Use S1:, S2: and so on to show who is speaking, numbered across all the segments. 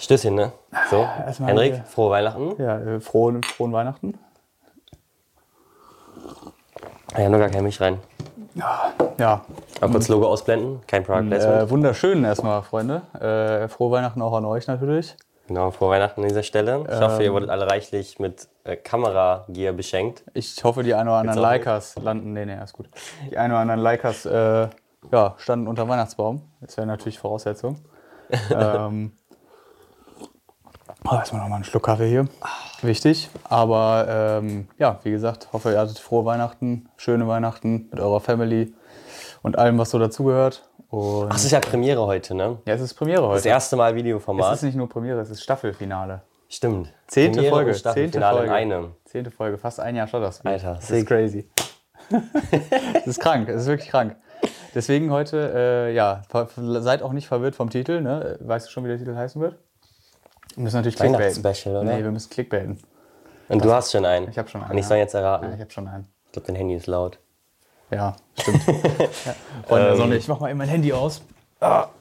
S1: Stößchen, ne? So,
S2: Erstmal
S1: Henrik,
S2: hier.
S1: frohe Weihnachten.
S2: Ja, äh, frohen, frohen Weihnachten.
S1: Ich habe noch gar kein Milch rein.
S2: Ja,
S1: Mal kurz Logo ausblenden, kein Product Placement.
S2: äh, wunderschön erstmal, Freunde. Äh, frohe Weihnachten auch an euch natürlich.
S1: Genau, frohe Weihnachten an dieser Stelle. Ich hoffe,
S2: ähm,
S1: ihr wurdet alle reichlich mit äh, Kameragear beschenkt.
S2: Ich hoffe, die ein oder anderen
S1: Jetzt auch
S2: Likers landen. Nee, nee, ist gut. Die ein oder anderen Likers äh, ja, standen unter Weihnachtsbaum. Das wäre natürlich Voraussetzung. ähm, oh, erstmal nochmal einen Schluck Kaffee hier. Wichtig. Aber ähm, ja, wie gesagt, hoffe, ihr hattet frohe Weihnachten, schöne Weihnachten mit eurer Family und allem, was so dazugehört. Und
S1: Ach, es ist ja Premiere heute, ne?
S2: ja, es ist Premiere heute.
S1: Das erste Mal
S2: es
S1: Videoformat.
S2: ist nicht nur Premiere, es ist Staffelfinale.
S1: Stimmt.
S2: Zehnte
S1: Premiere
S2: Folge,
S1: Und Staffelfinale
S2: zehnte Folge.
S1: in einem.
S2: Zehnte Folge, fast ein Jahr Shutter's
S1: Alter,
S2: das
S1: sick.
S2: ist crazy. das ist krank, das ist wirklich krank. Deswegen heute, äh, ja, ver- seid auch nicht verwirrt vom Titel, ne? Weißt du schon, wie der Titel heißen wird? Wir müssen natürlich clickbaiten.
S1: Weihnachtsspecial, oder?
S2: Nee, wir müssen clickbaiten.
S1: Und du hast schon einen.
S2: Ich habe schon einen.
S1: Und ich soll jetzt
S2: Ja,
S1: erraten.
S2: ich habe schon einen.
S1: Ich glaube, dein Handy ist laut.
S2: Ja, stimmt. ja. Freunde
S1: Ähm.
S2: der Sonne, ich mach mal eben mein Handy aus.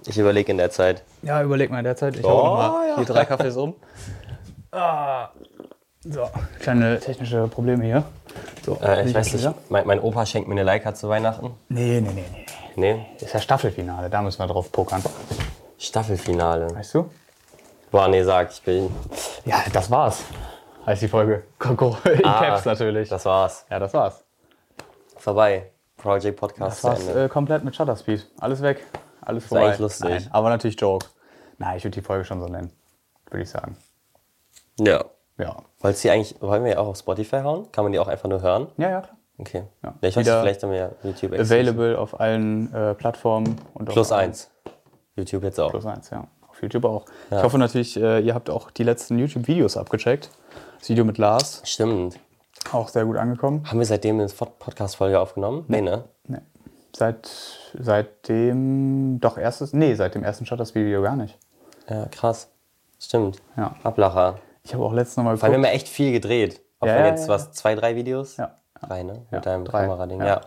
S1: Ich überlege in der Zeit.
S2: Ja, überleg mal derzeit. Ich oh,
S1: Oh,
S2: hau nochmal
S1: ja.
S2: hier drei Kaffees um. Ah, so, kleine technische Probleme hier. So,
S1: Äh,
S2: bin
S1: ich weiß
S2: wieder?
S1: nicht, mein, mein Opa schenkt mir eine Leica zu Weihnachten.
S2: Nee, nee, nee, nee.
S1: Nee,
S2: Ist ja Staffelfinale, da müssen wir drauf pokern.
S1: Staffelfinale.
S2: Weißt du?
S1: Boah, nee, sag, ich bin.
S2: Ja, das war's. Heißt die Folge. Coco in Caps natürlich.
S1: Das war's.
S2: ja, das war's.
S1: Vorbei. Project Podcast
S2: Das
S1: zu
S2: war's
S1: Ende.
S2: äh, komplett mit Shutterspeed. Alles weg. Alles vorbei.
S1: eigentlich lustig.
S2: Nein, aber natürlich Joke. Nein, ich würde die Folge schon so nennen. Würde ich sagen.
S1: Ja.
S2: Ja.
S1: Wolltest du die eigentlich, wollen wir ja auch auf Spotify hauen? Kann man die auch einfach nur hören?
S2: Ja, ja, klar.
S1: Okay.
S2: Ja.
S1: Ich weiß,
S2: Wieder-
S1: vielleicht haben wir ja YouTube
S2: Available auf allen äh, Plattformen. Und auf
S1: Plus
S2: allen-
S1: eins. YouTube jetzt auch.
S2: Plus eins, ja. Auf YouTube auch. Ich hoffe natürlich, äh, ihr habt auch die letzten YouTube-Videos abgecheckt. Das Video mit Lars,
S1: Stimmt.
S2: auch sehr gut angekommen.
S1: Haben wir seitdem eine Fod- Podcast-Folge aufgenommen? Nee, ne?
S2: Nee. Seit, seit dem, doch erstes, nee, seit dem ersten Shutters-Video gar nicht.
S1: Ja, krass. Stimmt.
S2: Ja.
S1: Ablacher.
S2: Ich habe auch letztens nochmal
S1: Weil wir
S2: geguckt.
S1: haben ja echt viel gedreht. Auch
S2: Ja,
S1: wenn
S2: ja,
S1: jetzt
S2: ja,
S1: was, zwei, drei Videos?
S2: Ja.
S1: Drei, ne? Mit
S2: Ja,
S1: deinem
S2: drei.
S1: Kamerading. Ja.
S2: Ja.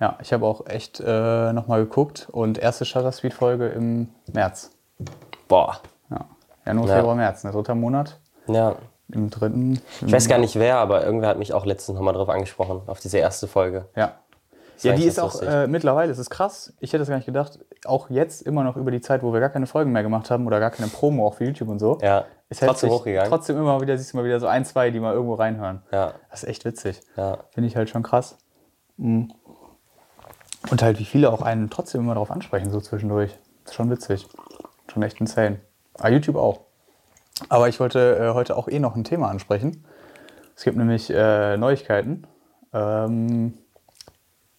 S2: Ja, ich habe auch echt äh, nochmal geguckt und erste Shutter-Speed-Folge im März.
S1: Boah.
S2: Ja. Januar,
S1: Ja.
S2: Februar, März, ne? dritter Monat.
S1: Ja.
S2: Im dritten.
S1: Ich weiß gar nicht wer, aber irgendwer hat mich auch letztens nochmal drauf angesprochen, auf diese erste Folge.
S2: Ja. Ja,
S1: eigentlich
S2: die ist
S1: ganz
S2: auch
S1: lustig.
S2: äh, mittlerweile, es ist krass, ich hätte es gar nicht gedacht, auch jetzt immer noch über die Zeit, wo wir gar keine Folgen mehr gemacht haben oder gar keine Promo auch für YouTube und so.
S1: Ja.
S2: Ist
S1: Trotzdem
S2: heftig.
S1: hochgegangen.
S2: Trotzdem immer wieder, siehst du mal wieder so ein, zwei, die mal irgendwo reinhören.
S1: Ja.
S2: Das ist echt witzig.
S1: Ja.
S2: Finde ich halt schon krass. Mhm. Und halt, wie viele auch einen trotzdem immer darauf ansprechen, so zwischendurch. Ist schon witzig. Schon echt insane. Ah, YouTube auch. Aber ich wollte äh, heute auch eh noch ein Thema ansprechen. Es gibt nämlich äh, Neuigkeiten. Ähm,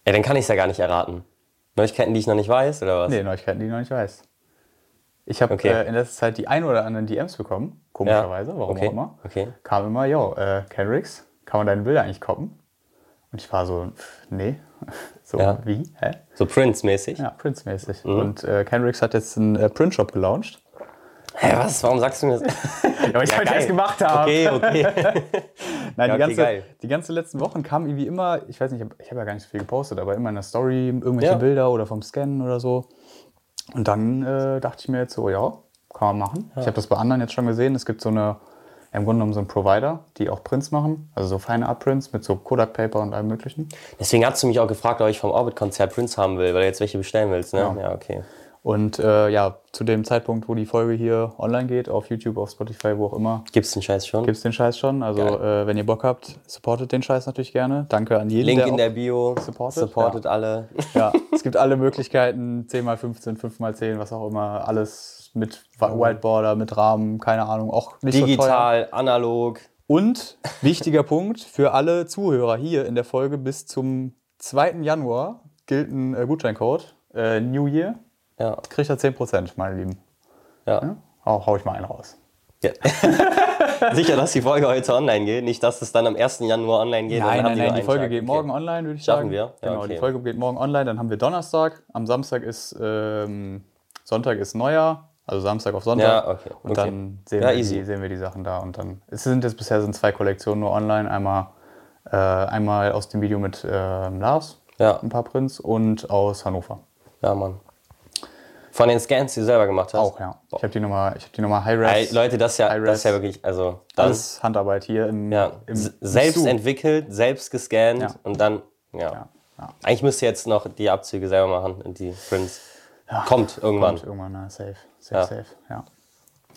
S1: Ey, dann kann ich es ja gar nicht erraten. Neuigkeiten, die ich noch nicht weiß, oder was?
S2: nee, Neuigkeiten, die ich noch nicht weiß. Ich habe
S1: Okay.
S2: äh, in letzter Zeit die ein oder anderen DMs bekommen, komischerweise, warum
S1: okay.
S2: auch immer.
S1: Okay.
S2: Kam immer, yo, äh, Kenrix, kann man deine Bilder eigentlich koppen? Und ich war so, pff, nee. So,
S1: Ja. Mhm.
S2: wie? Hä?
S1: So Prince-mäßig.
S2: Ja, Prince-mäßig. Und äh, Kendricks hat jetzt einen äh, Print-Shop gelauncht.
S1: Hä, was? Warum sagst du mir das?
S2: Ja, weil ich heute
S1: geil.
S2: erst gemacht habe.
S1: Okay, okay.
S2: Nein,
S1: Ja, okay,
S2: die, ganze,
S1: geil.
S2: die ganze letzten Wochen kam irgendwie immer, ich weiß nicht, ich habe hab ja gar nicht so viel gepostet, aber immer in der Story, irgendwelche
S1: Ja.
S2: Bilder oder vom Scannen oder so. Und dann äh, dachte ich mir jetzt so, ja, kann man machen. Ich habe das bei anderen jetzt schon gesehen. Es gibt so eine, im Grunde genommen so einen Provider, die auch Prints machen, also so feine Art Prints mit so Kodak Paper und allem Möglichen.
S1: Deswegen hast du mich auch gefragt, ob ich vom Orbit-Konzert Prince haben will, weil du jetzt welche bestellen willst, ne?
S2: Genau.
S1: Ja, okay.
S2: Und äh, ja, zu dem Zeitpunkt, wo die Folge hier online geht, auf YouTube, auf Spotify, wo auch immer,
S1: Gibt's den Scheiß schon?
S2: Gibt's den Scheiß schon. Also, äh, wenn ihr Bock habt, supportet den Scheiß natürlich gerne. Danke an jeden.
S1: Link
S2: der
S1: in der Bio.
S2: supported?
S1: supportet alle.
S2: auch, ja, es gibt alle Möglichkeiten: 10x15, 5x10, was auch immer. Alles mit Wa- Whiteboarder, mit Rahmen, keine Ahnung. Auch nicht so teuer.
S1: Digital, analog.
S2: Und wichtiger Punkt für alle Zuhörer hier in der Folge: bis zum 2. Januar gilt ein äh, Gutscheincode. Äh, New Year
S1: Ja.
S2: kriegt er 10%, meine Lieben.
S1: Ja.
S2: Hau, hau ich mal einen raus.
S1: ja. Sicher, dass die Folge heute online geht, nicht, dass es dann am 1. Januar online geht.
S2: Nein,
S1: dann
S2: nein,
S1: haben
S2: nein,
S1: nur
S2: die
S1: einen
S2: Folge
S1: Tag.
S2: geht
S1: Okay.
S2: morgen online, würde ich
S1: Schaffen
S2: sagen.
S1: wir? Ja,
S2: genau,
S1: okay.
S2: die Folge geht morgen online, dann haben wir Donnerstag, am Samstag ist ähm, Sonntag ist Neujahr, also Samstag auf Sonntag.
S1: Ja, okay,
S2: Und
S1: okay.
S2: dann sehen,
S1: Ja,
S2: wir
S1: easy.
S2: die, sehen wir die Sachen da und dann. Es sind jetzt bisher sind zwei Kollektionen nur online, einmal äh, einmal aus dem Video mit ähm, Lars,
S1: Ja.
S2: ein paar Prints und aus Hannover.
S1: Ja, Mann. Von den Scans, die du selber gemacht hast?
S2: Auch, ja. Ich habe die nochmal, ich habe die nochmal
S1: Ey,
S2: High-Res.
S1: Leute, das ist ja,
S2: Iris.
S1: das ist ja wirklich, also das,
S2: Alles Handarbeit hier im,
S1: ja,
S2: im
S1: s- selbst
S2: Zoo.
S1: entwickelt, selbst gescannt
S2: Ja.
S1: und dann, ja.
S2: Ja, ja.
S1: Eigentlich müsst ihr jetzt noch die Abzüge selber machen und die Prints. Kommt irgendwann.
S2: Kommt irgendwann, na, safe. Safe,
S1: Ja.
S2: safe, ja.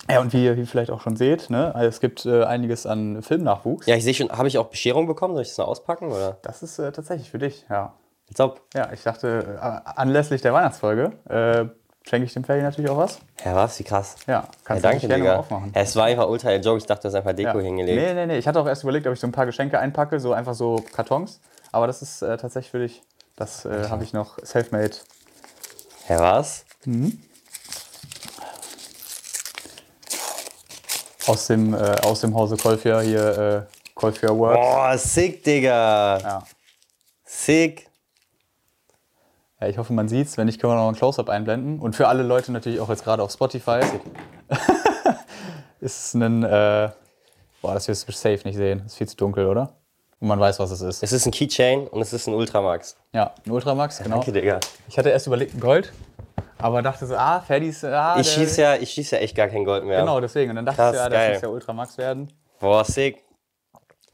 S2: Ja, und wie ihr, wie ihr vielleicht auch schon seht, ne, also es gibt äh, einiges an Filmnachwuchs.
S1: Ja, ich sehe schon, habe ich auch Bescherung bekommen? Soll ich das noch auspacken? Oder?
S2: Das ist äh, tatsächlich für dich, ja.
S1: Als ob.
S2: Ja, ich dachte, äh, anlässlich der Weihnachtsfolge äh, schenke ich dem Ferry natürlich auch was.
S1: Ja, was? Wie krass.
S2: Ja,
S1: Ja,
S2: kannst du
S1: danke,
S2: natürlich gerne mal
S1: Digga.
S2: aufmachen.
S1: Ja, es war einfach ultra der Joke. Ich dachte, das ist einfach Deko hingelegt.
S2: Nee, nee, nee. Ich hatte auch erst überlegt, ob ich so ein paar Geschenke einpacke, so einfach so Kartons. Aber das ist äh, tatsächlich für dich. Das äh, habe ich noch selfmade.
S1: Ja, was?
S2: aus dem, äh, aus dem Hause Colfia hier, äh, Colfia Works.
S1: Boah, sick, Digga.
S2: Ja.
S1: Sick.
S2: Ja, ich hoffe, man sieht's. Wenn nicht, können wir noch ein Close-Up einblenden. Und für alle Leute natürlich auch jetzt gerade auf Spotify. ist ein, äh, boah, das wirst du safe nicht sehen. Ist viel zu dunkel, oder? Und man weiß, was es ist.
S1: Es ist ein Keychain und es ist ein Ultramax.
S2: Ja, ein Ultramax, genau.
S1: Danke, Digga.
S2: Ich hatte erst überlegt, ein Gold. Aber dachte so, ah, Ferdis, ah,
S1: Ich
S2: der-
S1: schieße ja, ich schieß ja echt gar kein Gold mehr.
S2: Genau, deswegen. Und dann dachte
S1: Krass,
S2: ich, ja, das
S1: geil.
S2: muss ja Ultramax werden.
S1: Boah, sick.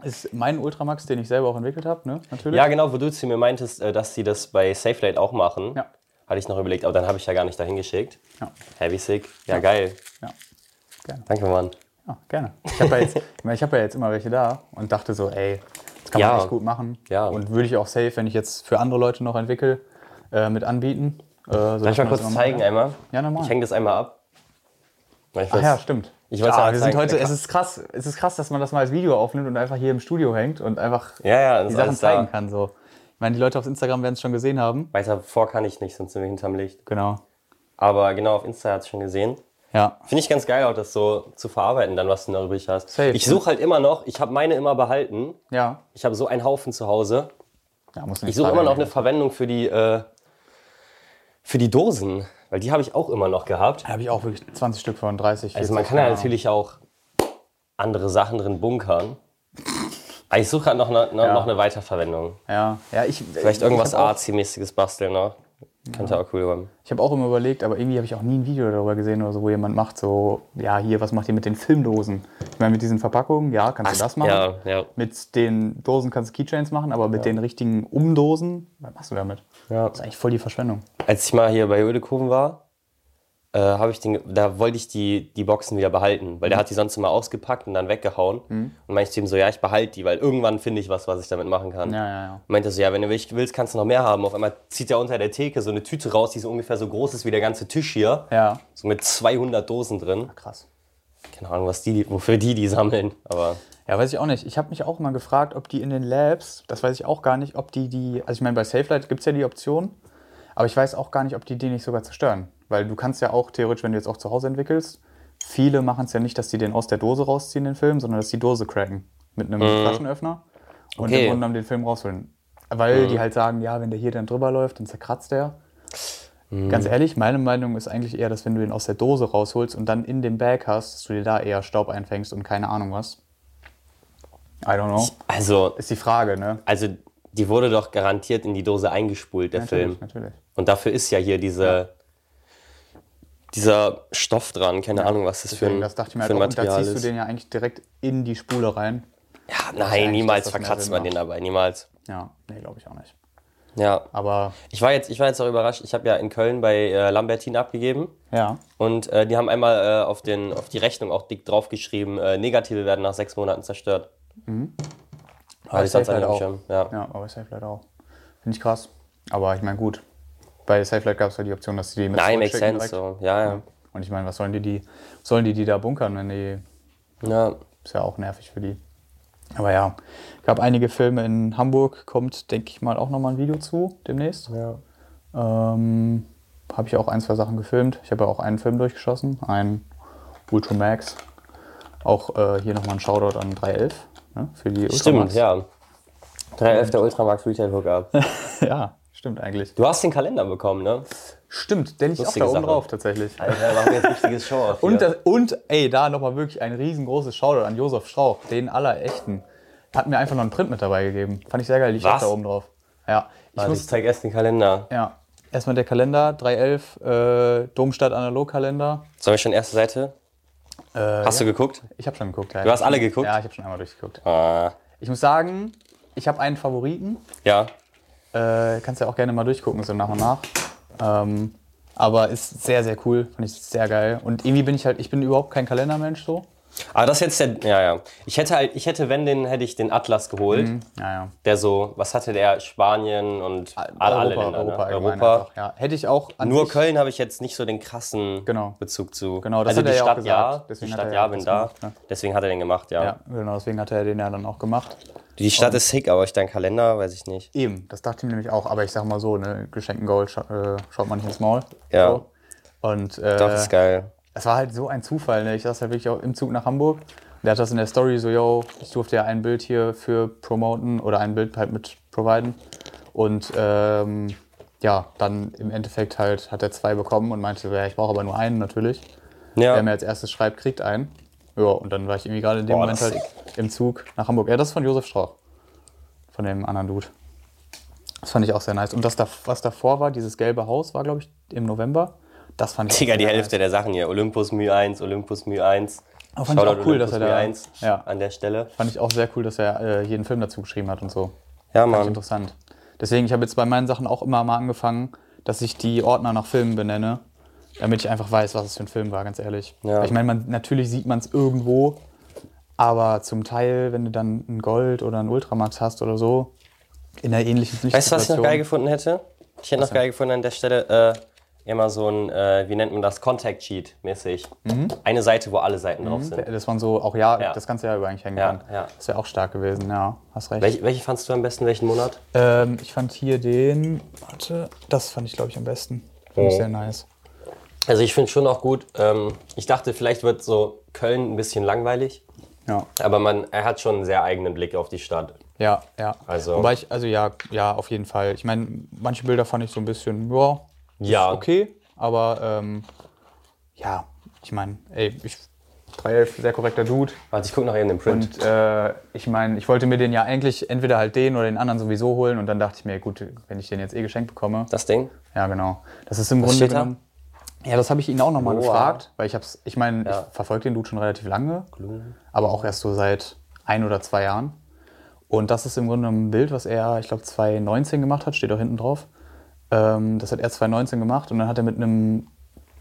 S2: Ist mein Ultramax, den ich selber auch entwickelt habe, ne? Natürlich.
S1: Ja, genau, wo du zu mir meintest, äh, dass sie das bei SafeLate auch machen.
S2: Ja.
S1: Hatte ich noch überlegt, aber dann habe ich ja gar nicht dahin geschickt.
S2: Ja.
S1: Heavy sick. Ja, geil.
S2: Ja. Gerne.
S1: Danke, Mann.
S2: Ja, Ah, gerne. Ich habe ja, jetzt- ich meine, ich hab ja jetzt immer welche da und dachte so, ey, das kann
S1: Ja.
S2: man echt gut machen.
S1: Ja.
S2: Und würde ich auch safe, wenn ich jetzt für andere Leute noch entwickle, äh, mit anbieten. Äh, so
S1: Darf ich mal kurz zeigen einmal?
S2: Ja, normal.
S1: Ich hänge das einmal ab. Weil ich
S2: Ach
S1: weiß-
S2: ja, stimmt.
S1: Ich wollt's
S2: ja,
S1: aber
S2: wir
S1: zeigen.
S2: sind heute, es ist krass, es ist krass, dass man das mal als Video aufnimmt und einfach hier im Studio hängt und einfach
S1: Ja, ja, das
S2: die
S1: ist
S2: Sachen
S1: alles da.
S2: zeigen kann. So. Ich meine, die Leute auf Instagram werden es schon gesehen haben.
S1: Weiter vor kann ich nicht, sonst sind wir hinterm Licht.
S2: Genau.
S1: Aber genau, auf Insta hat es schon gesehen.
S2: Ja.
S1: Finde ich ganz geil, auch das so zu verarbeiten, dann, was du noch übrig hast.
S2: Safe.
S1: Ich suche halt immer noch, ich habe meine immer behalten.
S2: Ja.
S1: Ich habe so einen Haufen zu Hause.
S2: ja muss
S1: Ich suche immer noch eine Verwendung für die, äh, für die Dosen, weil die habe ich auch immer noch gehabt.
S2: Da habe ich auch wirklich 20 Stück von 30. 40,
S1: Also man kann ja
S2: keine
S1: natürlich auch andere Sachen drin bunkern. Aber ich suche halt noch eine, noch, noch eine Weiterverwendung.
S2: Ahnung. Ja. ja ich,
S1: Vielleicht irgendwas
S2: ich hab auch-
S1: Artsy-mäßiges basteln noch. Könnte auch cool werden.
S2: Ich habe auch immer überlegt, aber irgendwie habe ich auch nie ein Video darüber gesehen oder so, wo jemand macht so, ja, hier, was macht ihr mit den Filmdosen? Ich meine, mit diesen Verpackungen, ja, kannst du das machen.
S1: Ja, ja.
S2: Mit den Dosen kannst du Keychains machen, aber mit den richtigen Umdosen, was machst du damit?
S1: ja.
S2: Das ist eigentlich voll die Verschwendung.
S1: Als ich mal hier bei Ödekoven war, äh, habe ich den, da wollte ich die, die Boxen wieder behalten, weil der
S2: Mhm.
S1: hat die sonst immer ausgepackt und dann weggehauen. Und meinte ich zu ihm so, ja, ich behalte die, weil irgendwann finde ich was, was ich damit machen kann.
S2: Ja, ja, ja.
S1: Meinte so, ja, wenn du wirklich willst, kannst du noch mehr haben. Auf einmal zieht er unter der Theke so eine Tüte raus, die so ungefähr so groß ist wie der ganze Tisch hier.
S2: Ja.
S1: So mit 200 Dosen drin.
S2: Krass.
S1: Keine Ahnung, was die, wofür die die sammeln. Aber
S2: Ja, weiß ich auch nicht. Ich habe mich auch mal gefragt, ob die in den Labs, das weiß ich auch gar nicht, ob die die, also ich meine, bei SafeLight gibt es ja die Option, aber ich weiß auch gar nicht, ob die die nicht sogar zerstören. Weil du kannst ja auch theoretisch, wenn du jetzt auch zu Hause entwickelst, viele machen es ja nicht, dass die den aus der Dose rausziehen, den Film, sondern dass die Dose cracken mit einem Flaschenöffner und
S1: Okay.
S2: im Grunde genommen den Film rausholen. Weil die halt sagen, ja, wenn der hier dann drüber läuft, dann zerkratzt der. Ganz
S1: Mhm.
S2: ehrlich, meine Meinung ist eigentlich eher, dass wenn du den aus der Dose rausholst und dann in dem Bag hast, dass du dir da eher Staub einfängst und keine Ahnung was. I don't know.
S1: also,
S2: Ist die Frage, ne?
S1: also die wurde doch garantiert in die Dose eingespult, der Film.
S2: natürlich.
S1: Und dafür ist ja hier diese, dieser Stoff dran. Keine Ahnung, was das für ein,
S2: Deswegen, das dachte ich mir
S1: für
S2: halt
S1: ein
S2: auch, und da
S1: Material
S2: ziehst du
S1: ist.
S2: den ja eigentlich direkt in die Spule rein.
S1: ja,
S2: eigentlich,
S1: nein, niemals
S2: dass das mehr
S1: verkratzt
S2: Sinn
S1: man den dabei. Niemals.
S2: Ja, nee, glaube ich auch nicht.
S1: Ja.
S2: Aber
S1: Ich war jetzt, ich war jetzt auch überrascht. Ich habe ja in Köln bei äh, Lambertin abgegeben.
S2: ja,
S1: Und äh, die haben einmal äh, auf, den, auf die Rechnung auch dick draufgeschrieben, äh, Negative werden nach sechs Monaten zerstört. Hatte ich sonst auch nicht auf
S2: Mhm. Safe halt
S1: dem Schirm. Ja.
S2: ja, aber Safelight auch. Finde ich krass. Aber ich meine, gut. Bei Safelight gab es ja die Option, dass die die mit
S1: Nein, makes
S2: zurückschicken
S1: sense.
S2: direkt.
S1: So. Ja,
S2: Und ich meine, was sollen die, die, was sollen die die da bunkern, wenn die
S1: ja. ja.
S2: Ist ja auch nervig für die. Aber ja, gab einige Filme in Hamburg, kommt, denke ich mal, auch nochmal ein Video zu demnächst.
S1: Ja.
S2: Ähm, habe ich auch ein, zwei Sachen gefilmt. Ich habe ja auch einen Film durchgeschossen, einen Ultramax. Auch äh, hier nochmal ein Shoutout an 311 ne, für die
S1: Stimmt,
S2: Ultramax.
S1: ja. 3.11. der Ultramax Retail Hookup.
S2: ja. ja, stimmt eigentlich.
S1: Du hast den Kalender bekommen, ne?
S2: Stimmt, der liegt auch
S1: Lustige
S2: da oben
S1: Sache.
S2: drauf tatsächlich.
S1: Alter, machen wir jetzt richtiges Show auf.
S2: Und, das, und ey, da nochmal wirklich ein riesengroßes Shoutout an Josef Strauch, den aller echten. Hat mir einfach noch einen Print mit dabei gegeben. Fand ich sehr geil, die steht
S1: Was?
S2: da oben drauf. Ja, ich
S1: Warte,
S2: muss,
S1: ich zeig erst den Kalender.
S2: ja, Erstmal der Kalender, 311, äh, Domstadt Analogkalender.
S1: Sollen wir schon erste Seite?
S2: Äh,
S1: Hast
S2: ja.
S1: du geguckt?
S2: Ich habe schon geguckt. Ja.
S1: Du hast alle geguckt?
S2: Ja, ich habe schon einmal durchgeguckt.
S1: Ah,
S2: Ich muss sagen, ich habe einen Favoriten.
S1: ja.
S2: Äh, kannst ja auch gerne mal durchgucken, so nach und nach. Ähm, aber ist sehr, sehr cool. Fand ich sehr geil. Und irgendwie bin ich halt, ich bin überhaupt kein Kalendermensch so.
S1: Aber Ah, das ist jetzt der. Ja, ja. Ich hätte halt, ich hätte, wenn den, hätte ich den Atlas geholt.
S2: Mhm. Naja.
S1: Der so, was hatte der? Spanien und alle, alle Länder.
S2: Europa,
S1: ne?
S2: allgemein
S1: Europa.
S2: einfach, Ja. Hätte ich auch an
S1: Nur
S2: sich-
S1: Köln habe ich jetzt nicht so den krassen
S2: Genau.
S1: Bezug zu.
S2: Genau, das
S1: also
S2: hat
S1: die
S2: er ja auch
S1: Stadt
S2: gesagt.
S1: ja, die
S2: Deswegen hat
S1: Stadt
S2: er
S1: ja,
S2: ja
S1: bin
S2: das
S1: da.
S2: gemacht, ne?
S1: Deswegen hat er den gemacht, ja.
S2: Ja, genau, deswegen hat er den ja dann auch gemacht.
S1: Die Stadt ist sick, aber ich dein Kalender, weiß ich nicht.
S2: Eben, das dachte ich mir nämlich auch. Aber ich sag mal so, ne, Geschenken Gold scha äh, schaut man nicht ins Maul.
S1: Ja.
S2: So. Und äh,
S1: Doch, ist geil.
S2: es war halt so ein Zufall. Ne? Ich saß halt wirklich auch im Zug nach Hamburg. Und Der hat das in der Story so, yo, ich durfte ja ein Bild hier für promoten oder ein Bild halt mit providen. Und ähm, ja, dann im Endeffekt halt hat er zwei bekommen und meinte, so, ja, ich brauche aber nur einen natürlich.
S1: Ja.
S2: Wer mir als erstes schreibt, kriegt einen. Ja, und dann war ich irgendwie gerade in dem
S1: Boah,
S2: Moment
S1: das
S2: halt
S1: ist
S2: im Zug nach Hamburg. Ja, das ist von Josef Strauch. Von dem anderen Dude. Das fand ich auch sehr nice. Und das, da, was davor war, dieses gelbe Haus, war, glaube ich, im November. Das fand ich
S1: Digga,
S2: auch
S1: die
S2: sehr
S1: Hälfte der Sachen hier. Olympus Mühe 1, Olympus Mühe 1.
S2: Aber fand ich auch cool, dass er da- ja.
S1: an der Stelle.
S2: Fand ich auch sehr cool, dass er äh, jeden Film dazu geschrieben hat und so.
S1: Ja,
S2: Fand ich
S1: Mann.
S2: interessant. Deswegen, ich habe jetzt bei meinen Sachen auch immer mal angefangen, dass ich die Ordner nach Filmen benenne, damit ich einfach weiß, was es für ein Film war, ganz ehrlich.
S1: Ja.
S2: Ich meine, man, natürlich sieht man es irgendwo, aber zum Teil, wenn du dann ein Gold oder ein Ultramax hast oder so, in einer ähnlichen
S1: Weißt du, was ich noch geil
S2: Situation-
S1: gefunden hätte? Ich hätte noch geil gefunden an der Stelle äh, immer so ein, äh, wie nennt man das, Contact Sheet mäßig.
S2: Mhm.
S1: Eine Seite, wo alle Seiten drauf sind.
S2: Dass man so auch ja,
S1: Ja.
S2: das ganze Jahr über eigentlich hängen
S1: Ja,
S2: kann.
S1: ja.
S2: Das wäre auch stark gewesen, ja, hast recht.
S1: Welche, welche fandst du am besten, welchen Monat?
S2: Ähm, ich fand hier den, warte, das fand ich, glaube ich, am besten. Fand ich
S1: Mhm.
S2: sehr nice.
S1: Also ich finde schon auch gut. Ähm, ich dachte, vielleicht wird so Köln ein bisschen langweilig,
S2: Ja.
S1: aber man, er hat schon einen sehr eigenen Blick auf die Stadt.
S2: Ja, ja.
S1: Also-
S2: Wobei ich, also ja, ja, auf jeden Fall. Ich meine, manche Bilder fand ich so ein bisschen, ja,
S1: Ja.
S2: okay, aber ähm, ja, ich meine, ey, ich. 311, sehr korrekter Dude.
S1: Warte, ich gucke noch in den Print.
S2: Und äh, ich meine, ich wollte mir den ja eigentlich entweder halt den oder den anderen sowieso holen und dann dachte ich mir, gut, wenn ich den jetzt eh geschenkt bekomme.
S1: das Ding?
S2: Ja, genau. Das ist im Grunde
S1: steht da?
S2: genommen. Ja, das habe ich ihn auch nochmal
S1: Boah.
S2: gefragt, weil ich hab's, ich meine,
S1: Ja.
S2: ich verfolge den Dude schon relativ lange, aber auch erst so seit ein oder zwei Jahren. Und das ist im Grunde ein Bild, was er, ich glaube, 2019 gemacht hat, steht auch hinten drauf. Ähm, das hat er 2019 gemacht und dann hat er mit einem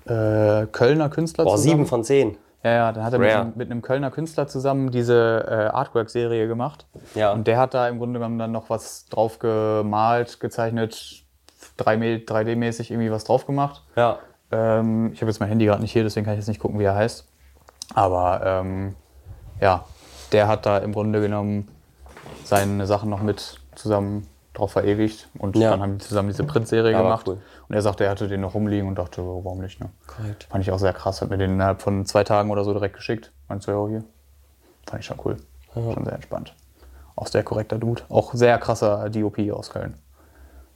S2: äh, Kölner Künstler
S1: Boah,
S2: zusammen.
S1: sieben von zehn.
S2: Ja, ja, dann hat er mit,
S1: Rare.
S2: einem- mit einem Kölner Künstler zusammen diese äh, Artwork-Serie gemacht.
S1: Ja.
S2: Und der hat da im Grunde genommen dann noch was drauf gemalt, gezeichnet, 3D-mäßig irgendwie was drauf gemacht.
S1: Ja.
S2: Ähm, ich habe jetzt mein Handy gerade nicht hier, deswegen kann ich jetzt nicht gucken, wie er heißt. Aber ähm, ja, der hat da im Grunde genommen seine Sachen noch mit zusammen drauf verewigt. Und
S1: Ja.
S2: dann haben die zusammen diese Print-Serie
S1: war
S2: gemacht.
S1: cool.
S2: Und er sagte, er hatte den noch rumliegen und dachte, warum nicht, ne?
S1: Korrekt.
S2: Fand ich auch sehr krass. Hat mir den innerhalb von zwei Tagen oder so direkt geschickt. Meinst du, ja, hier? Fand ich schon cool. Schon sehr entspannt. Auch sehr korrekter Dude. Auch sehr krasser DOP aus Köln.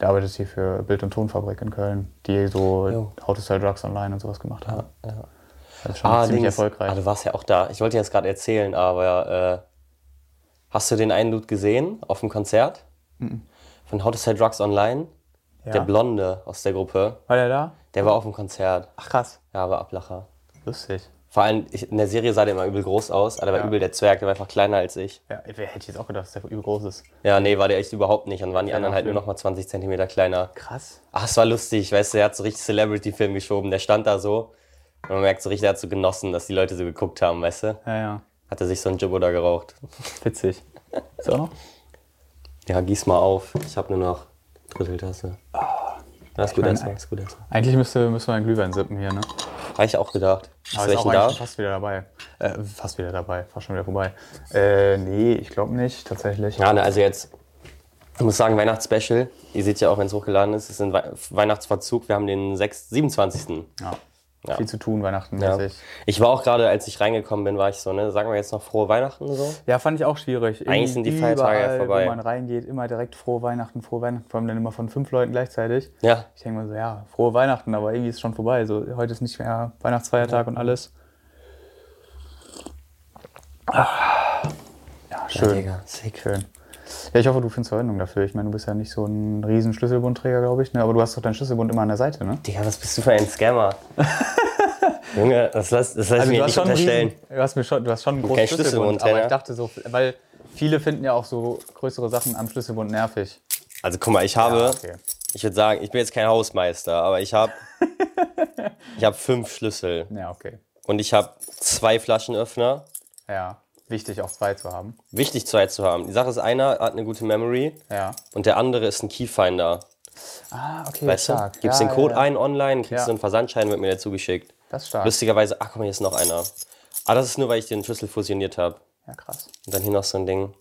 S2: Der arbeitet hier für Bild- und Tonfabrik in Köln, die so
S1: Jo.
S2: How to Sell Drugs Online und sowas gemacht haben.
S1: ja.
S2: Das ist schon ziemlich
S1: Dings.
S2: erfolgreich.
S1: Ah, du warst ja auch da. Ich wollte dir das gerade erzählen, aber äh, hast du den einen Dude gesehen auf dem Konzert? Von How to Sell Drugs Online?
S2: Mhm. Ja.
S1: Der Blonde aus der Gruppe.
S2: War der da?
S1: Der war auf dem Konzert.
S2: Ach krass.
S1: Ja, war Ablacher.
S2: Lustig.
S1: Vor allem, ich, in der Serie sah der immer übel groß aus, aber der war
S2: Ja.
S1: übel der Zwerg, der war einfach kleiner als ich.
S2: Ja, wer hätte jetzt auch gedacht, dass der übel groß ist.
S1: Ja, nee, war der echt überhaupt nicht. Und waren die anderen halt nur noch mal 20 Zentimeter kleiner.
S2: Krass.
S1: Ach, es war lustig, weißt du, der hat so richtig Celebrity-Film geschoben. Der stand da so und man merkt so richtig, der hat so genossen, dass die Leute so geguckt haben, weißt du?
S2: Ja, ja.
S1: Hat er sich so ein Jibbo da geraucht.
S2: Witzig. Ist auch noch?
S1: Ja, gieß mal auf. Ich hab nur noch Dritteltasse. Das ist gut,
S2: Ah, mein,
S1: erstmal. Das ist gut, erstmal.
S2: Eigentlich müsste, müsste man einen Glühwein sippen hier, ne?
S1: Habe ich auch gedacht. Hast
S2: Aber
S1: du
S2: ist auch
S1: welchen
S2: eigentlich
S1: da?
S2: schon fast wieder dabei. Äh, fast wieder dabei. Fast schon wieder vorbei. Äh, nee, ich glaube nicht, tatsächlich.
S1: Ja, ne, also jetzt, ich muss sagen, Weihnachtsspecial. Ihr seht ja auch, wenn es hochgeladen ist, ist ein Wei- Weihnachtsverzug. Wir haben den 6, 27.
S2: Ja.
S1: Ja.
S2: Viel zu tun, Weihnachten
S1: Ja.
S2: mäßig.
S1: Ich war auch gerade, als ich reingekommen bin, war ich so, ne, sagen wir jetzt noch frohe Weihnachten so.
S2: Ja, fand ich auch schwierig. Irgendwie
S1: sind die Feiertage ja
S2: überall,
S1: vorbei.
S2: Wo man reingeht, immer direkt frohe Weihnachten, frohe Weihnachten, vor allem dann immer von fünf Leuten gleichzeitig.
S1: Ja.
S2: Ich denke mir so, ja, frohe Weihnachten, aber irgendwie ist es schon vorbei. So, heute ist nicht mehr Weihnachtsfeiertag und alles. Ah, Ja, schön.
S1: Digga, sick.
S2: schön. Ja, ich hoffe, du findest Verwendung dafür. Ich meine, du bist ja nicht so ein riesen Schlüsselbundträger, glaube ich, ne? aber du hast doch deinen Schlüsselbund immer an der Seite, ne?
S1: Digga, was bist du für ein Scammer? Junge, das lass, das lass
S2: Also
S1: ich mir nicht
S2: einen
S1: unterstellen.
S2: riesen- du, hast mir schon, du hast schon einen großen
S1: Kein
S2: Schlüsselbund,
S1: Schlüsselbund,
S2: aber
S1: ja.
S2: ich dachte so, weil viele finden ja auch so größere Sachen am Schlüsselbund nervig.
S1: Also guck mal, ich habe,
S2: Ja, okay.
S1: ich würde sagen, ich bin jetzt kein Hausmeister, aber ich habe ich habe fünf Schlüssel
S2: Ja, okay.
S1: und ich habe zwei Flaschenöffner.
S2: Ja, wichtig auch zwei zu haben.
S1: Wichtig zwei zu haben. Die Sache ist, einer hat eine gute Memory
S2: Ja.
S1: und der andere ist ein Keyfinder.
S2: Ah, okay,
S1: Weißt du?
S2: stark.
S1: Gibst
S2: ja,
S1: den Code
S2: ja, ja.
S1: ein online, kriegst
S2: Ja.
S1: du einen Versandschein, wird mir der zugeschickt.
S2: Das ist stark.
S1: Lustigerweise, ach guck mal, hier ist noch einer. Ah, das ist nur, weil ich den Schlüssel fusioniert habe.
S2: ja, krass.
S1: Und dann hier noch so ein Ding.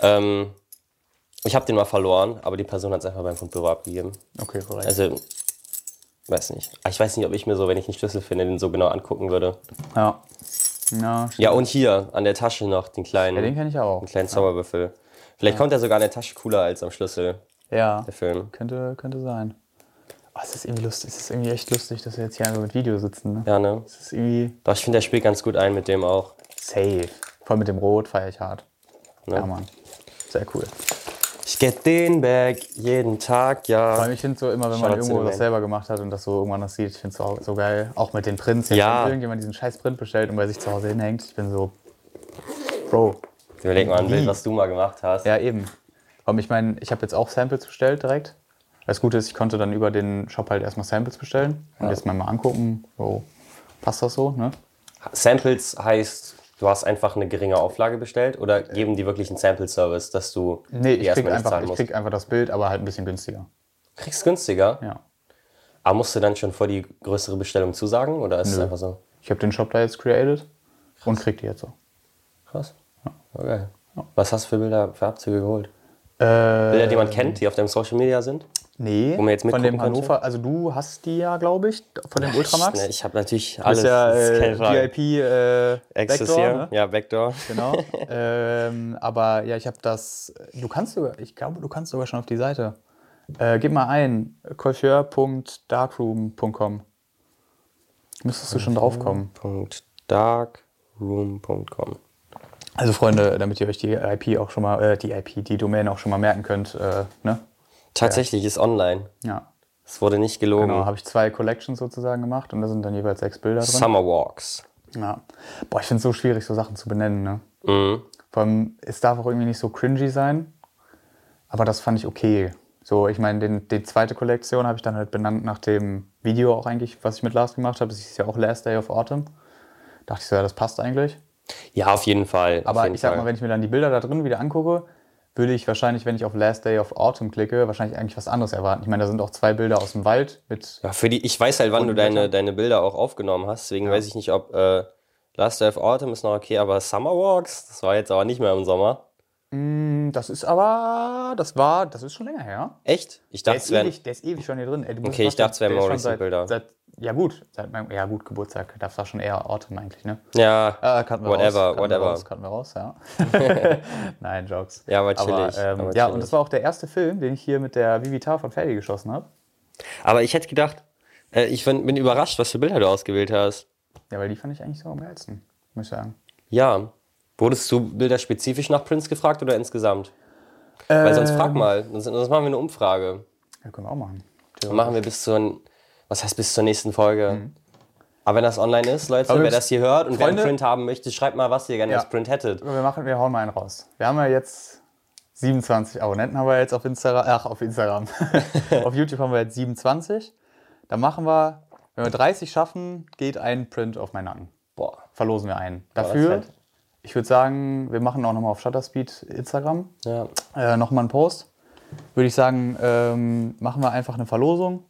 S1: Ähm, ich habe den mal verloren, aber die Person hat es einfach beim Fundbüro abgegeben.
S2: Okay, korrekt.
S1: Also, weiß nicht. Ah, Ich weiß nicht, ob ich mir so, wenn ich einen Schlüssel finde, den so genau angucken würde.
S2: ja. Na, stimmt.
S1: Ja, und hier an der Tasche noch den kleinen,
S2: Den kenne ich auch.
S1: den kleinen Zauberbüffel. Vielleicht kommt er sogar an der Tasche cooler als am Schlüssel,
S2: Ja.
S1: der Film.
S2: Könnte, könnte sein. Oh, es ist irgendwie lustig. Es ist irgendwie echt lustig, dass wir jetzt hier einfach mit Video sitzen. Ne?
S1: Ja, ne?
S2: Es ist irgendwie
S1: Doch, ich finde, der spielt ganz gut ein mit dem auch.
S2: safe. Voll mit dem Rot feiere ich hart.
S1: Ja.
S2: Ja, Mann. Sehr cool.
S1: Ich get den Back jeden Tag,
S2: Vor
S1: ja.
S2: allem, ich finde so immer, wenn man
S1: Shoutout
S2: irgendwo
S1: Cinnamon.
S2: das selber gemacht hat und das so irgendwann das sieht, ich finde es so, so geil. Auch mit den Prints. Jetzt,
S1: Ja.
S2: Wenn irgendjemand diesen scheiß Print bestellt und bei sich zu Hause hinhängt, ich bin so, Bro.
S1: Überleg mal ein
S2: Wie?
S1: Bild, was du mal gemacht hast.
S2: Mhm. Ja, eben. Aber ich meine, ich habe jetzt auch Samples bestellt direkt. Das Gute ist, ich konnte dann über den Shop halt erstmal Samples bestellen und jetzt mal, mal angucken, so, passt das so, ne?
S1: Samples heißt, du hast einfach eine geringe Auflage bestellt oder geben die wirklich einen Sample-Service, dass du
S2: Nee,
S1: die
S2: ich krieg,
S1: erstmal nicht
S2: einfach,
S1: zahlen
S2: ich
S1: musst?
S2: krieg einfach das Bild, aber halt ein bisschen günstiger.
S1: Kriegst günstiger?
S2: Ja.
S1: Aber musst du dann schon vor die größere Bestellung zusagen oder ist es einfach so?
S2: Ich habe den Shop da jetzt created und krieg die jetzt so.
S1: Krass. War geil. Was hast du für Bilder für Abzüge geholt?
S2: Äh,
S1: Bilder, die man
S2: Ähm.
S1: kennt, die auf deinem Social Media sind?
S2: nee,
S1: man jetzt
S2: von dem
S1: mitgucken konnte?
S2: Hannover, also du hast die ja, glaube ich, von dem Ultramax.
S1: Ne, ich habe natürlich
S2: Das
S1: alles.
S2: ist ja
S1: das ist keine
S2: äh,
S1: Frage.
S2: VIP äh,
S1: Access
S2: Backdoor,
S1: hier.
S2: ne?
S1: Ja, Backdoor.
S2: Genau. ähm, aber ja, ich habe das. Du kannst sogar, ich glaube, du kannst sogar schon auf die Seite. Äh, gib mal ein, coiffeur.darkroom.com. Müsstest du schon draufkommen.
S1: Punkt darkroom.com.
S2: Also Freunde, damit ihr euch die IP auch schon mal, äh, die IP, die Domain auch schon mal merken könnt, äh, ne?
S1: Tatsächlich ist online.
S2: Ja.
S1: Es wurde nicht gelogen.
S2: Genau, habe ich zwei Collections sozusagen gemacht und da sind dann jeweils sechs Bilder drin.
S1: Summer Walks.
S2: Ja. Boah, ich finde es so schwierig, so Sachen zu benennen, ne?
S1: Mhm.
S2: Vor allem, es darf auch irgendwie nicht so cringy sein, aber das fand ich okay. So, ich meine, den, die zweite Kollektion habe ich dann halt benannt nach dem Video auch eigentlich, was ich mit Lars gemacht habe. Das ist ja auch Last Day of Autumn. Dachte ich so, ja, das passt eigentlich.
S1: Ja, auf jeden Fall. auf
S2: Aber
S1: jeden
S2: ich sag
S1: Fall.
S2: mal, wenn ich mir dann die Bilder da drin wieder angucke, würde ich wahrscheinlich, wenn ich auf Last Day of Autumn klicke, wahrscheinlich eigentlich was anderes erwarten. Ich meine, da sind auch zwei Bilder aus dem Wald mit.
S1: Ja, für die, ich weiß halt, wann du
S2: Wetter.
S1: deine, deine Bilder auch aufgenommen hast, deswegen weiß ich nicht, ob äh, Last Day of Autumn ist noch okay, aber Summer Walks, das war jetzt aber nicht mehr im Sommer.
S2: Hm, Das ist aber, das war, das ist schon länger her.
S1: Echt? Ich
S2: Der
S1: dachte,
S2: ist,
S1: es wären.
S2: ewig, der ist ewig schon hier drin. Ey, du musst
S1: Okay, ich
S2: vorstellen,
S1: dachte, es wären
S2: der ist schon
S1: Maurice
S2: seit-
S1: Bilder.
S2: Seit, ja gut, seit meinem, ja gut, Geburtstag, das war schon eher Autumn eigentlich, ne?
S1: Ja,
S2: Äh, cutten wir
S1: Whatever,
S2: raus, cutten
S1: whatever.
S2: Wir raus, cutten wir raus, ja. Nein, Jokes.
S1: Ja, aber chillig,
S2: ähm,
S1: aber
S2: ja,
S1: chillig.
S2: und das war auch der erste Film, den ich hier mit der Vivi Tar von Ferdi geschossen habe.
S1: aber ich hätte gedacht, äh, ich bin, bin überrascht, was für Bilder du ausgewählt hast.
S2: Ja, weil die fand ich eigentlich so am geilsten, muss ich sagen.
S1: Ja. Wurdest du Bilder spezifisch nach Prince gefragt oder insgesamt? Weil sonst
S2: Ähm.
S1: frag mal, sonst, sonst machen wir eine Umfrage.
S2: Ja, können wir auch machen.
S1: Dann machen wir bis zur, was heißt bis zur nächsten Folge. Aber wenn das online ist, Leute,
S2: Mhm. Aber wir
S1: wer
S2: müssen-
S1: das hier hört und wer
S2: Freunde-
S1: einen Print haben möchte, schreibt mal, was ihr gerne
S2: Ja.
S1: als Print hättet.
S2: Wir, machen, wir hauen mal einen raus. Wir haben ja jetzt 27 Abonnenten haben wir jetzt auf Instagram. Ach, auf Instagram. auf YouTube haben wir jetzt 27. Dann machen wir, wenn wir 30 schaffen, geht ein Print auf meinen Nacken.
S1: Boah.
S2: Verlosen wir einen.
S1: das
S2: Dafür,
S1: fett.
S2: ich würde sagen, wir machen auch nochmal auf Shutterspeed Instagram
S1: Ja.
S2: äh, nochmal einen Post. Würde ich sagen, ähm, machen wir einfach eine Verlosung.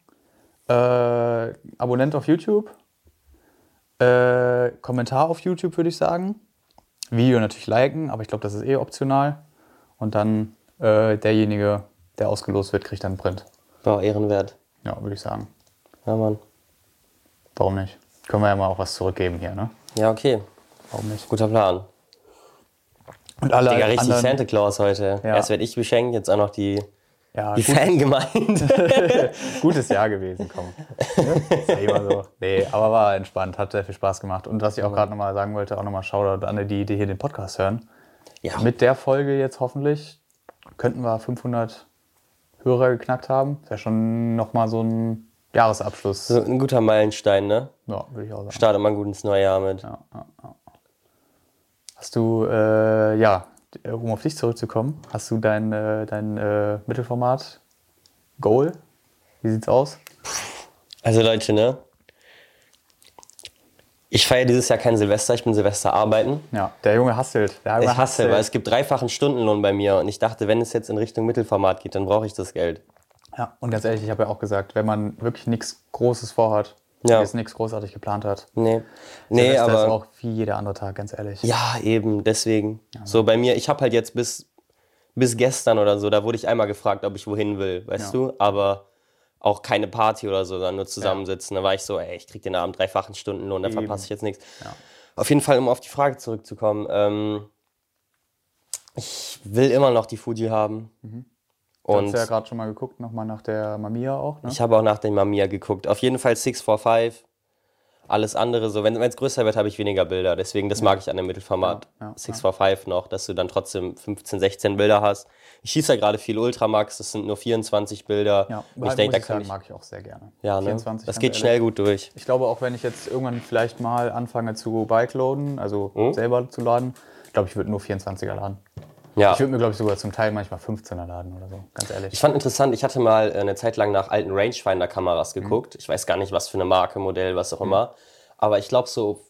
S2: Äh, Abonnent auf YouTube. Äh, Kommentar auf YouTube, würde ich sagen. Video natürlich liken, aber ich glaube, das ist eh optional. Und dann äh, derjenige, der ausgelost wird, kriegt dann einen Print.
S1: Boah, ehrenwert.
S2: Ja, würde ich sagen.
S1: Ja, Mann.
S2: Warum nicht? Können wir ja mal auch was zurückgeben hier, ne?
S1: Ja, okay.
S2: Warum nicht?
S1: Guter Plan.
S2: Und alle
S1: Digga, richtig
S2: anderen-
S1: Santa Claus heute.
S2: Ja.
S1: Erst werde ich beschenkt, jetzt auch noch die,
S2: Ja,
S1: die
S2: gut,
S1: Fangemeinde.
S2: gutes Jahr gewesen, komm. Ist ja immer so. Nee, aber war entspannt, hat sehr viel Spaß gemacht. Und was ich auch gerade nochmal sagen wollte, auch nochmal Shoutout an alle, die, die hier den Podcast hören.
S1: Ja,
S2: Mit der Folge jetzt hoffentlich könnten wir 500 Hörer geknackt haben. Ist ja schon nochmal so ein Jahresabschluss.
S1: So ein guter Meilenstein, ne?
S2: Ja, würde ich auch sagen.
S1: Startet man gut ins neue Jahr mit.
S2: Ja, ja, ja. Hast du, äh, ja, um auf dich zurückzukommen, hast du dein, äh, dein äh, Mittelformat Goal? Wie sieht's aus?
S1: Also Leute, ne? Ich feiere dieses Jahr kein Silvester, ich bin Silvester arbeiten.
S2: Ja, der Junge hasselt. Der Junge
S1: Ich hasse, weil es gibt dreifachen Stundenlohn bei mir und ich dachte, wenn es jetzt in Richtung Mittelformat geht, dann brauche ich das Geld.
S2: Ja, und ganz ehrlich, ich habe ja auch gesagt, wenn man wirklich nichts Großes vorhat,
S1: Ja.
S2: jetzt nichts großartig geplant hat,
S1: Nee. Nee,
S2: Silvester
S1: aber.
S2: ist auch wie jeder andere Tag, ganz ehrlich.
S1: Ja, eben, deswegen. So bei mir, ich habe halt jetzt bis, bis gestern oder so, da wurde ich einmal gefragt, ob ich wohin will, weißt du? Aber auch keine Party oder so, sondern nur zusammensitzen. Da war ich so, ey, ich krieg den Abend dreifachen Stundenlohn, da verpasse ich jetzt nichts. Auf jeden Fall, um auf die Frage zurückzukommen, ähm, ich will immer noch die Fuji haben.
S2: Du hast
S1: Und
S2: ja gerade schon mal geguckt, nochmal nach der Mamia auch, ne?
S1: ich habe auch nach den Mamiya geguckt. Auf jeden Fall 645. Alles andere so. Wenn es größer wird, habe ich weniger Bilder. Deswegen, das mag ich an dem Mittelformat
S2: Ja, ja,
S1: 645 noch, dass du dann trotzdem 15, 16 Bilder hast. Ich schieße ja gerade viel Ultramax, das sind nur 24 Bilder. Und ich
S2: ja, halt,
S1: denke,
S2: muss
S1: da
S2: ich sagen,
S1: kann ich.
S2: mag ich auch sehr gerne.
S1: Ja, ne? das
S2: 24, ganz
S1: geht
S2: ehrlich.
S1: schnell gut durch.
S2: Ich glaube, auch wenn ich jetzt irgendwann vielleicht mal anfange zu Bike-Loaden, also
S1: Hm?
S2: selber zu laden, ich glaube, ich würde nur 24er laden.
S1: Ja.
S2: Ich würde mir, glaube ich, sogar zum Teil manchmal 15er laden oder so, ganz ehrlich.
S1: Ich fand interessant, ich hatte mal äh, eine Zeit lang nach alten Rangefinder-Kameras
S2: Mhm.
S1: geguckt. Ich weiß gar nicht, was für eine Marke, Modell, was auch immer. Aber ich glaube, so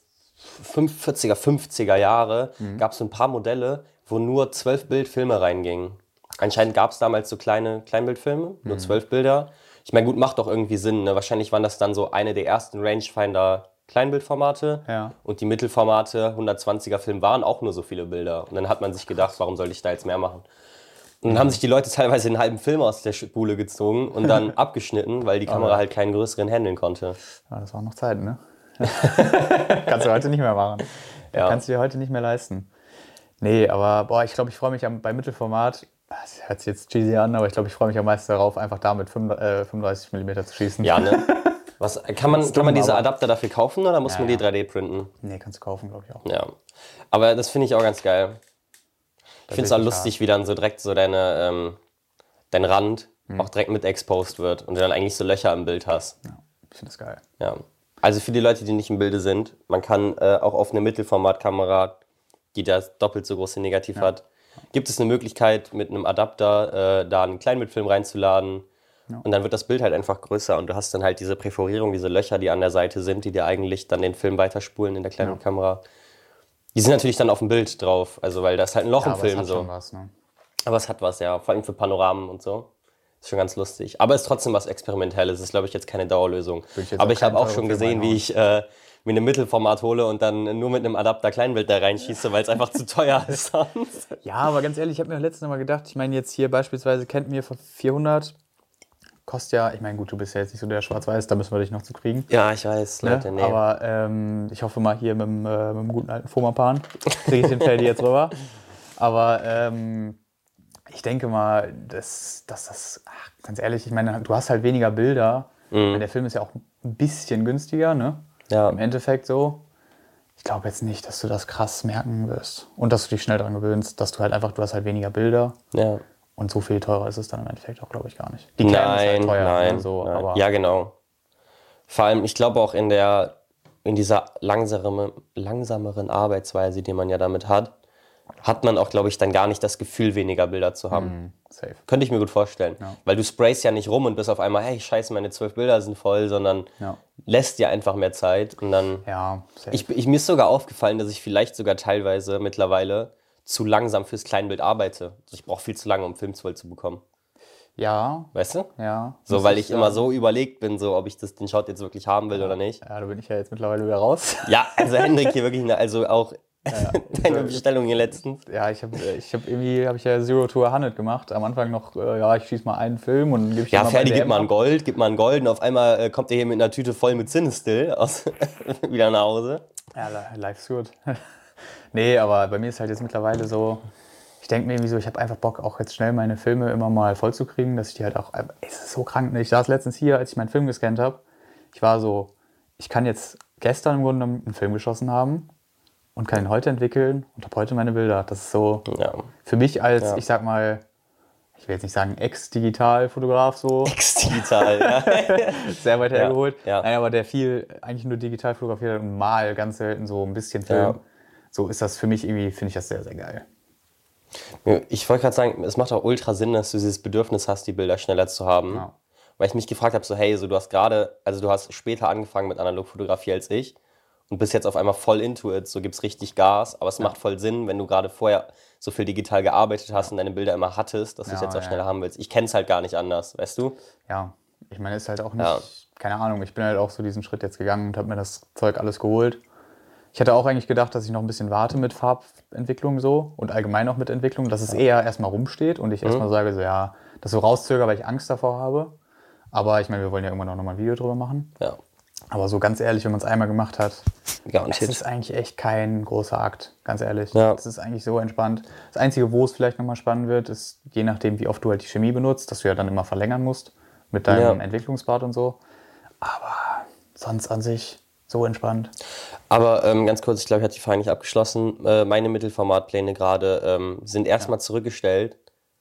S1: 40er, 50er Jahre gab es so ein paar Modelle, wo nur zwölf Bildfilme reingingen. Anscheinend gab es damals so kleine Kleinbildfilme, nur zwölf Bilder. Ich meine, gut, macht doch irgendwie Sinn. Ne? Wahrscheinlich waren das dann so eine der ersten Rangefinder. Kleinbildformate
S2: Ja.
S1: und die Mittelformate 120er Film waren auch nur so viele Bilder. Und dann hat man sich gedacht, warum soll ich da jetzt mehr machen? Und dann haben sich die Leute teilweise den halben Film aus der Spule gezogen und dann abgeschnitten, weil die Kamera halt keinen größeren handeln konnte.
S2: Ja, das waren noch Zeiten, ne? kannst du heute nicht mehr machen.
S1: Ja.
S2: Kannst du dir heute nicht mehr leisten. Nee, aber boah, ich glaube, ich freue mich am, bei Mittelformat, das hört sich jetzt cheesy an, aber ich glaube, ich freue mich am meisten darauf, einfach da mit 5, äh, 35 mm zu schießen.
S1: Ja, ne? Was, kann man, kann man
S2: dumm,
S1: diese
S2: aber-
S1: Adapter dafür kaufen oder muss
S2: Ja,
S1: man
S2: ja.
S1: die 3D printen?
S2: Nee, kannst du kaufen, glaube ich auch.
S1: Ja. Aber das finde ich auch ganz geil. Ich finde es
S2: bin
S1: auch
S2: ich
S1: lustig, wie dann so direkt so deine, ähm, dein Rand
S2: Mhm.
S1: auch direkt mit exposed wird und du dann eigentlich so Löcher im Bild hast.
S2: Ja, ich finde das geil.
S1: Ja. Also für die Leute, die nicht im Bilde sind, man kann äh, auch auf eine Mittelformatkamera, die das doppelt so große Negativ hat, gibt es eine Möglichkeit, mit einem Adapter äh, da einen Kleinbildfilm reinzuladen. Und dann wird das Bild halt einfach größer und du hast dann halt diese Präforierung, diese Löcher, die an der Seite sind, die dir eigentlich dann den Film weiterspulen in der kleinen Kamera. Die sind natürlich dann auf dem Bild drauf, also weil da ist halt ein Loch im
S2: Ja, aber es
S1: Film
S2: hat
S1: so.
S2: schon was, ne?
S1: Aber es hat was, ja. Vor allem für Panoramen und so. Ist schon ganz lustig. Aber ist trotzdem was Experimentelles. Ist, glaube ich, jetzt keine Dauerlösung.
S2: ich jetzt
S1: Aber
S2: auch
S1: ich habe
S2: keinen
S1: auch schon
S2: Euro für
S1: gesehen, wie
S2: reinhauen.
S1: ich äh, mir ein Mittelformat hole und dann nur mit einem Adapter Kleinbild da reinschieße, weil es einfach zu teuer ist sonst.
S2: Ja, aber ganz ehrlich, ich habe mir letztens mal gedacht, ich meine, jetzt hier beispielsweise kennt mir von 400, kostet ja, ich meine, gut, du bist ja jetzt nicht so der Schwarz-Weiß, da müssen wir dich noch zu kriegen.
S1: Ja, ich weiß, Leute,
S2: ne?
S1: nee.
S2: Aber ähm, ich hoffe mal hier mit dem, äh, mit dem guten alten Fomapan kriege ich den Feld jetzt rüber. Aber ähm, ich denke mal, dass dass das, ach, ganz ehrlich, ich meine, du hast halt weniger Bilder. Weil Der Film ist ja auch ein bisschen günstiger, ne?
S1: Mhm. Ja.
S2: Im Endeffekt so. Ich glaube jetzt nicht, dass du das krass merken wirst. Und dass du dich schnell daran gewöhnst, dass du halt einfach, du hast halt weniger Bilder.
S1: ja.
S2: Und so viel teurer ist es dann im Endeffekt auch, glaube ich, gar nicht. Die Cam ist
S1: Nein, nein,
S2: ne, so,
S1: nein.
S2: aber
S1: ja, genau. Vor allem, ich glaube auch in der, in dieser langsame, langsameren Arbeitsweise, die man ja damit hat, hat man auch, glaube ich, dann gar nicht das Gefühl, weniger Bilder zu haben.
S2: Hm, safe.
S1: Könnte ich mir gut vorstellen. Weil du sprayst ja nicht rum und bist auf einmal, hey, scheiße, meine zwölf Bilder sind voll, sondern
S2: Ja.
S1: lässt dir einfach mehr Zeit. Und dann.
S2: Ja, safe.
S1: Ich, ich, mir ist sogar aufgefallen, dass ich vielleicht sogar teilweise mittlerweile zu langsam fürs Kleinbild arbeite. Also ich brauche viel zu lange, um Film voll zu bekommen.
S2: ja,
S1: Weißt du?
S2: ja.
S1: So,
S2: muss
S1: weil ich
S2: sagen.
S1: immer so überlegt bin, so, ob ich das, den Shot jetzt wirklich haben will oder nicht.
S2: Ja, da bin ich ja jetzt mittlerweile wieder raus.
S1: Ja, also Hendrik hier wirklich, eine- also auch deine
S2: Also,
S1: Bestellung hier letztens.
S2: Ja, ich habe ich hab irgendwie hab ich ja Zero to 100 gemacht. Am Anfang noch, äh, ja, ich schieß mal einen Film und gebe ich
S1: Ja,
S2: den mal bei
S1: Ferdi, gib
S2: DM
S1: mal ein
S2: ab.
S1: Gold, gib mal ein Gold und auf einmal äh, kommt er hier mit einer Tüte voll mit Cinestill aus, wieder nach Hause.
S2: Ja, li- life's good. nee, aber bei mir ist halt jetzt mittlerweile so, ich denke mir irgendwie so, ich habe einfach Bock, auch jetzt schnell meine Filme immer mal voll zu kriegen, dass ich die halt auch, ey, es ist so krank. ne? Ich saß letztens hier, als ich meinen Film gescannt habe. Ich war so, ich kann jetzt gestern im Grunde genommen einen Film geschossen haben und kann ihn heute entwickeln und habe heute meine Bilder. Das ist so,
S1: Ja.
S2: Für mich als, ich sag mal, ich will jetzt nicht sagen Ex-Digital-Fotograf so,
S1: Ex-Digital, ja.
S2: sehr weit hergeholt.
S1: ja.
S2: Nein, aber der viel eigentlich nur digital fotografiert hat und mal ganz selten so ein bisschen Film.
S1: Ja.
S2: So ist das für mich irgendwie, finde ich das sehr, sehr geil.
S1: Ich wollte gerade sagen, es macht auch ultra Sinn, dass du dieses Bedürfnis hast, die Bilder schneller zu haben.
S2: Ja.
S1: Weil ich mich gefragt habe, so hey, so du hast gerade, also du hast später angefangen mit Analogfotografie als ich und bist jetzt auf einmal voll into it, so gibst richtig Gas, aber es macht voll Sinn, wenn du gerade vorher so viel digital gearbeitet hast und deine Bilder immer hattest, dass du es
S2: Ja,
S1: jetzt auch
S2: ja.
S1: schneller haben willst. Ich kenne es halt gar nicht anders, weißt du?
S2: Ja, ich meine, ist halt auch nicht,
S1: Ja.
S2: keine Ahnung, ich bin halt auch so diesen Schritt jetzt gegangen und habe mir das Zeug alles geholt. Ich hatte auch eigentlich gedacht, dass ich noch ein bisschen warte mit Farbentwicklung so und allgemein auch mit Entwicklung, dass es eher erstmal rumsteht und ich erstmal sage, so ja, das so rauszögere, weil ich Angst davor habe. Aber ich meine, wir wollen ja irgendwann auch nochmal ein Video drüber machen.
S1: Ja,
S2: Aber so ganz ehrlich, wenn man es einmal gemacht hat, es
S1: garantiert.
S2: ist eigentlich echt kein großer Akt, ganz ehrlich.
S1: Ja.
S2: Es ist eigentlich so entspannt. Das Einzige, wo es vielleicht nochmal spannend wird, ist je nachdem, wie oft du halt die Chemie benutzt, dass du ja dann immer verlängern musst mit deinem
S1: Ja.
S2: Entwicklungsbad und so. Aber sonst an sich so entspannt.
S1: Aber ähm, ganz kurz, ich glaube, ich hatte die Frage nicht abgeschlossen. Äh, meine Mittelformatpläne gerade ähm, sind erstmal zurückgestellt,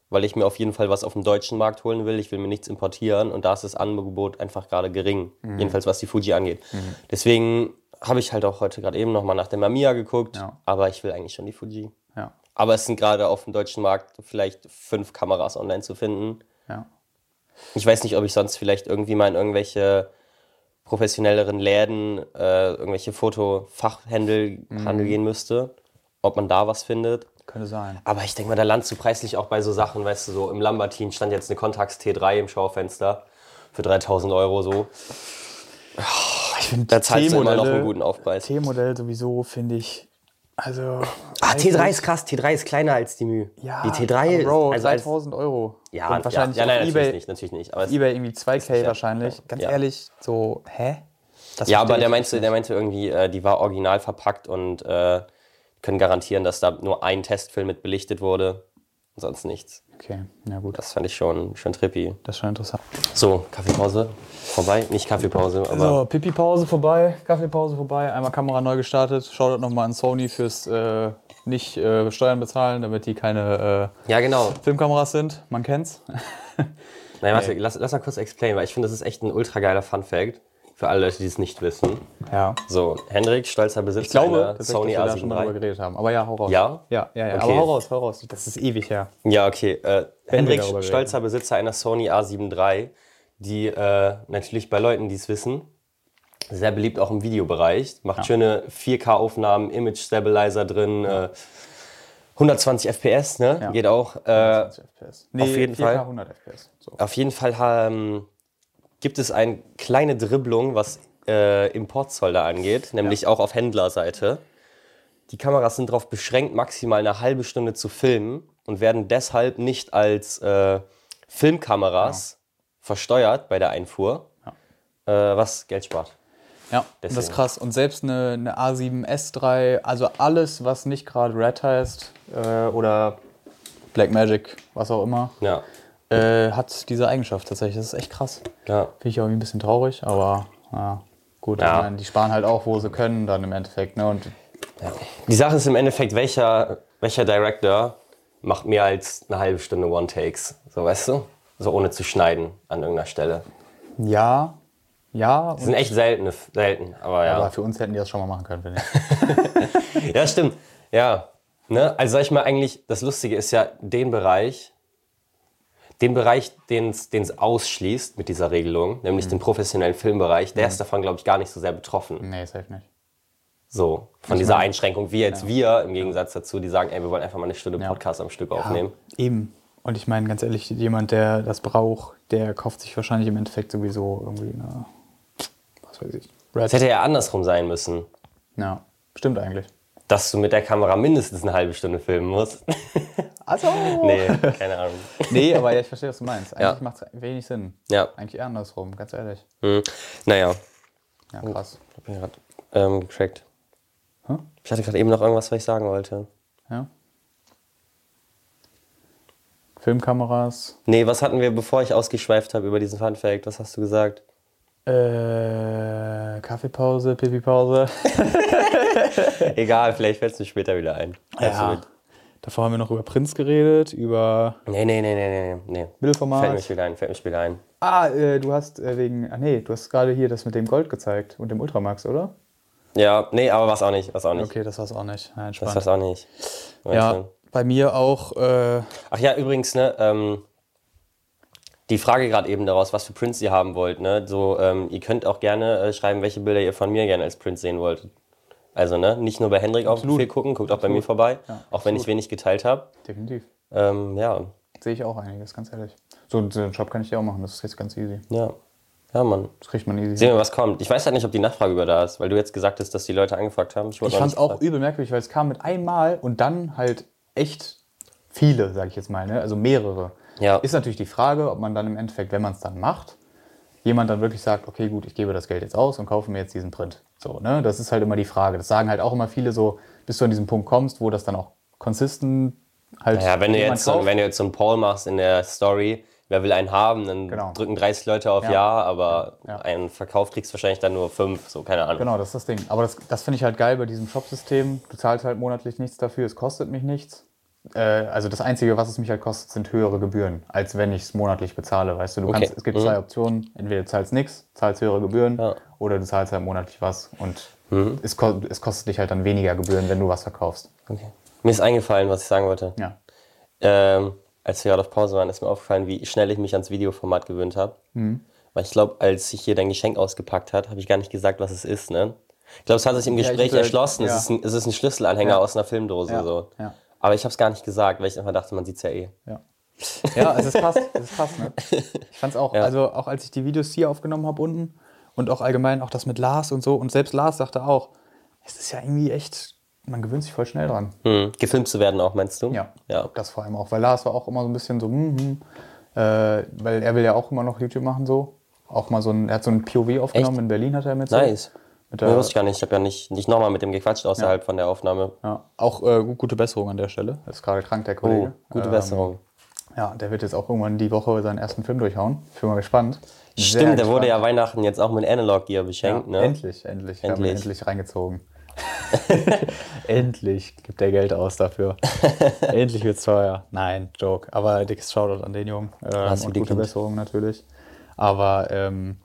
S1: weil ich mir auf jeden Fall was auf dem deutschen Markt holen will. Ich will mir nichts importieren und da ist das Angebot einfach gerade gering. Jedenfalls was die Fuji angeht. Deswegen habe ich halt auch heute gerade eben nochmal nach der Mamiya geguckt,
S2: Ja.
S1: aber ich will eigentlich schon die Fuji.
S2: Ja,
S1: Aber es sind gerade auf dem deutschen Markt vielleicht fünf Kameras online zu finden.
S2: ja.
S1: Ich weiß nicht, ob ich sonst vielleicht irgendwie mal in irgendwelche professionelleren Läden, äh, irgendwelche Fotofachhandel
S2: Mhm.
S1: Handel gehen müsste, ob man da was findet.
S2: Könnte sein.
S1: Aber ich denke mal, da landest du preislich auch bei so Sachen, weißt du, so im Lambertin stand jetzt eine Contax T3 im Schaufenster für 3000 Euro so.
S2: Ich finde
S1: Da zahlst du immer noch
S2: ne?
S1: einen guten Aufpreis.
S2: T-Modell sowieso, finde ich. Also.
S1: Ah, T3 ist krass, T3 ist kleiner als die Mühe.
S2: Ja,
S1: die T3 ist,
S2: Bro,
S1: also als,
S2: 3000 Euro.
S1: ja,
S2: Und wahrscheinlich
S1: ja, ja, nein,
S2: auf
S1: natürlich
S2: eBay
S1: nicht, natürlich nicht. Aber es,
S2: eBay irgendwie 2K
S1: ja-
S2: wahrscheinlich.
S1: ja.
S2: Ganz
S1: Ja.
S2: ehrlich, so, hä? Das
S1: Ja,
S2: verstehe
S1: aber der
S2: ich
S1: meinte, der meinte irgendwie, äh, die war original verpackt und äh, können garantieren, dass da nur ein Testfilm mit belichtet wurde. und Sonst nichts.
S2: nicht. Okay, na gut,
S1: Das fand ich schon, schon trippy.
S2: das ist schon interessant.
S1: So, Kaffeepause vorbei. Nicht Kaffeepause, aber
S2: So, Pipi-Pause vorbei, Kaffeepause vorbei, einmal Kamera neu gestartet. Shoutout nochmal an Sony fürs äh, nicht äh, Steuern bezahlen, damit die keine
S1: ja, genau.
S2: äh, Filmkameras sind. Man kennt's.
S1: Nein, warte, lass, lass mal kurz explain, weil ich finde, das ist echt ein ultra geiler Fun-Fact für alle Leute, die es nicht wissen.
S2: Ja.
S1: So, Henrik, stolzer Besitzer
S2: Ich glaube,
S1: einer
S2: dass Sony
S1: Sony
S2: wir da schon mal drüber
S1: A7 III.
S2: geredet haben. Aber ja, hau raus.
S1: Ja?
S2: Ja, ja, ja.
S1: Okay.
S2: Aber hau raus, hau raus. Das ist ewig her.
S1: Ja, okay. Äh,
S2: wir
S1: Henrik,
S2: darüber reden.
S1: stolzer Besitzer einer Sony A7 III, die äh, natürlich bei Leuten, die es wissen, sehr beliebt auch im Videobereich. Macht schöne 4K-Aufnahmen, Image-Stabilizer drin, äh, 120 FPS, ne?
S2: Ja.
S1: Geht auch. Äh,
S2: 20 FPS. Nee,
S1: jeden
S2: 4K
S1: Fall.
S2: 100 FPS. So.
S1: auf jeden Fall ähm, gibt es eine kleine Dribblung, was äh, Importzoll da angeht, nämlich auch auf Händlerseite. Die Kameras sind darauf beschränkt, maximal eine halbe Stunde zu filmen und werden deshalb nicht als äh, Filmkameras versteuert bei der Einfuhr, äh, was Geld spart.
S2: Ja, das ist
S1: Deswegen.
S2: krass. Und selbst eine, eine A7S3, also alles, was nicht gerade Red heißt äh, oder Blackmagic, was auch immer,
S1: Ja,
S2: äh, hat diese Eigenschaft tatsächlich. Das ist echt krass.
S1: ja.
S2: Finde ich auch irgendwie ein bisschen traurig, aber ja, gut.
S1: Ja.
S2: Ich meine, die sparen halt auch, wo sie können, dann im Endeffekt. Ne? Und
S1: Die Sache ist im Endeffekt, welcher, welcher Director macht mehr als eine halbe Stunde One-Takes, so weißt du? So ohne zu schneiden an irgendeiner Stelle.
S2: ja, ja.
S1: Das
S2: Und,
S1: sind echt seltene, selten, aber ja.
S2: aber für uns hätten die das schon mal machen können, finde ich.
S1: Ja, stimmt. Ja. Ne? Also sag ich mal, eigentlich, das Lustige ist ja, den Bereich, den Bereich, den es ausschließt mit dieser Regelung, nämlich den professionellen Filmbereich, der ist davon, glaube ich, gar nicht so sehr betroffen.
S2: nee, safe nicht.
S1: So, von dieser Einschränkung. Wie jetzt wir im Gegensatz dazu, die sagen, ey, wir wollen einfach mal eine Stunde Podcast am Stück aufnehmen.
S2: Eben. Und ich meine, ganz ehrlich, jemand, der das braucht, der kauft sich wahrscheinlich im Endeffekt sowieso irgendwie eine, was weiß ich,
S1: Es
S2: Red.
S1: hätte ja andersrum sein müssen,
S2: Ja, stimmt eigentlich.
S1: dass du mit der Kamera mindestens eine halbe Stunde filmen musst.
S2: Also.
S1: nee, keine Ahnung.
S2: Nee, aber ja, ich verstehe, was du meinst. Eigentlich
S1: Ja.
S2: macht es wenig Sinn.
S1: Ja.
S2: Eigentlich eher andersrum, ganz ehrlich.
S1: Hm. Naja.
S2: Ja,
S1: Oh.
S2: krass.
S1: Ich bin gerade ähm, gecrackt.
S2: Hä?
S1: Ich hatte gerade eben noch irgendwas, was ich sagen wollte.
S2: Ja. Filmkameras.
S1: Nee, was hatten wir, bevor ich ausgeschweift habe über diesen Funfact? Was hast du gesagt?
S2: Äh, Kaffeepause, Pipi-Pause.
S1: Egal, vielleicht fällt es mir später wieder ein. Alles gut.
S2: Davor haben wir noch über Prinz geredet, über
S1: Nee, nee, nee, nee, nee, nee. Fällt mir
S2: Mittelformat.
S1: später ein, fällt mir später ein.
S2: Ah, äh, du hast äh, wegen. Ah, nee, du hast gerade hier das mit dem Gold gezeigt und dem Ultramax, oder?
S1: Ja, nee, aber war's auch nicht, war's auch nicht.
S2: Okay, das war's auch nicht. Ja,
S1: Das
S2: entspannt.
S1: war's auch nicht. Weiß
S2: ja,
S1: schon.
S2: bei mir auch. Äh,
S1: Ach ja, übrigens, ne, ähm, die Frage gerade eben daraus, was für Prints ihr haben wollt, ne? So, ähm, ihr könnt auch gerne äh, schreiben, welche Bilder ihr von mir gerne als Prints sehen wollt. Also, ne, nicht nur bei Hendrik auf
S2: Absolut.
S1: viel gucken, guckt auch bei mir vorbei, auch wenn ich wenig geteilt habe.
S2: definitiv.
S1: Ähm, ja,
S2: Sehe ich auch einiges, ganz ehrlich. So, so einen Job kann ich ja auch machen, das ist jetzt ganz easy.
S1: ja. Ja, Mann.
S2: Das kriegt man easy.
S1: Sehen wir, was kommt. Ich weiß halt nicht, ob die Nachfrage über da ist, weil du jetzt gesagt hast, dass die Leute angefragt haben. wollte
S2: Ich
S1: noch
S2: fand es
S1: nicht
S2: auch
S1: fragen.
S2: übel merkwürdig, weil es kam mit einmal und dann halt echt viele, sage ich jetzt mal, ne? also mehrere.
S1: Ja.
S2: Ist natürlich die Frage, ob man dann im Endeffekt, wenn man es dann macht, jemand dann wirklich sagt, okay, gut, ich gebe das Geld jetzt aus und kaufe mir jetzt diesen Print. So, ne? Das ist halt immer die Frage. Das sagen halt auch immer viele so, bis du an diesen Punkt kommst, wo das dann auch consistent halt.
S1: Ja, wenn du,
S2: jemand
S1: jetzt so,
S2: kauft.
S1: wenn du jetzt so einen Poll machst in der Story, wer will einen haben, dann
S2: Genau.
S1: drücken 30 Leute auf Ja,
S2: Ja.
S1: aber
S2: Ja.
S1: einen Verkauf kriegst du wahrscheinlich dann nur fünf, so keine Ahnung.
S2: Genau, das ist das Ding. Aber das, das finde ich halt geil bei diesem Shop-System. Du zahlst halt monatlich nichts dafür, es kostet mich nichts. Äh, also das Einzige, was es mich halt kostet, sind höhere Gebühren, als wenn ich es monatlich bezahle. Weißt du, du
S1: Okay.
S2: kannst, es gibt
S1: Mhm.
S2: zwei Optionen. Entweder du zahlst nichts, zahlst höhere Gebühren
S1: Ja. Mhm.
S2: oder du zahlst halt monatlich was. Und es, ko es kostet dich halt dann weniger Gebühren, wenn du was verkaufst.
S1: Okay. Mir ist eingefallen, was ich sagen wollte.
S2: Ja.
S1: Ähm, als wir gerade auf Pause waren, ist mir aufgefallen, wie schnell ich mich ans Videoformat gewöhnt habe.
S2: Mhm.
S1: Weil ich glaube, als ich hier dein Geschenk ausgepackt hat, habe ich gar nicht gesagt, was es ist, ne? Ich glaube, es hat sich im
S2: ich
S1: Gespräch
S2: hätte-
S1: erschlossen.
S2: ja.
S1: Es, ist ein, es ist ein Schlüsselanhänger aus einer Filmdose.
S2: Ja,
S1: So.
S2: ja.
S1: Aber ich habe es gar nicht gesagt, weil ich einfach dachte, man sieht es ja eh.
S2: Ja. Ja, also es passt. Es passt, ne? Ich fand's auch, also auch als ich die Videos hier aufgenommen habe unten und auch allgemein auch das mit Lars und so und selbst Lars sagte auch, es ist ja irgendwie echt, man gewöhnt sich voll schnell dran.
S1: Hm. Gefilmt zu werden auch, meinst du?
S2: Ja.
S1: ja.
S2: Das vor allem auch, weil Lars war auch immer so ein bisschen so, mhm, äh, weil er will ja auch immer noch YouTube machen so. Auch mal so ein, er hat so ein POV aufgenommen, in Berlin hat er mit so.
S1: Nice.
S2: Mit
S1: Nee,
S2: der,
S1: wusste ich gar nicht. Ich habe ja nicht, nicht nochmal mit dem gequatscht außerhalb von der Aufnahme.
S2: ja, auch äh, gu- gute Besserung an der Stelle. Ist gerade krank, der
S1: Oh,
S2: Kollege.
S1: gute
S2: Ähm,
S1: Besserung.
S2: Ja, der wird jetzt auch irgendwann die Woche seinen ersten Film durchhauen. Ich bin mal gespannt. Sehr
S1: Stimmt, der wurde
S2: gespannt.
S1: ja Weihnachten jetzt auch mit Analog Gear beschenkt,
S2: Ja,
S1: ne?
S2: Oh, Endlich, endlich. Ich habe
S1: Endlich.
S2: ihn endlich reingezogen. endlich gibt er Geld aus dafür. endlich wird's teuer. Nein, Joke. Aber dickes Shoutout an den Jungen. Ähm,
S1: Hast du
S2: und
S1: die
S2: gute
S1: Kind.
S2: Besserung natürlich. Aber ähm,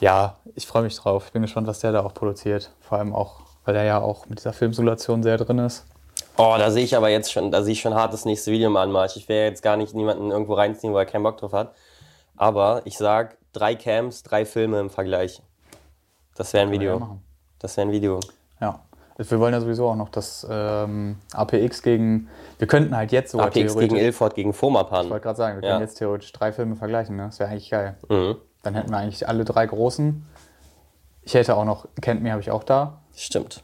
S2: ja, ich freue mich drauf. Ich bin gespannt, was der da auch produziert. Vor allem auch, weil er ja auch mit dieser Filmsimulation sehr drin ist.
S1: Oh, da sehe ich aber jetzt schon, da sehe ich schon hart das nächste Video im Anmarsch. Ich will ja jetzt gar nicht niemanden irgendwo reinziehen, wo er keinen Bock drauf hat. Aber ich sag, drei Cams, drei Filme im Vergleich. Das wäre ein
S2: ja
S1: Video.
S2: machen.
S1: Das wäre ein Video.
S2: Ja. Wir wollen ja sowieso auch noch das ähm, APX gegen. Wir könnten halt jetzt sogar
S1: APX gegen Ilford gegen Fomapan.
S2: Ich wollte gerade sagen, wir
S1: Ja.
S2: können jetzt theoretisch drei Filme vergleichen, ne? Das wäre eigentlich geil.
S1: Mhm.
S2: Dann hätten wir eigentlich alle drei großen. Ich hätte auch noch, kennt mir habe ich auch da.
S1: Stimmt.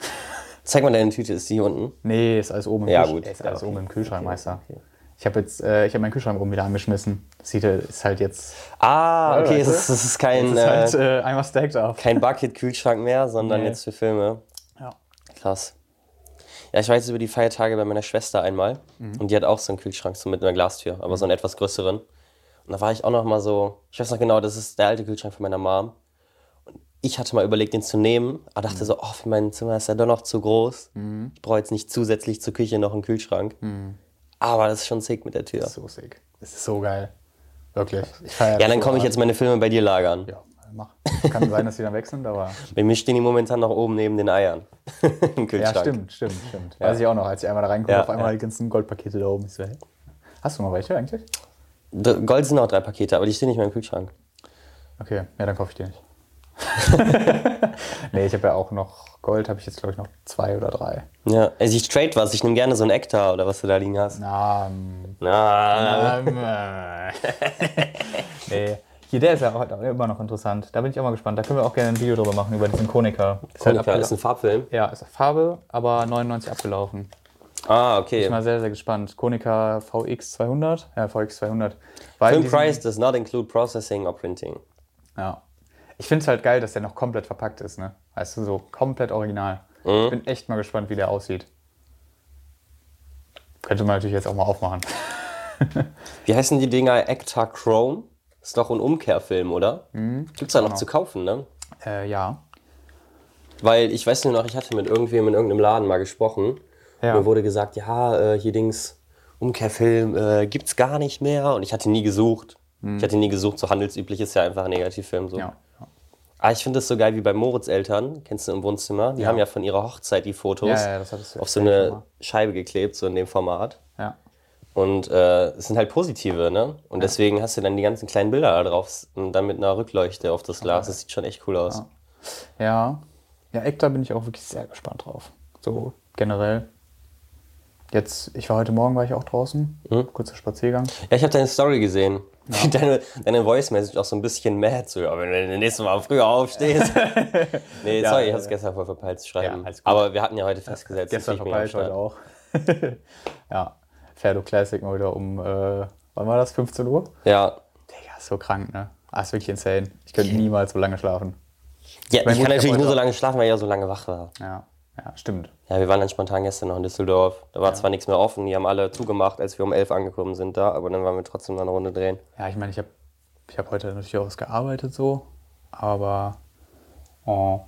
S1: Zeig mal deine Tüte, ist die hier unten?
S2: Nee, ist alles oben im
S1: Ja,
S2: Kühlschrank.
S1: gut.
S2: Ist alles
S1: Ja,
S2: oben im Kühlschrank,
S1: Okay,
S2: Meister.
S1: okay.
S2: Ich habe jetzt, äh, ich habe meinen Kühlschrank oben wieder angeschmissen. Das sieht, äh, ist halt jetzt,
S1: Ah,
S2: Ja,
S1: okay,
S2: weißt
S1: es
S2: du?
S1: ist, es ist kein,
S2: ist halt
S1: äh,
S2: äh, einmal stacked up.
S1: kein Bucket-Kühlschrank mehr, sondern
S2: Nee.
S1: jetzt für Filme.
S2: Ja.
S1: Krass. Ja, ich war jetzt über die Feiertage bei meiner Schwester einmal
S2: Mhm.
S1: und die hat auch so einen Kühlschrank so mit einer Glastür, aber so einen etwas größeren. Und da war ich auch noch mal so, ich weiß noch genau, das ist der alte Kühlschrank von meiner Mom. Und ich hatte mal überlegt, den zu nehmen, aber
S2: Mhm.
S1: dachte so, oh, für mein Zimmer ist er doch noch zu groß. Ich brauche jetzt nicht zusätzlich zur Küche noch einen Kühlschrank. Aber das ist schon sick mit der Tür.
S2: So sick. Mhm. Das ist so geil. Wirklich. Ich feier
S1: Ja,
S2: das
S1: dann
S2: so
S1: komme ich
S2: hart.
S1: jetzt meine Filme bei dir lagern.
S2: Ja, mach. Kann sein, dass die dann weg sind, aber.
S1: Bei mir stehen die momentan noch oben neben den Eiern im
S2: Ja,
S1: Kühlschrank.
S2: stimmt, stimmt, stimmt. Weiß ich auch noch, als ich einmal da reinkomme,
S1: Ja,
S2: auf einmal
S1: ja.
S2: die ganzen Goldpakete da oben. Ich so, hä? Hast du noch welche eigentlich?
S1: D- Gold sind auch drei Pakete, aber die stehen nicht mehr im Kühlschrank.
S2: Okay, ja, dann kaufe ich dir nicht. nee, ich habe ja auch noch Gold, habe ich jetzt glaube ich noch zwei oder drei.
S1: Ja, also ich trade was, ich nehme gerne so einen Ektar oder was du da liegen hast.
S2: Na, ähm,
S1: Na,
S2: ähm, äh. nee. Hier, der ist ja auch immer noch interessant. Da bin ich auch mal gespannt. Da können wir auch gerne ein Video drüber machen, über diesen Konika. Ist halt
S1: Konica,
S2: abgela-
S1: ist ein Farbfilm.
S2: ja, ist Farbe, aber 99 abgelaufen.
S1: Ah,
S2: Ich bin
S1: okay.
S2: mal sehr, sehr gespannt. Konica VX200. Ja, VX200. War in
S1: Film
S2: diesem-
S1: price does not include processing or printing.
S2: Ja. Ich finde es halt geil, dass der noch komplett verpackt ist, ne? Weißt du, so komplett original. Ich bin echt mal gespannt, wie der aussieht. Könnte man natürlich jetzt auch mal aufmachen.
S1: Wie heißen die Dinger? Ektar Chrome? Ist doch ein Umkehrfilm, oder?
S2: Mhm.
S1: Gibt's
S2: Genau.
S1: da noch zu kaufen, ne?
S2: Äh, ja.
S1: Weil ich weiß nur noch, ich hatte mit irgendwem in irgendeinem Laden mal gesprochen.
S2: Ja.
S1: Mir wurde gesagt, ja, äh, hier Dings, Umkehrfilm äh, gibt's gar nicht mehr und ich hatte ihn nie gesucht. Ich hatte ihn nie gesucht, so handelsüblich ist ja einfach ein Negativfilm so.
S2: Mhm. Ja.
S1: Aber Ah, ich finde das so geil wie bei Moritz Eltern, kennst du im Wohnzimmer, die haben ja von ihrer Hochzeit die Fotos
S2: Ja, ja, das hattest du
S1: auf so
S2: erzählt
S1: eine
S2: schon mal.
S1: Scheibe geklebt, so in dem Format.
S2: Ja.
S1: Und äh, es sind halt positive, ne? Und deswegen hast du dann die ganzen kleinen Bilder da drauf und dann mit einer Rückleuchte auf das Glas. Das sieht schon echt cool aus.
S2: Ja. Ja, Ektar bin ich auch wirklich sehr gespannt drauf. So generell. Jetzt, ich war heute Morgen, war ich auch draußen. Kurzer Spaziergang.
S1: Ja, ich habe deine Story gesehen. Deine, deine Voice Message auch so ein bisschen mad, so, ja, wenn du das nächste Mal früher aufstehst. nee, sorry, ich hab's gestern voll verpeilt zu schreiben.
S2: Ja, alles gut.
S1: Aber wir hatten ja heute festgesetzt.
S2: Gestern
S1: ich bin am
S2: verpeilt, heute
S1: Start.
S2: auch. ja, Ferdo Classic mal wieder um, äh, wann war das, 15 Uhr?
S1: Ja.
S2: Digga, ist so krank, ne? Ah, ist wirklich insane. Ich könnte niemals so lange schlafen.
S1: ja ich kann
S2: meine, gut, ich
S1: natürlich
S2: hab
S1: nur so
S2: heute-
S1: lange schlafen, weil ich ja so lange wach war.
S2: Ja, ja stimmt.
S1: Ja, wir waren dann spontan gestern noch in Düsseldorf. Da war zwar nichts mehr offen, die haben alle zugemacht, als wir um elf angekommen sind da, aber dann waren wir trotzdem noch eine Runde drehen.
S2: Ja, ich meine, ich habe ich hab heute natürlich auch was gearbeitet so, aber oh.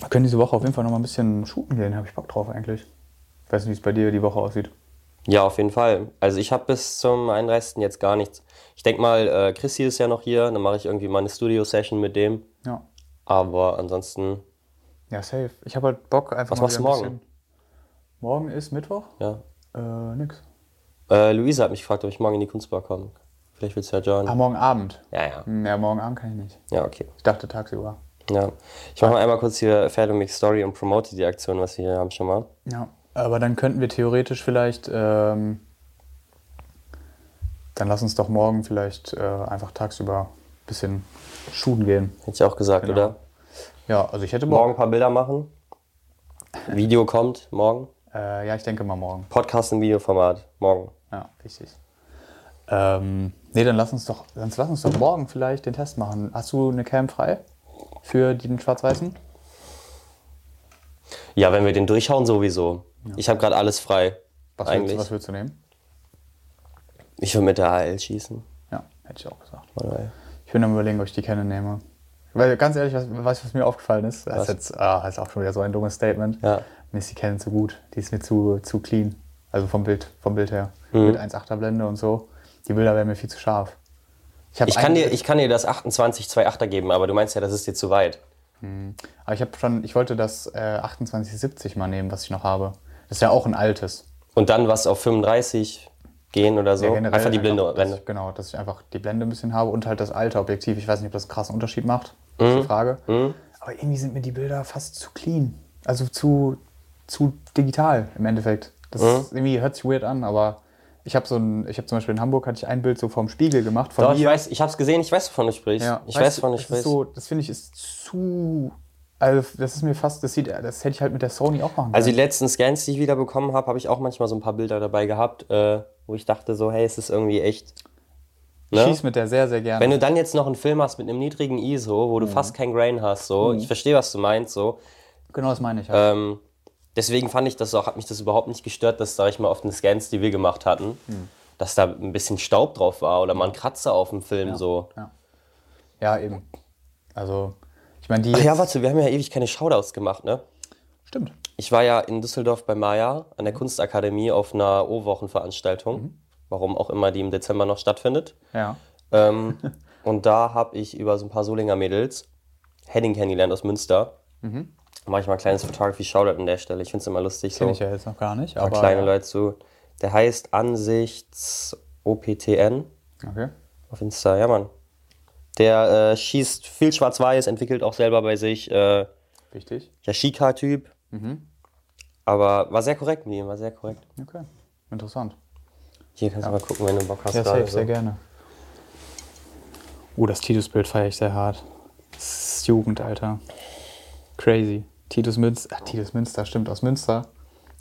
S2: wir können diese Woche auf jeden Fall noch mal ein bisschen shooten gehen, habe ich Bock drauf eigentlich. Ich weiß nicht, wie es bei dir die Woche aussieht.
S1: Ja, auf jeden Fall. Also ich habe bis zum 31. jetzt gar nichts. Ich denke mal, äh, Chrissy ist ja noch hier, dann mache ich irgendwie mal eine Studio-Session mit dem.
S2: Ja,
S1: Aber ansonsten,
S2: ja safe. Ich habe halt Bock
S1: Was
S2: einfach mal
S1: machst
S2: wieder
S1: du
S2: ein
S1: morgen?
S2: Bisschen. Morgen ist Mittwoch.
S1: ja.
S2: Äh, nix.
S1: Äh, Luisa hat mich gefragt, ob ich morgen in die Kunstbar komme. Vielleicht willst du ja joinen.
S2: Ah, morgen Abend.
S1: Ja, ja.
S2: Hm, Ja, morgen Abend kann ich nicht.
S1: Ja, okay.
S2: Ich dachte tagsüber.
S1: Ja. Ich mache mal einmal kurz hier Fair Mix Story und promote die Aktion, was wir hier haben schon mal.
S2: Ja. Aber dann könnten wir theoretisch vielleicht, ähm, dann lass uns doch morgen vielleicht äh, einfach tagsüber ein bisschen shooten gehen.
S1: Hätte ich auch gesagt,
S2: Genau.
S1: oder?
S2: Ja, also ich hätte
S1: Morgen
S2: morgen.
S1: ein paar Bilder machen. Video kommt morgen.
S2: Äh, ja, ich denke mal morgen.
S1: Podcast im Videoformat. Morgen.
S2: Ja, richtig. Ähm, nee, dann lass uns doch, sonst lass uns doch morgen vielleicht den Test machen. Hast du eine Cam frei für den Schwarz-Weißen?
S1: Ja, wenn wir den durchhauen, sowieso. Ich habe gerade alles frei.
S2: Was,
S1: eigentlich.
S2: willst- was würdest du nehmen?
S1: Ich will mit der HL schießen.
S2: Ja, hätte ich auch gesagt.
S1: Manuel.
S2: Ich bin am überlegen, ob ich die Canon nehme. Weil ganz ehrlich, was, was, was mir aufgefallen ist, das ist, jetzt, ah, das ist auch schon wieder so ein dummes Statement.
S1: Ja.
S2: Mir ist die Canon zu gut. Die ist mir zu, zu clean. Also vom Bild, vom Bild her.
S1: Mhm.
S2: Mit 1,8er Blende und so. Die Bilder wären mir viel zu scharf. hab
S1: Ich kann,
S2: eigentlich-
S1: dir, ich kann dir das 28 2.8er geben, aber du meinst ja, das ist dir zu weit.
S2: Aber ich habe schon, ich wollte das äh, 2870 mal nehmen, was ich noch habe. Das ist ja auch ein altes.
S1: Und dann was auf 35 gehen oder so.
S2: Ja, generell
S1: Oh, einfach die ne? blinde
S2: dass
S1: Renne.
S2: ich, Genau, dass ich einfach die Blende ein bisschen habe und halt das alte Objektiv. Ich weiß nicht, ob das einen krassen Unterschied macht. Ist
S1: Mhm.
S2: die Frage. Aber irgendwie sind mir die Bilder fast zu clean. Also zu, zu digital im Endeffekt. Das
S1: Mhm.
S2: ist, irgendwie hört sich weird an, aber ich habe so ein, ich habe zum Beispiel in Hamburg hatte ich ein Bild so vorm Spiegel gemacht von
S1: Doch, ich
S2: mir.
S1: weiß, ich hab's gesehen, ich weiß, wovon du sprichst.
S2: Ja,
S1: ich
S2: weißt
S1: weiß,
S2: du,
S1: wovon du
S2: das ist
S1: sprichst.
S2: so, das finde ich ist zu. Also das ist mir fast, das sieht, das hätte ich halt mit der Sony auch machen können.
S1: also die letzten Scans, die ich wieder bekommen habe, habe ich auch manchmal so ein paar Bilder dabei gehabt, äh, wo ich dachte so, hey, es ist irgendwie echt.
S2: Ich
S1: Ne?
S2: schieß mit der sehr, sehr gerne.
S1: Wenn du dann jetzt noch einen Film hast mit einem niedrigen ISO, wo du fast kein Grain hast, so, ich verstehe, was du meinst, so.
S2: genau, das meine ich. Ja.
S1: Ähm, deswegen fand ich das auch, hat mich das überhaupt nicht gestört, dass, sag ich mal, auf den Scans, die wir gemacht hatten, dass da ein bisschen Staub drauf war oder mal ein Kratzer auf dem Film, so.
S2: Ja. ja, eben. Also, ich meine, die.
S1: Ach ja,
S2: jetzt-
S1: warte, wir haben ja ewig keine Shoutouts gemacht, ne?
S2: Stimmt.
S1: Ich war ja in Düsseldorf bei Maya an der Kunstakademie auf einer O-Wochen-Veranstaltung, warum auch immer die im Dezember noch stattfindet.
S2: Ja.
S1: Ähm, und da habe ich über so ein paar Solinger Mädels Henning kennengelernt aus Münster.
S2: Mhm.
S1: Da mache ich mal ein kleines Photography-Shoutout an der Stelle. Ich finde es immer lustig, so
S2: Kenne ich ja jetzt noch gar nicht.
S1: paar
S2: Aber,
S1: kleine Leute zu. Der heißt Ansichts-OPTN
S2: Okay.
S1: auf Insta, ja Mann. Der äh, schießt viel schwarz-weiß, entwickelt auch selber bei sich. Äh,
S2: Wichtig.
S1: ja, Shika-Typ.
S2: Mhm.
S1: Aber war sehr korrekt mit ihm, war sehr korrekt.
S2: Okay. Interessant.
S1: Hier kannst du mal gucken, wenn du Bock hast.
S2: Ja,
S1: gerade
S2: safe, sehr
S1: so.
S2: gerne. Oh, das Titus-Bild feiere ich sehr hart. Das ist Jugendalter. Crazy. Titus Münster. Ach, Titus Münster, stimmt. Aus Münster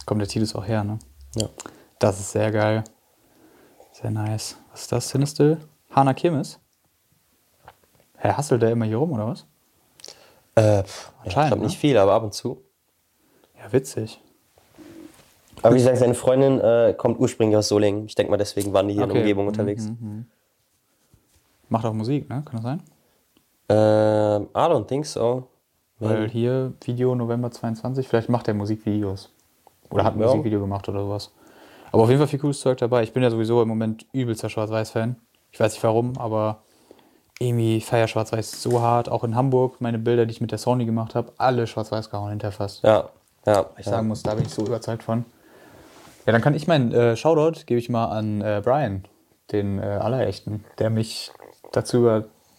S2: kommt der Titus auch her, ne?
S1: Ja.
S2: Das ist sehr geil. Sehr nice. Was ist das? Sinistil? Hana Kirmes? Herr hasselt der immer hier rum, oder was?
S1: Äh, pff, ja, ich
S2: Anscheinend,
S1: glaube
S2: ne?
S1: nicht viel, aber ab und zu.
S2: Ja, witzig.
S1: Aber wie gesagt, seine Freundin äh, kommt ursprünglich aus Solingen. Ich denke mal, deswegen waren die hier in
S2: Okay.
S1: der
S2: Mhm,
S1: Umgebung unterwegs.
S2: Macht auch Musik, ne? Kann das sein?
S1: Ähm, I don't think so.
S2: Weil hier Video November 22, vielleicht macht er Musikvideos. Oder hat ein
S1: Ja.
S2: Musikvideo gemacht oder sowas. Aber auf jeden Fall viel cooles Zeug dabei. Ich bin ja sowieso im Moment übelster Schwarz-Weiß-Fan. Ich weiß nicht warum, aber irgendwie feier Schwarz-Weiß so hart. Auch in Hamburg, meine Bilder, die ich mit der Sony gemacht habe, alle Schwarz-Weiß gehauen hinterfasst.
S1: Ja, ja.
S2: Ich
S1: ja.
S2: sagen muss, da bin ich so überzeugt von. Ja, dann kann ich meinen äh, Shoutout gebe ich mal an äh, Brian, den äh, Allerechten, der mich dazu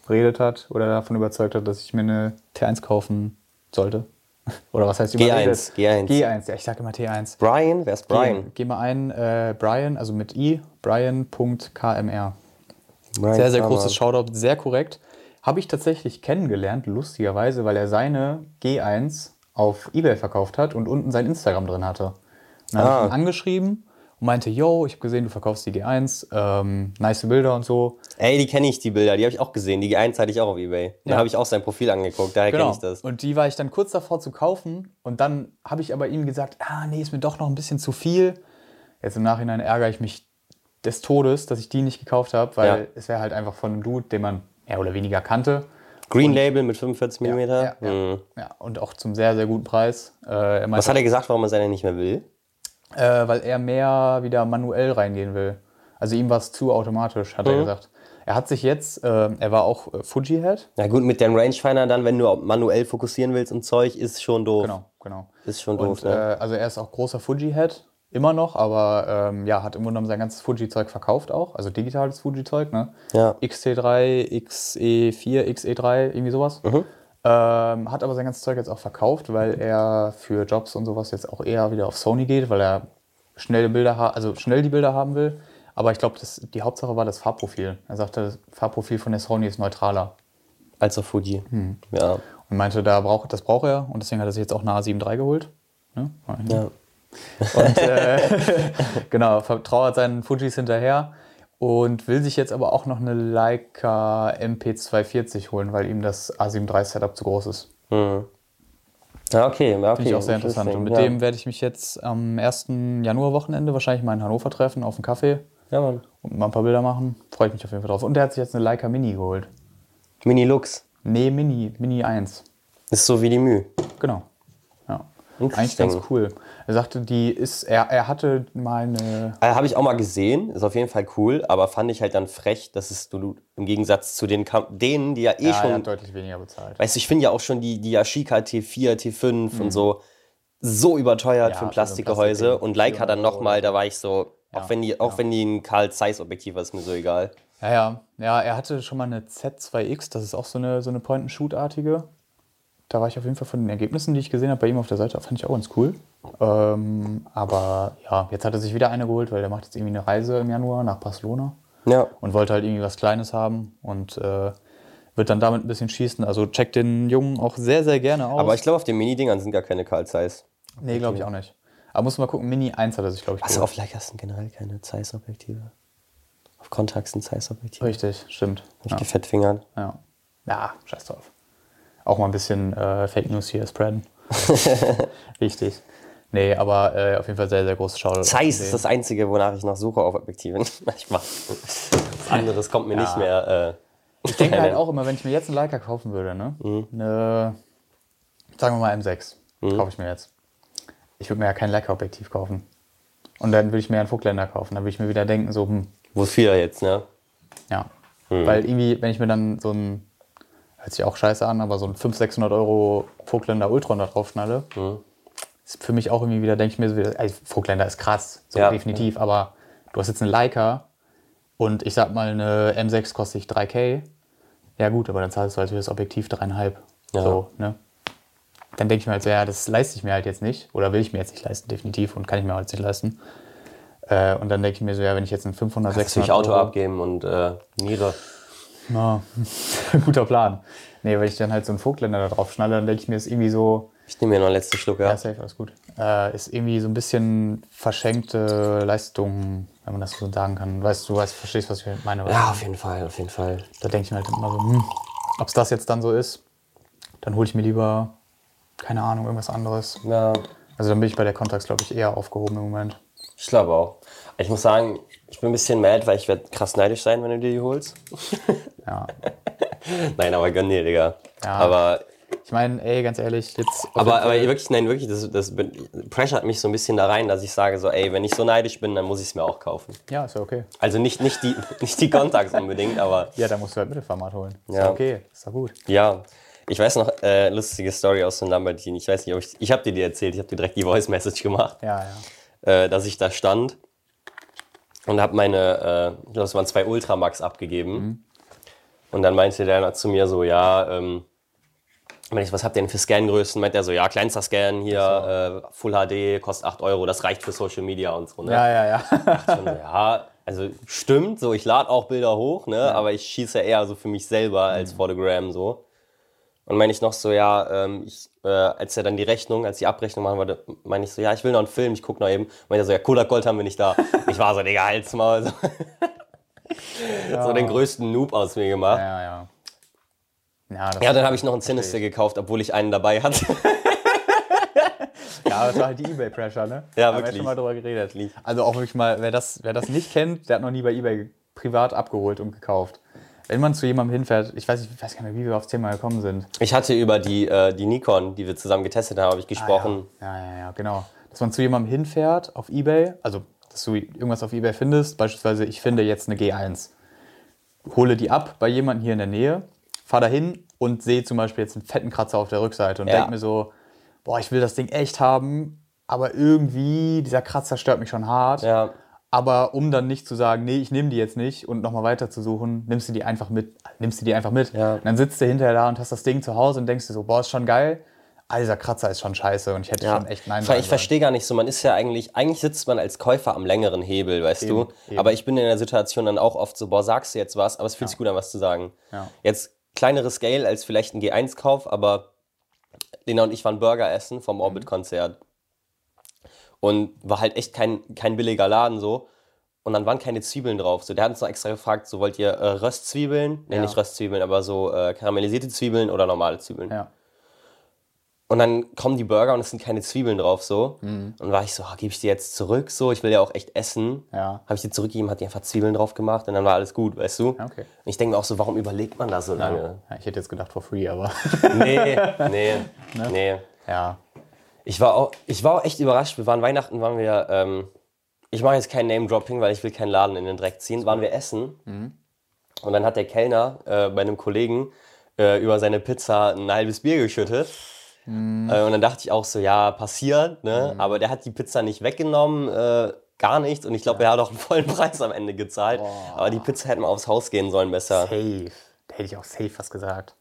S2: überredet hat oder davon überzeugt hat, dass ich mir eine T1 kaufen sollte. Oder was heißt
S1: G1, G1.
S2: G1, ja, ich sage immer T1.
S1: Brian, wer ist Brian?
S2: Geh mal ein, äh, Brian, also mit i, brian.kmr.
S1: Brian
S2: Sehr, sehr
S1: Kramer.
S2: großes Shoutout, sehr korrekt. Habe ich tatsächlich kennengelernt, lustigerweise, weil er seine G1 auf Ebay verkauft hat und unten sein Instagram drin hatte. Und dann habe
S1: Ah.
S2: ich ihn angeschrieben und meinte, yo, ich habe gesehen, du verkaufst die G1, ähm, nice Bilder und so.
S1: Ey, die kenne ich, die Bilder, die habe ich auch gesehen. Die G1 hatte ich auch auf Ebay. Da habe ich auch sein Profil angeguckt, daher kenne ich das.
S2: Genau. Und die war ich dann kurz davor zu kaufen und dann habe ich aber ihm gesagt, ah nee, ist mir doch noch ein bisschen zu viel. Jetzt im Nachhinein ärgere ich mich des Todes, dass ich die nicht gekauft habe, weil
S1: Ja.
S2: es wäre halt einfach von einem Dude, den man mehr oder weniger kannte.
S1: Green Label mit 45 mm.
S2: Ja, ja, ja, und auch zum sehr, sehr guten Preis. Äh, er meinte,
S1: Was hat er gesagt, warum er seine nicht mehr will?
S2: Äh, weil er mehr wieder manuell reingehen will. Also ihm war es zu automatisch, hat er gesagt. Er hat sich jetzt, äh, er war auch äh, Fuji-Head.
S1: Na gut, mit dem Rangefinder dann, wenn du manuell fokussieren willst und Zeug, ist schon doof.
S2: Genau, genau.
S1: Ist schon doof,
S2: Und, äh,
S1: ne?
S2: also er ist auch großer Fuji-Head, immer noch, aber ähm, ja, hat im Grunde genommen sein ganzes Fuji-Zeug verkauft auch, also digitales Fuji-Zeug, ne?
S1: Ja.
S2: XT3, XE4, XE3, E irgendwie sowas.
S1: Mhm.
S2: Ähm, hat aber sein ganzes Zeug jetzt auch verkauft, weil er für Jobs und sowas jetzt auch eher wieder auf Sony geht, weil er schnelle Bilder ha also schnell die Bilder haben will. Aber ich glaube, das- die Hauptsache war das Farbprofil. Er sagte, das Farbprofil von der Sony ist neutraler.
S1: Als auf Fuji.
S2: Mhm.
S1: Ja.
S2: Und meinte, da braucht, das braucht er und deswegen hat er sich jetzt auch eine A7 III geholt. Ne?
S1: ja.
S2: Und äh, genau, vertrauert seinen Fujis hinterher und will sich jetzt aber auch noch eine Leica MP240 holen, weil ihm das A7 III Setup zu groß ist.
S1: Mhm. Ja, okay. Ja, okay.
S2: Finde ich auch sehr interessant. Und mit
S1: ja.
S2: dem werde ich mich jetzt am 1. Januarwochenende wahrscheinlich mal in Hannover treffen, auf einen Kaffee
S1: Ja, Mann.
S2: und mal ein paar Bilder machen. Freue ich mich auf jeden Fall drauf. Und der hat sich jetzt eine Leica Mini geholt.
S1: Mini Lux.
S2: Nee, Mini, Mini 1.
S1: Ist so wie die Mühe.
S2: Genau. Ja.
S1: Interesting.
S2: Eigentlich ganz cool. Er sagte, die ist, er, er hatte mal eine
S1: Äh, Habe ich auch mal gesehen, ist auf jeden Fall cool, aber fand ich halt dann frech, dass es du, im Gegensatz zu den Kam denen, die ja eh
S2: ja, Ah, er
S1: schon
S2: hat deutlich weniger bezahlt.
S1: Weißt du, ich finde ja auch schon die, die Yashica T4, T5 und so so überteuert
S2: Mhm. Ja,
S1: für ein
S2: also
S1: Plastikgehäuse.
S2: Plastikding,
S1: und Leica dann
S2: 400
S1: nochmal, da war ich so, auch wenn die, auch wenn die ein Carl Zeiss Objektiv war, ist mir so egal.
S2: Ja, ja. Ja, er hatte schon mal eine Z2X, das ist auch so eine, so eine Point-and-Shoot-artige. Da war ich auf jeden Fall von den Ergebnissen, die ich gesehen habe, bei ihm auf der Seite, fand ich auch ganz cool. Ähm, aber ja, jetzt hat er sich wieder eine geholt, weil der macht jetzt irgendwie eine Reise im Januar nach Barcelona
S1: Ja.
S2: und wollte halt irgendwie was Kleines haben und äh, wird dann damit ein bisschen schießen. Also checkt den Jungen auch sehr, sehr gerne aus.
S1: Aber ich glaube, auf den Mini-Dingern sind gar keine Carl Zeiss.
S2: nee, glaube ich auch nicht. Aber muss mal gucken, Mini 1 hat er sich, glaube ich,
S1: Also
S2: geholt.
S1: auf Leica sind generell keine Zeiss Objektive. Auf Contax sind Zeiss Objektive.
S2: Richtig, stimmt.
S1: Hab ich
S2: Ja.
S1: gefettfingert.
S2: Ja. Ja, scheiß drauf. Auch mal ein bisschen äh, Fake News hier spreaden. Richtig. Nee, aber äh, auf jeden Fall sehr, sehr großes Shoutout.
S1: Zeiss ist das Einzige, wonach ich noch suche auf Objektiven. ich mach. Was anderes kommt mir nicht mehr. Äh,
S2: Ich denke halt auch immer, wenn ich mir jetzt einen Leica kaufen würde, ne? Eine, sagen wir mal M6 kaufe ich mir jetzt. Ich würde mir ja kein Leica-Objektiv kaufen. Und dann würde ich mir einen Vogtländer kaufen. Dann würde ich mir wieder denken, so, hm,
S1: Wofür jetzt, ne?
S2: Ja.
S1: Mhm.
S2: Weil irgendwie, wenn ich mir dann so ein, hört sich auch scheiße an, aber so ein 500, 600 Euro Vogtländer Ultron da drauf schnalle,
S1: Mhm.
S2: ist für mich auch irgendwie wieder, denke ich mir so wieder, ey, Vogtländer ist krass, so
S1: Ja.
S2: definitiv, aber du hast jetzt eine Leica und ich sag mal, eine M6 kostet dich 3K. Ja, gut, aber dann zahlst du halt für das Objektiv dreieinhalb.
S1: Ja.
S2: So, ne? Dann denke ich mir halt so, ja, das leiste ich mir halt jetzt nicht. Oder will ich mir jetzt nicht leisten, definitiv. Und kann ich mir halt nicht leisten. Äh, und dann denke ich mir so, ja, wenn ich jetzt einen 500,
S1: Kannst du
S2: 600
S1: dich Auto
S2: Euro-
S1: abgeben und äh, Niere.
S2: Ah, guter Plan. Nee, weil ich dann halt so einen Vogtländer da drauf schnalle, dann denke ich mir, ist irgendwie so,
S1: Ich nehme mir noch einen letzten Schluck, ja.
S2: ja, safe, alles gut. Äh, ist irgendwie so ein bisschen verschenkte Leistung, wenn man das so sagen kann. Weißt du, weißt, verstehst, was ich meine? oder?
S1: Ja, auf jeden Fall, auf jeden Fall.
S2: Da denke ich mir halt immer so, hm, ob es das jetzt dann so ist, dann hole ich mir lieber, keine Ahnung, irgendwas anderes.
S1: Ja,
S2: Also dann bin ich bei der Kontakts, glaube ich, eher aufgehoben im Moment.
S1: ich glaube auch. Ich muss sagen, ich bin ein bisschen mad, weil ich werde krass neidisch sein, wenn du dir die holst.
S2: Ja.
S1: Nein, aber gönn dir, Digga.
S2: Ja.
S1: Aber
S2: Ich meine, ey, ganz ehrlich, jetzt. auf
S1: Aber,
S2: jeden
S1: aber
S2: Fall-
S1: wirklich, nein, wirklich, das, das pressure hat mich so ein bisschen da rein, dass ich sage so, ey, wenn ich so neidisch bin, dann muss ich es mir auch kaufen.
S2: ja, ist ja okay.
S1: Also nicht, nicht die, nicht die Contacts unbedingt, aber
S2: Ja, dann musst du halt Mittelformat holen. Ist
S1: Ja.
S2: ja okay, ist doch gut.
S1: ja. Ich weiß noch, äh, lustige Story aus dem Lamborghini. Ich weiß nicht, ob ich, ich habe dir die erzählt, ich habe dir direkt die Voice-Message gemacht,
S2: Ja, ja.
S1: äh, dass ich da stand und habe meine, äh, ich glaube, es waren zwei Ultramax abgegeben. Und dann meinte der noch zu mir so, ja, ähm, meinte ich, was habt ihr denn für Scangrößen? Meint er so, ja, kleinster Scan hier, äh, Full HD, kostet 8 Euro, das reicht für Social Media und so. Ne?
S2: Ja, ja, ja.
S1: schon so, ja, also stimmt, so ich lade auch Bilder hoch, ne? Aber ich schieße ja eher so für mich selber als for the gram so. Und meine ich noch so, ja, ähm, ich, äh, als er dann die Rechnung, als die Abrechnung machen wollte, meine ich so, ja, ich will noch einen Film, ich gucke noch eben. Meinte er so, ja, Kodak Gold haben wir nicht da. Ich war so, Digga, halt's mal. So, so den größten Noob aus mir gemacht.
S2: ja, ja. Ja, das,
S1: Ja, dann habe ich noch einen Sinister gekauft, obwohl ich einen dabei hatte.
S2: ja, das war halt die Ebay-Pressure, ne?
S1: Ja,
S2: Haben wir
S1: wirklich.
S2: schon mal drüber geredet.
S1: Wirklich.
S2: Also auch wirklich mal, wer das, wer das nicht kennt, der hat noch nie bei Ebay ge- privat abgeholt und gekauft. Wenn man zu jemandem hinfährt, ich weiß, nicht, ich weiß gar nicht, wie wir aufs Thema gekommen sind.
S1: Ich hatte über die, äh, die Nikon, die wir zusammen getestet haben, habe ich gesprochen.
S2: Ja, ja, ja, genau. Dass man zu jemandem hinfährt auf Ebay, also dass du irgendwas auf Ebay findest, beispielsweise ich finde jetzt eine G1. Hole die ab bei jemandem hier in der Nähe, fahr dahin und sehe zum Beispiel jetzt einen fetten Kratzer auf der Rückseite und
S1: Ja.
S2: denk mir so, boah, ich will das Ding echt haben, aber irgendwie, dieser Kratzer stört mich schon hart.
S1: Ja.
S2: Aber um dann nicht zu sagen, nee, ich nehme die jetzt nicht und nochmal weiter zu suchen, nimmst du die einfach mit. Nimmst du die einfach mit.
S1: Ja.
S2: Und dann sitzt du hinterher da und hast das Ding zu Hause und denkst dir so, boah, ist schon geil. Ah, dieser Kratzer ist schon scheiße und ich hätte schon echt nein
S1: Ich,
S2: sagen
S1: ich
S2: sollen.
S1: verstehe gar nicht so, man ist ja eigentlich, eigentlich sitzt man als Käufer am längeren Hebel, weißt du?
S2: eben.
S1: Aber ich bin in der Situation dann auch oft so, boah, sagst du jetzt was, aber es fühlt sich gut an, was zu sagen.
S2: Ja.
S1: Jetzt kleinere Scale als vielleicht ein G1-Kauf, aber Lena und ich waren Burger essen
S2: Mhm.
S1: vom Orbit-Konzert. Und war halt echt kein, kein billiger Laden so. Und dann waren keine Zwiebeln drauf. So, der hat uns noch extra gefragt, so wollt ihr äh, Röstzwiebeln? Nee,
S2: Ja.
S1: nicht Röstzwiebeln, aber so äh, karamellisierte Zwiebeln oder normale Zwiebeln.
S2: Ja.
S1: Und dann kommen die Burger und es sind keine Zwiebeln drauf so.
S2: Mhm.
S1: Und war ich so, ah, gebe ich die jetzt zurück so? Ich will ja auch echt essen.
S2: Ja.
S1: Habe ich die zurückgegeben, hat die einfach Zwiebeln drauf gemacht und dann war alles gut, weißt du?
S2: Ja, okay.
S1: Und ich denke mir auch so, warum überlegt man da so lange?
S2: ja. Ich hätte jetzt gedacht for free, aber
S1: Nee, nee,
S2: Ne?
S1: nee.
S2: ja.
S1: Ich war, auch, ich war auch echt überrascht. Wir waren Weihnachten, waren wir, ähm, ich mache jetzt kein Name-Dropping, weil ich will keinen Laden in den Dreck ziehen, waren wir essen. Und dann hat der Kellner äh, bei einem Kollegen äh, über seine Pizza ein halbes Bier geschüttet. Äh, und dann dachte ich auch so, ja, passiert, ne? Aber der hat die Pizza nicht weggenommen, äh, gar nichts. Und ich glaube, er hat auch einen vollen Preis am Ende gezahlt. Aber die Pizza hätte mal aufs Haus gehen sollen besser.
S2: Safe. Da hätte ich auch safe was gesagt.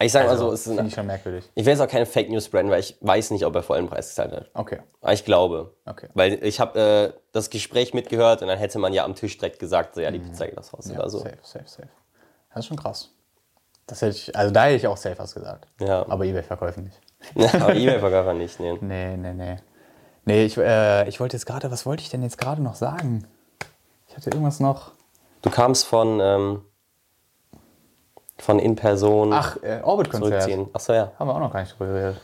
S1: Ich sage mal so, es ist
S2: Also, finde ich
S1: ein,
S2: schon merkwürdig.
S1: ich will jetzt auch keine Fake News branden, weil ich weiß nicht, ob er vollen Preis gezahlt hat.
S2: Okay.
S1: Aber Ah, Ich glaube.
S2: Okay.
S1: Weil ich habe äh, das Gespräch mitgehört und dann hätte man ja am Tisch direkt gesagt, so ja, die Pizza geht aufs Haus
S2: Mhm. Ja,
S1: oder so.
S2: Safe, safe, safe. Das ist schon krass. Das hätte ich, also da hätte ich auch safe was gesagt.
S1: Ja.
S2: Aber Ebay-Verkäufe nicht.
S1: Aber E-Mail-Verkäufer nicht, nee.
S2: Nee, nee, nee. Nee, ich, äh, ich wollte jetzt gerade, was wollte ich denn jetzt gerade noch sagen? Ich hatte irgendwas noch.
S1: Du kamst von, ähm, von In-Person
S2: Ach, äh, Orbit-Konzert.
S1: zurückziehen. Achso, ja.
S2: Haben wir auch noch gar nicht drüber geredet.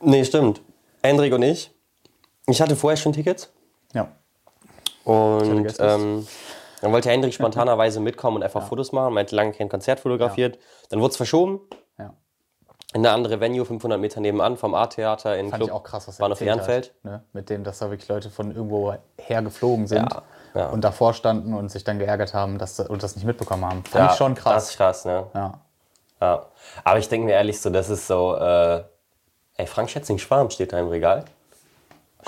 S1: Nee, stimmt. Hendrik und ich. Ich hatte vorher schon Tickets
S2: Ja.
S1: und
S2: Gäste.
S1: ähm, dann wollte Hendrik spontanerweise mitkommen und einfach Fotos machen. Meinte, lange kein Konzert fotografiert. Dann wurde es verschoben
S2: ja.
S1: in eine andere Venue, 500 Meter nebenan vom A-Theater in
S2: Fand
S1: Club
S2: ich auch krass, was er
S1: Bahnhof
S2: erzählt hat,
S1: Ehrenfeld.
S2: Ne? Mit dem, dass da wirklich Leute von irgendwo her geflogen sind
S1: Ja, ja.
S2: und davor standen und sich dann geärgert haben dass, und das nicht mitbekommen haben. Fand ich schon
S1: Das
S2: krass.
S1: ist krass, ne?
S2: Ja.
S1: Ja. Aber ich denke mir ehrlich so, das ist so. Äh, ey, Frank Schätzing Schwarm steht da im Regal.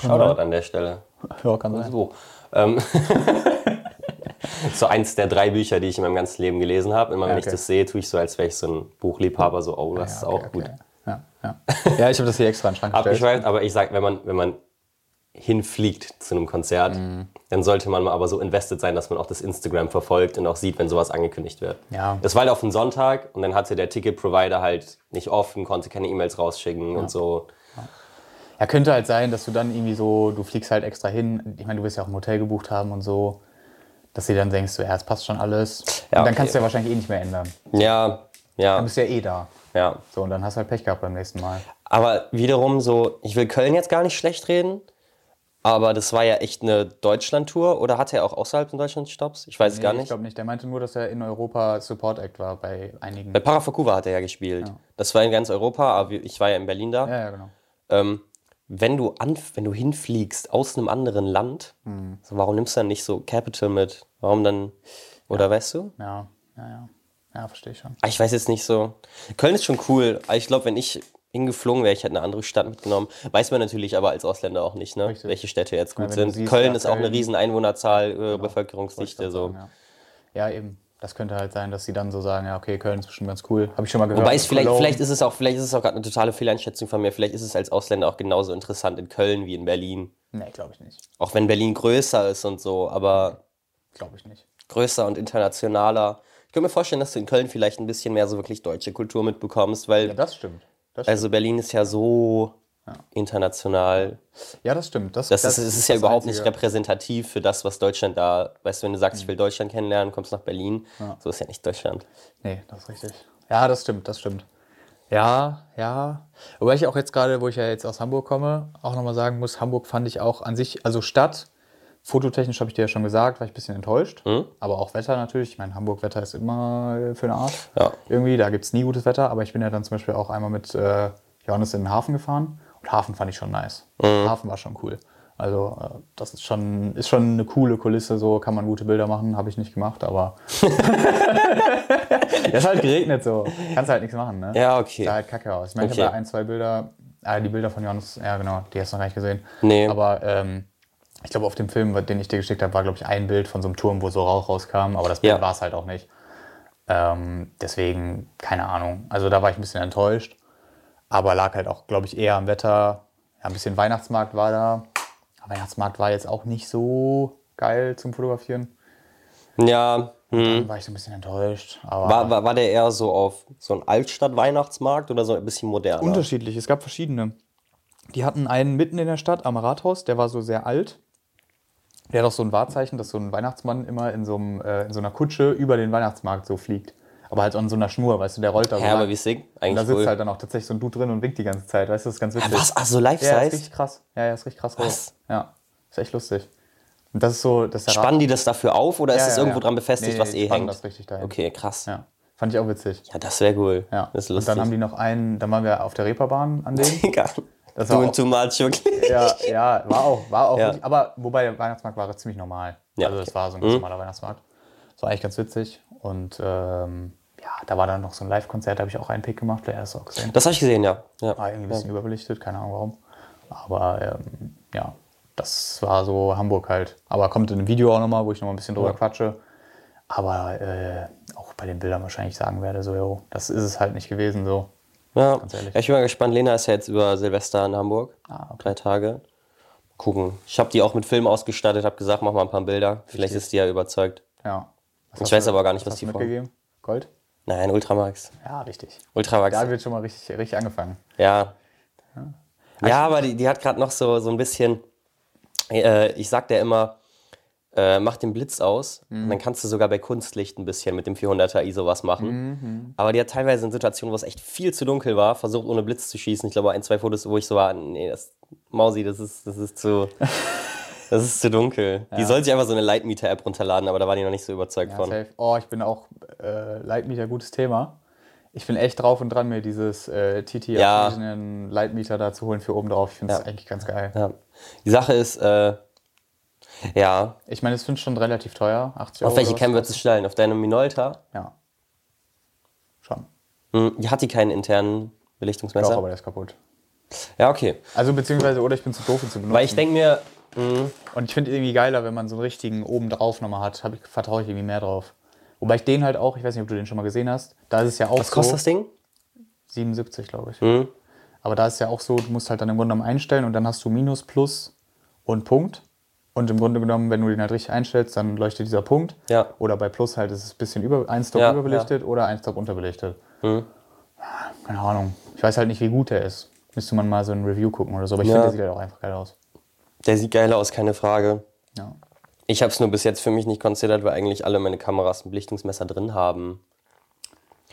S1: Shoutout an der Stelle.
S2: ja, kann sein.
S1: So. Ähm, so eins der drei Bücher, die ich in meinem ganzen Leben gelesen habe. Immer wenn ich
S2: Okay.
S1: das sehe, tue ich so, als wäre ich so ein Buchliebhaber, so, oh, das ist
S2: Ja, okay,
S1: auch gut.
S2: okay. Ja, ja. ja, ich habe das hier extra in den Schrank gestellt.
S1: Abgeschweift, aber ich sag, wenn man, wenn man hinfliegt zu einem Konzert,
S2: Mhm.
S1: dann sollte man mal aber so invested sein, dass man auch das Instagram verfolgt und auch sieht, wenn sowas angekündigt wird.
S2: Ja.
S1: Das war halt auf einen Sonntag und dann hatte der Ticket-Provider halt nicht offen, konnte keine E-Mails rausschicken und so.
S2: Ja, könnte halt sein, dass du dann irgendwie so, du fliegst halt extra hin. Ich meine, du wirst ja auch ein Hotel gebucht haben und so, dass sie dann denkst, so, ja, es passt schon alles.
S1: Ja,
S2: und dann
S1: okay.
S2: kannst du ja wahrscheinlich eh nicht mehr ändern.
S1: Ja,
S2: Dann
S1: ja,
S2: bist du ja eh da.
S1: ja.
S2: So, und dann hast du halt Pech gehabt beim nächsten Mal.
S1: Aber wiederum so, ich will Köln jetzt gar nicht schlecht reden, Aber das war ja echt eine Deutschland-Tour oder hatte er auch außerhalb von Deutschland Stops? Ich weiß es
S2: Nee,
S1: gar
S2: Ich
S1: nicht.
S2: glaube nicht. Der meinte nur, dass er in Europa Support Act war bei einigen.
S1: Bei Parafakuva hat er ja gespielt. Das war in ganz Europa, aber wir- ich war ja in Berlin da.
S2: ja, ja, genau.
S1: Ähm, wenn, du anf wenn du hinfliegst aus einem anderen Land,
S2: Mhm.
S1: so, warum nimmst du dann nicht so Capital mit? Warum dann, oder weißt du?
S2: Ja, ja, ja. Ja, verstehe ich schon.
S1: Ah, Ich weiß jetzt nicht so. Köln ist schon cool. Aber Ich glaube, wenn ich hingeflogen wäre, ich hätte eine andere Stadt mitgenommen. Weiß man natürlich aber als Ausländer auch nicht, ne?
S2: Richtig.
S1: welche Städte jetzt
S2: meine,
S1: gut
S2: wenn du
S1: sind.
S2: siehst,
S1: Köln
S2: ja,
S1: ist auch eine
S2: Köln- Genau.
S1: riesen Einwohnerzahl, äh,
S2: Wollte ich
S1: Bevölkerungsdichte.
S2: grad
S1: So.
S2: sagen, ja. ja, eben. Das könnte halt sein, dass sie dann so sagen, ja, okay, Köln ist bestimmt ganz cool. Habe ich schon mal gehört.
S1: Wobei es vielleicht,
S2: Cologne.
S1: vielleicht ist es auch, vielleicht ist es auch gerade eine totale Fehleinschätzung von mir. Vielleicht ist es als Ausländer auch genauso interessant in Köln wie in Berlin.
S2: Nee, glaube ich nicht.
S1: Auch wenn Berlin größer ist und so, aber
S2: Glaube ich nicht.
S1: größer und internationaler. Ich könnte mir vorstellen, dass du in Köln vielleicht ein bisschen mehr so wirklich deutsche Kultur mitbekommst, weil
S2: Ja, das stimmt. Das
S1: also Berlin ist ja so international.
S2: stimmt. Ja, das stimmt. Das,
S1: Das,
S2: das
S1: ist, es ist
S2: das
S1: ja überhaupt nicht
S2: Einzige. Mhm.
S1: repräsentativ für das, was Deutschland da, weißt du, wenn du sagst, ich will Deutschland kennenlernen, kommst nach Berlin, so ist ja nicht Deutschland.
S2: Nee, das ist richtig. Ja, das stimmt, das stimmt. Ja, ja. Wobei ich auch jetzt gerade, wo ich ja jetzt aus Hamburg komme, auch nochmal sagen muss, Hamburg fand ich auch an sich, also Stadt, fototechnisch habe ich dir ja schon gesagt, war ich ein bisschen enttäuscht. Aber auch Wetter natürlich. Ich meine, Hamburg-Wetter ist immer äh, für den Arsch.
S1: Ja.
S2: Irgendwie, da gibt es nie gutes Wetter. Aber ich bin ja dann zum Beispiel auch einmal mit äh, Johannes in den Hafen gefahren. Und Hafen fand ich schon nice. Hafen war schon cool. Also äh, das ist schon, ist schon eine coole Kulisse. So kann man gute Bilder machen. Habe ich nicht gemacht, aber... Es hat halt geregnet so. Kannst halt nichts machen, ne?
S1: Ja, okay.
S2: Sah halt kacke aus. Ich meine, ich
S1: Okay.
S2: habe da ein, zwei Bilder, ah, die Bilder von Johannes, ja genau, die hast du noch gar nicht gesehen.
S1: Nee.
S2: Aber ähm, ich glaube, auf dem Film, den ich dir geschickt habe, war, glaube ich, ein Bild von so einem Turm, wo so Rauch rauskam, aber das Bild
S1: Ja.
S2: war es halt auch nicht. Ähm, deswegen, keine Ahnung. Also da war ich ein bisschen enttäuscht, aber lag halt auch, glaube ich, eher am Wetter. Ja, ein bisschen Weihnachtsmarkt war da. Aber Weihnachtsmarkt war jetzt auch nicht so geil zum Fotografieren.
S1: Ja, hm.
S2: Dann war ich so ein bisschen enttäuscht. Aber
S1: war, war, war der eher so auf so ein Altstadt-Weihnachtsmarkt oder so ein bisschen moderner?
S2: unterschiedlich. Es gab verschiedene. Die hatten einen mitten in der Stadt am Rathaus, der war so sehr alt. Der hat auch so ein Wahrzeichen, dass so ein Weihnachtsmann immer in so, einem, äh, in so einer Kutsche über den Weihnachtsmarkt so fliegt. Aber halt an so einer Schnur, weißt du, der rollt da so.
S1: ja, aber
S2: lang.
S1: wie sick,
S2: und da
S1: eigentlich
S2: sitzt
S1: cool.
S2: halt dann auch tatsächlich so ein Dude drin und winkt die ganze Zeit, weißt du, das ist ganz witzig.
S1: Was? Ach so,
S2: Ja, ist
S1: Life-Size?
S2: richtig krass. Ja, ja, ist richtig krass.
S1: Was?
S2: Ja, ist echt lustig. Und das ist so, das ist der Rathaus-
S1: Spannen die das dafür auf oder ist
S2: Ja,
S1: es
S2: ja,
S1: irgendwo
S2: ja.
S1: dran befestigt,
S2: Nee,
S1: was
S2: die
S1: eh
S2: spannen
S1: hängt?
S2: das richtig dahin.
S1: Okay, krass. Ja,
S2: Ja, fand ich auch witzig.
S1: das wäre cool.
S2: Ja,
S1: Das ist
S2: und
S1: lustig.
S2: dann haben die noch einen, dann waren wir auf der Reeperbahn an dem.
S1: Digga.
S2: Das war
S1: Doing
S2: auch-
S1: too much, wirklich.
S2: Ja, ja, war auch, war auch.
S1: Ja.
S2: Wirklich, aber wobei der Weihnachtsmarkt war ziemlich normal.
S1: Ja, Mhm.
S2: also
S1: okay.
S2: es war so ein ganz normaler Weihnachtsmarkt. Das war eigentlich ganz witzig. Und ähm, ja, da war dann noch so ein Live-Konzert, da habe ich auch einen Pick gemacht, der erste auch gesehen.
S1: Das habe ich gesehen, ja.
S2: War
S1: ja.
S2: irgendwie ein bisschen überbelichtet, keine Ahnung warum. Aber ähm, ja, das war so Hamburg halt. Aber kommt in einem Video auch nochmal, wo ich nochmal ein bisschen drüber quatsche. Aber äh, auch bei den Bildern wahrscheinlich sagen werde, so, jo, das ist es halt nicht gewesen, so.
S1: Ja.
S2: ehrlich.
S1: ja, ich bin mal gespannt. Lena ist ja jetzt über Silvester in Hamburg.
S2: Ah, okay.
S1: Drei Tage. Gucken. Ich habe die auch mit Film ausgestattet, habe gesagt, mach mal ein paar Bilder. Vielleicht ist die ja überzeugt.
S2: Ja. Was
S1: Ich
S2: hast
S1: weiß
S2: du-
S1: aber gar nicht, was
S2: hast
S1: die
S2: du
S1: vor-
S2: mitgegeben? Gold?
S1: Nein, Ultramax.
S2: Ja, richtig.
S1: Ultramax.
S2: Da wird schon mal richtig, richtig angefangen.
S1: Ja. Ja, aber die, die hat gerade noch so, so ein bisschen, äh, ich sag der immer, äh, mach den Blitz aus.
S2: Mhm.
S1: Und dann kannst du sogar bei Kunstlicht ein bisschen mit dem 400er ISO was
S2: Mhm.
S1: machen. Aber die hat teilweise in Situationen, wo es echt viel zu dunkel war, versucht ohne Blitz zu schießen. Ich glaube, ein, zwei Fotos, wo ich so war, nee, das, Mausi, das ist, das ist zu, das ist zu dunkel. Die soll sich einfach so eine Lightmeter-App runterladen, aber da war die noch nicht so überzeugt
S2: Ja,
S1: von.
S2: safe. Oh, ich bin auch äh, Lightmeter, gutes Thema. Ich bin echt drauf und dran, mir dieses äh, TT
S1: Ja.
S2: Artisan Lightmeter da zu holen für oben drauf. Ich finde es
S1: Ja.
S2: eigentlich ganz geil.
S1: Ja. Die Sache ist, äh, ja,
S2: Ich meine, es finde ich schon relativ teuer. 80 Euro.
S1: auf welche
S2: oder was?
S1: Cam würdest du stellen? Auf deine Minolta?
S2: Ja. Schon.
S1: Hm, Die hat die keinen internen
S2: Doch,
S1: Belichtungsmesser?
S2: aber der ist kaputt.
S1: Ja, okay.
S2: Also, beziehungsweise, oder ich bin zu doof, ihn zu benutzen.
S1: Weil ich denke mir,
S2: und ich finde irgendwie geiler, wenn man so einen richtigen oben drauf nochmal hat. Hab ich, vertraue ich irgendwie mehr drauf. Wobei ich den halt auch, ich weiß nicht, ob du den schon mal gesehen hast. Da ist es ja auch
S1: was kostet
S2: so.
S1: das Ding?
S2: 77, glaube ich.
S1: Mhm.
S2: Aber da ist ja auch so, du musst halt dann im Grunde genommen einstellen und dann hast du Minus, Plus und Punkt. Und im Grunde genommen, wenn du den halt richtig einstellst, dann leuchtet dieser Punkt.
S1: Ja.
S2: Oder bei Plus halt ist es ein bisschen über, ein Stop
S1: Ja, Mhm.
S2: überbelichtet oder ein Stop unterbelichtet. Ja, Keine Ahnung. Ich weiß halt nicht, wie gut der ist. Müsste man mal so ein Review gucken oder so. Aber ich
S1: Ja.
S2: finde, der sieht halt auch einfach geil aus.
S1: Der sieht geil aus, keine Frage.
S2: Ja.
S1: Ich habe es nur bis jetzt für mich nicht considered, weil eigentlich alle meine Kameras ein Belichtungsmesser drin haben.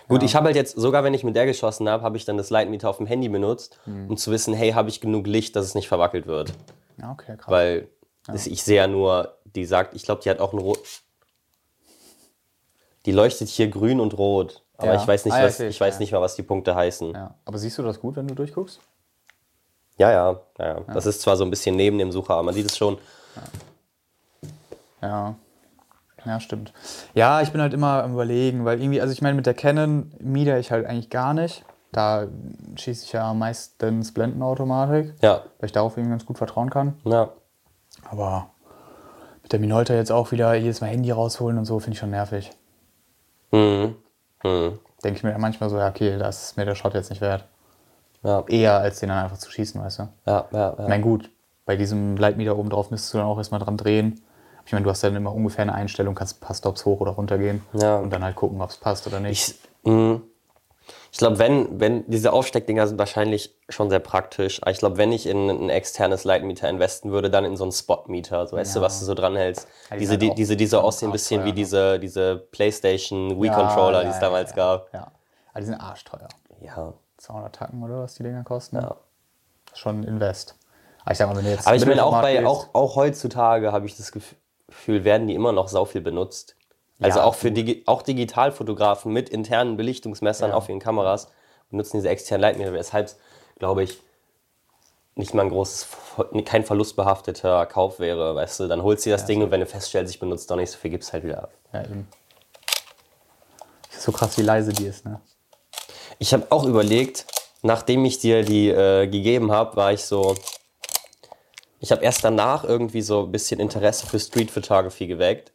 S1: Gut, ich habe halt jetzt, sogar wenn ich mit der geschossen Hm. habe, habe ich dann das Lightmeter auf dem Handy benutzt, um zu wissen, hey, habe ich genug Licht, dass es nicht verwackelt wird.
S2: Ja, okay, krass.
S1: Weil es- ich sehe ja nur, die sagt, ich glaube, die hat auch ein Rot. Die leuchtet hier grün und rot. Aber
S2: Ja.
S1: ich weiß nicht,
S2: Ah, ja,
S1: was,
S2: sehe ich,
S1: ich weiß
S2: ja.
S1: nicht mal, was die Punkte heißen.
S2: ja. Aber siehst du das gut, wenn du durchguckst?
S1: Ja, ja, ja, ja. Das ist zwar so ein bisschen neben dem Sucher, aber man sieht es schon.
S2: Ja. Ja, stimmt. Ja, ich bin halt immer am überlegen, weil irgendwie, also ich meine, mit der Canon mieder ich halt eigentlich gar nicht. Da schieße ich ja meistens Blendenautomatik,
S1: Ja,
S2: weil ich darauf irgendwie ganz gut vertrauen kann.
S1: ja.
S2: Aber mit der Minolta jetzt auch wieder jedes Mal Handy rausholen und so, finde ich schon nervig.
S1: Mhm. Mhm.
S2: Denke ich mir manchmal so, ja, okay, das ist mir der Shot jetzt nicht wert.
S1: Ja,
S2: Eher, als den dann einfach zu schießen, weißt du.
S1: ja, ja. ja.
S2: Ich meine, gut, bei diesem Leitmeter oben drauf müsstest du dann auch erstmal dran drehen. Ich meine, du hast dann immer ungefähr eine Einstellung, kannst ein paar Stops hoch oder runter gehen
S1: Ja.
S2: und dann halt gucken, ob es passt oder nicht.
S1: Ich, mh. ich glaube, wenn, wenn diese Aufsteckdinger sind wahrscheinlich schon sehr praktisch. Aber ich glaube, wenn ich in ein externes Lightmeter investen würde, dann in so einen Spotmeter. So, weißt du,
S2: Ja.
S1: was du so dranhältst.
S2: Ja, die
S1: diese,
S2: sind
S1: die,
S2: auch
S1: diese, die so aussehen ein
S2: arsch
S1: bisschen
S2: teuer,
S1: wie
S2: ne?
S1: diese, diese PlayStation
S2: Ja,
S1: Wii-Controller, die
S2: ja,
S1: es
S2: ja,
S1: damals
S2: ja,
S1: gab.
S2: Ja, aber die sind arschteuer.
S1: Ja.
S2: 200 Tacken oder was die Dinger kosten.
S1: ja.
S2: Das ist Schon ein Invest. Aber ich sag mal, wenn du jetzt.
S1: Aber ich meine, auch,
S2: Mittelformat
S1: bei,
S2: gehst-
S1: auch, auch heutzutage habe ich das Gefühl, werden die immer noch sau viel benutzt. Also
S2: Ja,
S1: auch für Digi auch Digitalfotografen mit internen Belichtungsmessern auf ihren Kameras benutzen diese externen Leitmesser, weshalb, glaube ich, nicht mal ein großes, kein verlustbehafteter Kauf wäre, weißt du, dann holst du dir das Ding und wenn du feststellst, ich benutze doch nicht so viel, gibst halt wieder ab.
S2: Ja, eben. So krass, wie leise die ist, ne?
S1: Ich habe auch überlegt, nachdem ich dir die äh, gegeben habe, war ich so. Ich habe erst danach irgendwie so ein bisschen Interesse für Street Photography geweckt.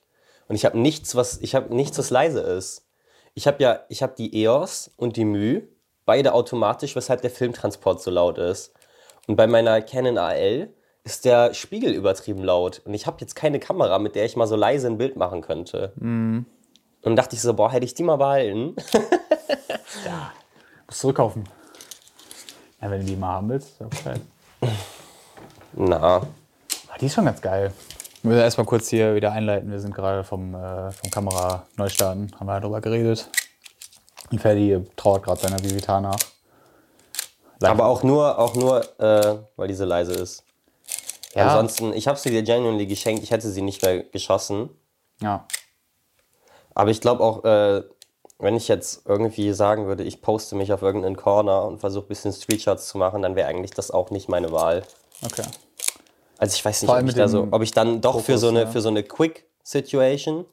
S1: Und ich habe nichts, was ich habe nichts, was leise ist. Ich habe ja, ich habe die EOS und die Mü, beide automatisch, weshalb der Filmtransport so laut ist. Und bei meiner Canon AL ist der Spiegel übertrieben laut. Und ich habe jetzt keine Kamera, mit der ich mal so leise ein Bild machen könnte. Und dachte ich so, boah, hätte ich die mal behalten.
S2: Musst zurückkaufen. Ja, wenn du die mal haben willst, sag Bescheid.
S1: Na,
S2: Ah, Die ist schon ganz geil. Ich will erstmal kurz hier wieder einleiten. Wir sind gerade vom, äh, vom Kamera Neustarten, haben wir ja drüber geredet. Und Ferdi trauert gerade seiner Vivitar nach. Leider.
S1: Aber auch nur, auch nur äh, weil die so leise ist.
S2: ja,
S1: Ansonsten, ich habe sie dir genuinely geschenkt, ich hätte sie nicht mehr geschossen.
S2: Ja.
S1: Aber ich glaube auch, äh, wenn ich jetzt irgendwie sagen würde, ich poste mich auf irgendeinen Corner und versuche ein bisschen Streetshots zu machen, dann wäre eigentlich das auch nicht meine Wahl.
S2: Okay.
S1: Also ich weiß nicht,
S2: Vor
S1: ob
S2: allem
S1: ich,
S2: mit
S1: da so,
S2: dem
S1: ob ich dann doch für
S2: Fokus,
S1: so eine,
S2: ja.
S1: für so eine Quick-Situation,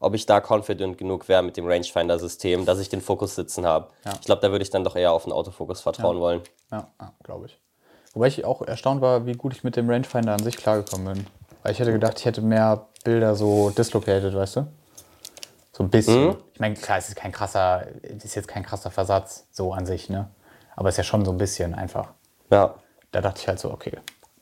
S1: ob ich da confident genug wäre mit dem Rangefinder-System, dass ich den Fokus sitzen habe.
S2: Ja.
S1: Ich glaube, da würde ich dann doch eher auf den Autofokus vertrauen wollen.
S2: Ja, ja glaube ich. Wobei ich auch erstaunt war, wie gut ich mit dem Rangefinder an sich klargekommen bin. Weil ich hätte gedacht, ich hätte mehr Bilder so dislocated, weißt du? So ein
S1: Mhm.
S2: bisschen. Ich meine, klar, es ist kein krasser, es ist jetzt kein krasser Versatz so an sich, ne? Aber es ist ja schon so ein bisschen einfach.
S1: Ja.
S2: Da dachte ich halt so, okay,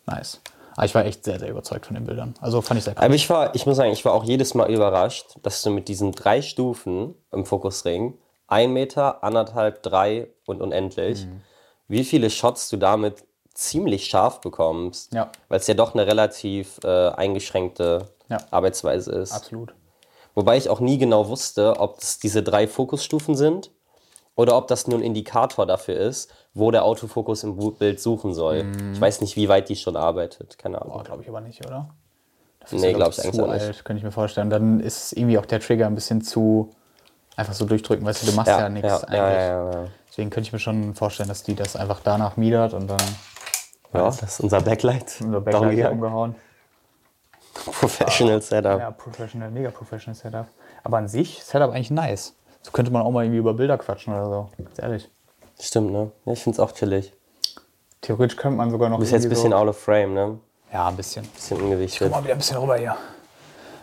S2: nice. Aber ich war echt sehr, sehr überzeugt von den Bildern. Also fand ich sehr krass.
S1: Aber ich war, ich muss sagen, ich war auch jedes Mal überrascht, dass du mit diesen drei Stufen im Fokusring, ein Meter, anderthalb, drei und unendlich,
S2: Mhm.
S1: wie viele Shots du damit ziemlich scharf bekommst.
S2: Ja.
S1: Weil es ja doch eine relativ äh, eingeschränkte
S2: Ja.
S1: Arbeitsweise ist.
S2: Absolut.
S1: Wobei ich auch nie genau wusste, ob das diese drei Fokusstufen sind oder ob das nur ein Indikator dafür ist, wo der Autofokus im Bu- Bild suchen soll. Ich weiß nicht, wie weit die schon arbeitet. Keine Ahnung.
S2: Mhm. Boah, glaube Oh, ich aber nicht, oder? Das
S1: Nee,
S2: ja,
S1: glaub
S2: ich,
S1: ich eigentlich
S2: zu
S1: auch nicht.
S2: alt, könnte ich mir vorstellen. Dann ist irgendwie auch der Trigger ein bisschen zu einfach so durchdrücken, weißt du, du machst ja, nichts
S1: ja,
S2: eigentlich.
S1: ja, ja, ja.
S2: Deswegen könnte ich mir schon vorstellen, dass die das einfach danach miedert und dann
S1: Ja, das ist unser Backlight.
S2: unser
S1: Darum
S2: Backlight
S1: geht's.
S2: hier umgehauen.
S1: Professional Setup.
S2: Ja, professional, mega professional Setup. Aber an sich, Setup eigentlich nice. So könnte man auch mal irgendwie über Bilder quatschen oder so. Ganz ehrlich.
S1: Stimmt, ne? Ja, Ich find's auch chillig.
S2: Theoretisch könnte man sogar noch.
S1: Bist jetzt ein bisschen
S2: so,
S1: out of frame, ne?
S2: Ja, ein bisschen.
S1: Bisschen ungewichtet.
S2: Komm mal wieder ein bisschen rüber hier.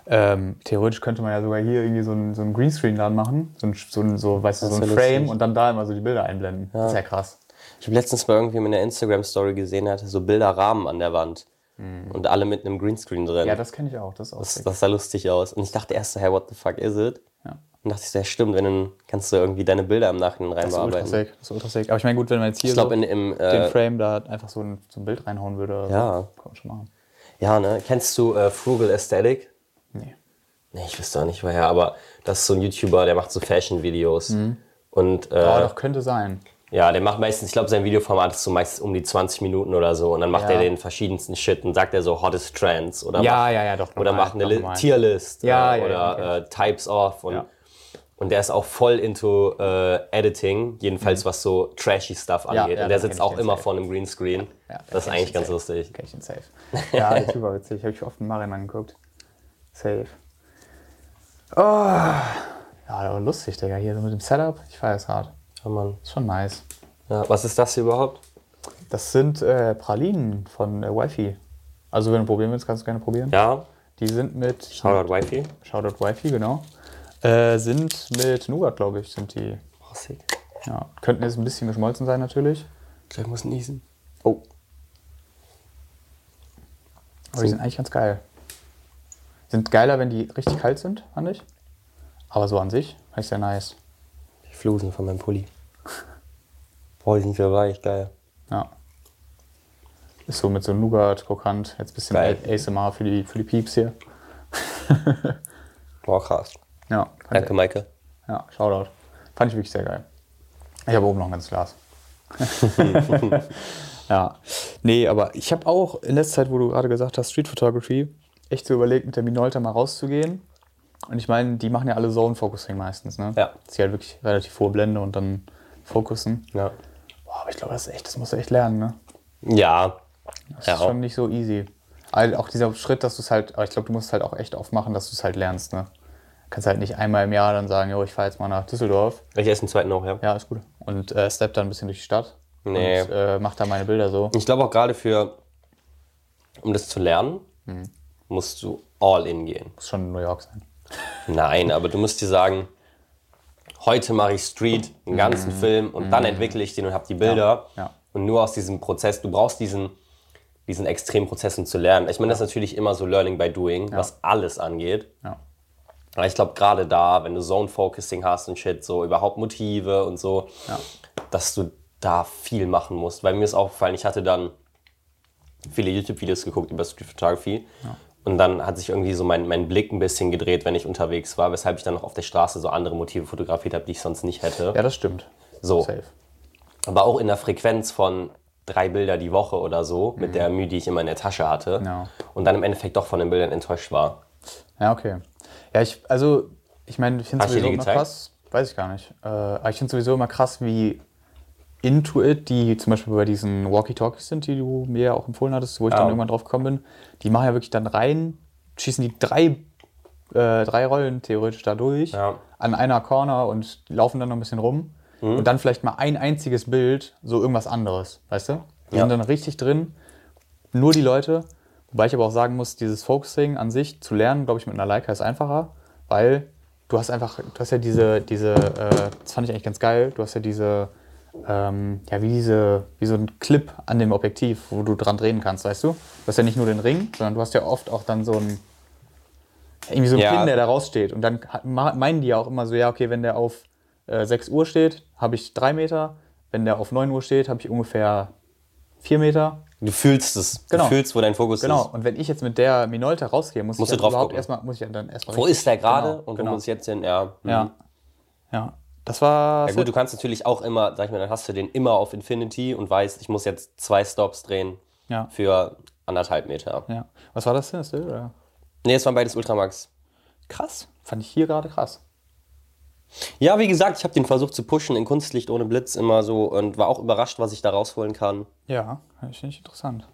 S2: Ähm, theoretisch könnte man ja sogar hier irgendwie so einen, so einen Greenscreen dann machen. So ein, so ein, so, weißt du, so
S1: Das
S2: ein
S1: wär
S2: Frame
S1: lustig.
S2: und dann da immer so die Bilder einblenden. Das ist ja krass.
S1: Ich habe letztens bei irgendwem in der Instagram-Story gesehen, der hatte so Bilderrahmen an der Wand. Und alle mit einem Greenscreen drin.
S2: Mhm. Ja, das kenne ich auch. Das ist auch
S1: das,
S2: sick.
S1: das sah lustig aus. Und ich dachte erst so, hey, what the fuck is it?
S2: Ja.
S1: Und dachte ich so, ja, stimmt, wenn dann kannst du irgendwie deine Bilder im Nachhinein
S2: Das ist ultra
S1: reinbearbeiten.
S2: sick. Das ist ultra sick. Aber ich meine, gut, wenn man jetzt hier
S1: Ich glaube,
S2: so
S1: in im.
S2: den
S1: Äh,
S2: Frame da einfach so ein, so ein Bild reinhauen würde. oder so,
S1: Ja.
S2: Kann man schon machen.
S1: ja, ne? Kennst du äh, Frugal Aesthetic?
S2: Nee.
S1: Nee, ich wüsste auch nicht
S2: Mhm.
S1: woher, aber das ist so ein YouTuber, der macht so Fashion-Videos. Und äh,
S2: Aber doch, könnte sein.
S1: Ja, der macht meistens, ich glaube, sein Videoformat ist so meist um die 20 Minuten oder so. Und dann macht
S2: Ja.
S1: er den verschiedensten Shit und sagt er so Hottest Trends oder
S2: Ja,
S1: macht,
S2: ja, ja, doch.
S1: oder
S2: normal,
S1: macht eine
S2: doch
S1: Li-
S2: normal.
S1: Tierlist
S2: Ja,
S1: äh,
S2: ja,
S1: oder
S2: ja,
S1: äh, Types of. Und,
S2: Ja.
S1: und der ist auch voll into äh, Editing, jedenfalls was so trashy Stuff
S2: Mhm. ja,
S1: angeht.
S2: dann
S1: und der
S2: kenn ich
S1: sitzt auch
S2: den
S1: immer
S2: safe.
S1: vor einem Greenscreen.
S2: Ja, dann
S1: das ist
S2: kenn ich
S1: eigentlich
S2: den
S1: ganz lustig.
S2: Okay, ich bin safe. Ja, der Typ war witzig. Habe ich oft mit Marian angeguckt. Safe. Oh. Ja, aber lustig, Digga. Hier so mit dem Setup. Ich feiere es hart.
S1: Oh Mann.
S2: Ist schon nice.
S1: Ja, was ist das hier überhaupt?
S2: Das sind äh, Pralinen von äh, Wifi. Also, wenn du probieren willst, kannst du gerne probieren.
S1: Ja,
S2: Die sind mit.
S1: Shoutout Wifi.
S2: Shoutout Wifi, genau. Äh, sind mit Nougat, glaube ich, sind die.
S1: Oh, sick.
S2: Ja, könnten jetzt ein bisschen geschmolzen sein, natürlich.
S1: Gleich muss niesen.
S2: Oh. Aber die sind eigentlich ganz geil. Sind geiler, wenn die richtig kalt sind, fand ich. Aber so an sich fand ich sehr nice.
S1: Die Flusen von meinem Pulli. Boah, die sind wieder weich, geil.
S2: Ja. Ist so mit so Nougat, krokant. Jetzt ein bisschen
S1: Geil.
S2: A- ASMR für die, für die Pieps hier.
S1: Boah, krass.
S2: Ja, fand
S1: Danke, Maike.
S2: Ich, ja, Shoutout. Fand ich wirklich sehr geil. Ich habe oben noch ein ganzes Glas. ja. Nee, aber ich habe auch in letzter Zeit, wo du gerade gesagt hast, Street Photography, echt so überlegt, mit der Minolta mal rauszugehen. Und ich meine, die machen ja alle Zone-Focusing meistens, ne?
S1: Ja.
S2: Dass sie halt wirklich relativ hohe Blende und dann fokussen.
S1: Ja.
S2: Boah, aber ich glaube, das ist echt, das musst du echt lernen, ne?
S1: Ja.
S2: Das
S1: Ja,
S2: ist schon nicht so easy. Also auch dieser Schritt, dass du es halt, aber ich glaube, du musst es halt auch echt oft machen, dass du es halt lernst, ne? Kannst halt nicht einmal im Jahr dann sagen, jo, ich fahre jetzt mal nach Düsseldorf.
S1: ich esse einen zweiten auch, ja.
S2: Ja, ist gut. Und äh, step dann ein bisschen durch die Stadt.
S1: Nee.
S2: Und äh, mach da meine Bilder so.
S1: Ich glaube auch gerade für, um das zu lernen, Mhm. musst du all in gehen.
S2: Muss schon in New York sein.
S1: Nein, aber du musst dir sagen, heute mache ich Street, einen ganzen Film und dann entwickle ich den und habe die Bilder.
S2: Mhm. Ja, ja.
S1: Und nur aus diesem Prozess, du brauchst diesen, diesen extremen Prozess, um zu lernen. Ich meine, das ist natürlich immer so Learning by Doing, was alles angeht.
S2: Ja.
S1: Aber ich glaube, gerade da, wenn du Zone-Focusing hast und shit, so überhaupt Motive und so,
S2: Ja.
S1: dass du da viel machen musst. Weil mir ist aufgefallen, ich hatte dann viele YouTube-Videos geguckt über Street Photography. Und dann hat sich irgendwie so mein, mein Blick ein bisschen gedreht, wenn ich unterwegs war, weshalb ich dann noch auf der Straße so andere Motive fotografiert habe, die ich sonst nicht hätte.
S2: Ja, das stimmt.
S1: so.
S2: Safe.
S1: Aber auch in der Frequenz von drei Bilder die Woche oder so, mit der Mühe, die ich immer in der Tasche hatte.
S2: Mhm. Ja.
S1: Und dann im Endeffekt doch von den Bildern enttäuscht war.
S2: Ja, okay. Ja, ich, also, ich meine, ich finde
S1: Hast du
S2: sowieso
S1: die
S2: immer
S1: gezeigt?
S2: krass, weiß ich gar nicht. Äh, aber ich finde sowieso immer krass, wie Intuit, die zum Beispiel bei diesen Walkie-Talkies sind, die du mir ja auch empfohlen hattest, wo ich dann irgendwann drauf gekommen bin, die machen ja wirklich dann rein, schießen die drei, äh, drei Rollen theoretisch da durch,
S1: Ja. Mhm.
S2: an einer Corner und laufen dann noch ein bisschen rum. Und dann vielleicht mal ein einziges Bild, so irgendwas anderes, weißt du? Die
S1: Ja.
S2: sind dann richtig drin nur die Leute. Wobei ich aber auch sagen muss, dieses Focusing an sich zu lernen, glaube ich, mit einer Leica ist einfacher, weil du hast einfach, du hast ja diese, diese, äh, das fand ich eigentlich ganz geil, du hast ja diese, ähm, ja, wie diese, wie so ein Clip an dem Objektiv, wo du dran drehen kannst, weißt du? Du hast ja nicht nur den Ring, sondern du hast ja oft auch dann so ein, irgendwie so ein
S1: Ja.
S2: Pin, der da raussteht. Und dann ha- ma- meinen die ja auch immer so, ja, okay, wenn der auf äh, 6 Uhr steht, habe ich 3 Meter, wenn der auf 9 Uhr steht, habe ich ungefähr 4 Meter
S1: Du fühlst es.
S2: Genau.
S1: Du fühlst, wo dein Fokus
S2: Genau,
S1: ist.
S2: und wenn ich jetzt mit der Minolta rausgehe, muss
S1: Musst
S2: ich
S1: du
S2: dann
S1: drauf
S2: überhaupt
S1: gucken.
S2: erstmal, muss ich dann erstmal
S1: Wo
S2: richtig-
S1: ist der gerade
S2: Genau,
S1: und
S2: genau.
S1: wo muss jetzt hin? Ja. Mhm.
S2: Ja. Ja. Das war.
S1: Ja gut, du kannst natürlich auch immer, sag ich mal, dann hast du den immer auf Infinity und weißt, ich muss jetzt zwei Stops drehen
S2: Ja.
S1: für anderthalb Meter.
S2: ja. Was war das denn? Das Bild, oder?
S1: Nee, es waren beides Ultramax.
S2: Krass. Fand ich hier gerade krass.
S1: Ja, wie gesagt, ich habe den versucht zu pushen in Kunstlicht ohne Blitz immer so und war auch überrascht, was ich da rausholen kann.
S2: Ja, finde ich interessant.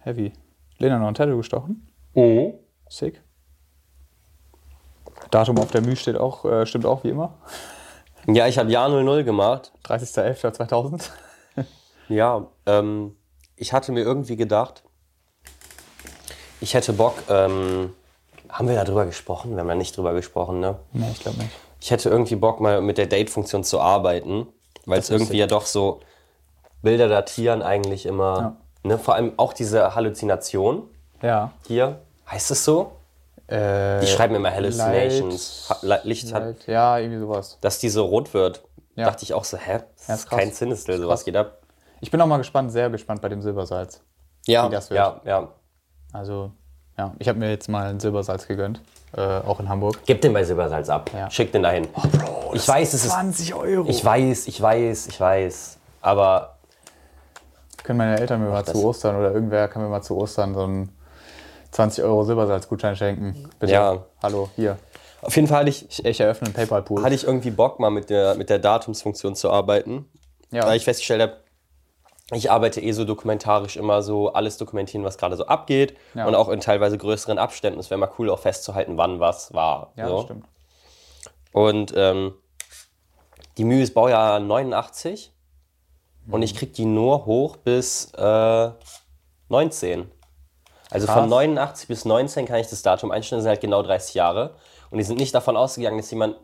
S2: Heavy. Lena noch ein Tattoo gestochen. Oh.
S1: Mhm.
S2: Sick. Datum auf der Mühe steht auch, äh, stimmt auch wie immer.
S1: Ja, ich habe Jahr 00 gemacht.
S2: 30.11.2000.
S1: Ja, ähm, ich hatte mir irgendwie gedacht, ich hätte Bock, ähm, haben wir darüber gesprochen? Wir haben da nicht drüber gesprochen, ne?
S2: nee, ich glaube nicht.
S1: ich hätte irgendwie Bock, mal mit der Date-Funktion zu arbeiten, weil es irgendwie ja doch so Bilder datieren eigentlich immer. Ne? Vor allem auch diese Halluzination
S2: Ja.
S1: hier. Heißt es so?
S2: Äh,
S1: Die schreiben immer Hallucinations.
S2: Light-
S1: Ha- Li- Licht hat,
S2: Halt, ja, irgendwie sowas.
S1: dass die so rot wird.
S2: Ja.
S1: Dachte ich auch so, hä? Das
S2: Ja, ist
S1: ist
S2: krass.
S1: kein Zinnestel, sowas geht ab.
S2: Ich bin auch mal gespannt, sehr gespannt bei dem Silbersalz.
S1: Ja,
S2: das wird.
S1: ja, ja.
S2: Also, ja, ich habe mir jetzt mal ein Silbersalz gegönnt, äh, auch in Hamburg.
S1: Gib den bei Silbersalz ab.
S2: Ja. Oh,
S1: Schick den dahin.
S2: Bro, Euro.
S1: Ich weiß, es ist-
S2: 20 Euro.
S1: Ich weiß, ich weiß, ich weiß. Aber
S2: Können meine Eltern mir mal
S1: das.
S2: zu Ostern oder irgendwer kann mir mal zu Ostern so einen 20 Euro Silbersalzgutschein schenken. Bitte.
S1: Ja.
S2: Hallo, hier.
S1: auf jeden Fall hatte ich,
S2: Ich eröffne einen PayPal-Pool.
S1: hatte ich irgendwie Bock, mal mit der, mit der Datumsfunktion zu arbeiten.
S2: Ja.
S1: Weil ich festgestellt habe, ich arbeite eh so dokumentarisch immer so alles dokumentieren, was gerade so abgeht.
S2: Ja.
S1: Und auch in teilweise größeren Abständen. Es wäre mal cool, auch festzuhalten, wann was war.
S2: Ja,
S1: so.
S2: das stimmt.
S1: Und ähm, die Mühe ist Baujahr 89. Und
S2: Mhm.
S1: ich krieg die nur hoch bis äh, 19. Also
S2: Krass.
S1: von 89 bis 19 kann ich das Datum einstellen, das sind halt genau 30 Jahre. Und die sind nicht davon ausgegangen, dass jemand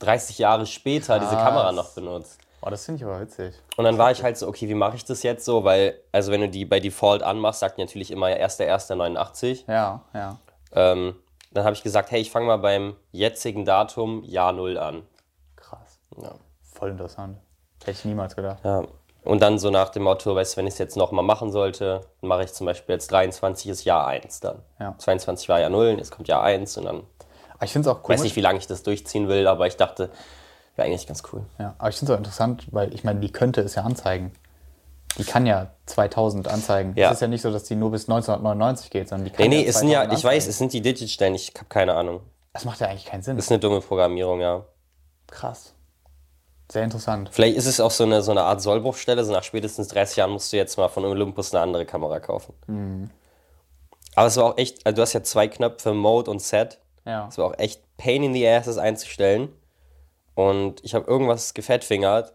S1: 30 Jahre später diese
S2: Krass.
S1: Kamera noch benutzt.
S2: Oh, das finde ich aber witzig.
S1: Und dann war ich halt so, okay, wie mache ich das jetzt so? Weil, also wenn du die bei Default anmachst, sagt die natürlich immer 1.1.89.
S2: Ja, ja.
S1: Ähm, dann habe ich gesagt, hey, ich fange mal beim jetzigen Datum Jahr 0 an.
S2: Krass.
S1: Ja.
S2: Voll interessant. Hätte ich niemals gedacht.
S1: Ja. Und dann so nach dem Motto, weißt du, wenn ich es jetzt nochmal machen sollte, dann mache ich zum Beispiel jetzt 23 ist Jahr 1 dann.
S2: Ja.
S1: 22 war Jahr 0, jetzt kommt Jahr 1 und dann
S2: Aber ich finde es auch
S1: weiß
S2: komisch.
S1: nicht, wie lange ich das durchziehen will, aber ich dachte, wäre eigentlich ganz cool.
S2: ja, aber ich finde es auch interessant, weil ich meine, die könnte es ja anzeigen. Die kann ja 2000 anzeigen.
S1: Ja.
S2: Es ist ja nicht so, dass die nur bis 1999 geht, sondern die kann
S1: Nee, nee, es sind ja,
S2: 2000
S1: ich weiß,
S2: anzeigen.
S1: es sind die Digitstellen, ich habe keine Ahnung.
S2: Das macht ja eigentlich keinen Sinn.
S1: Ist eine dumme Programmierung, ja.
S2: Krass. Sehr interessant.
S1: Vielleicht ist es auch so eine, so eine Art Sollbruchstelle, so nach spätestens 30 Jahren musst du jetzt mal von Olympus eine andere Kamera kaufen. Aber es war auch echt, also du hast ja zwei Knöpfe, Mode und Set.
S2: Ja.
S1: Es war auch echt Pain in the Ass, das einzustellen. Und ich habe irgendwas gefettfingert.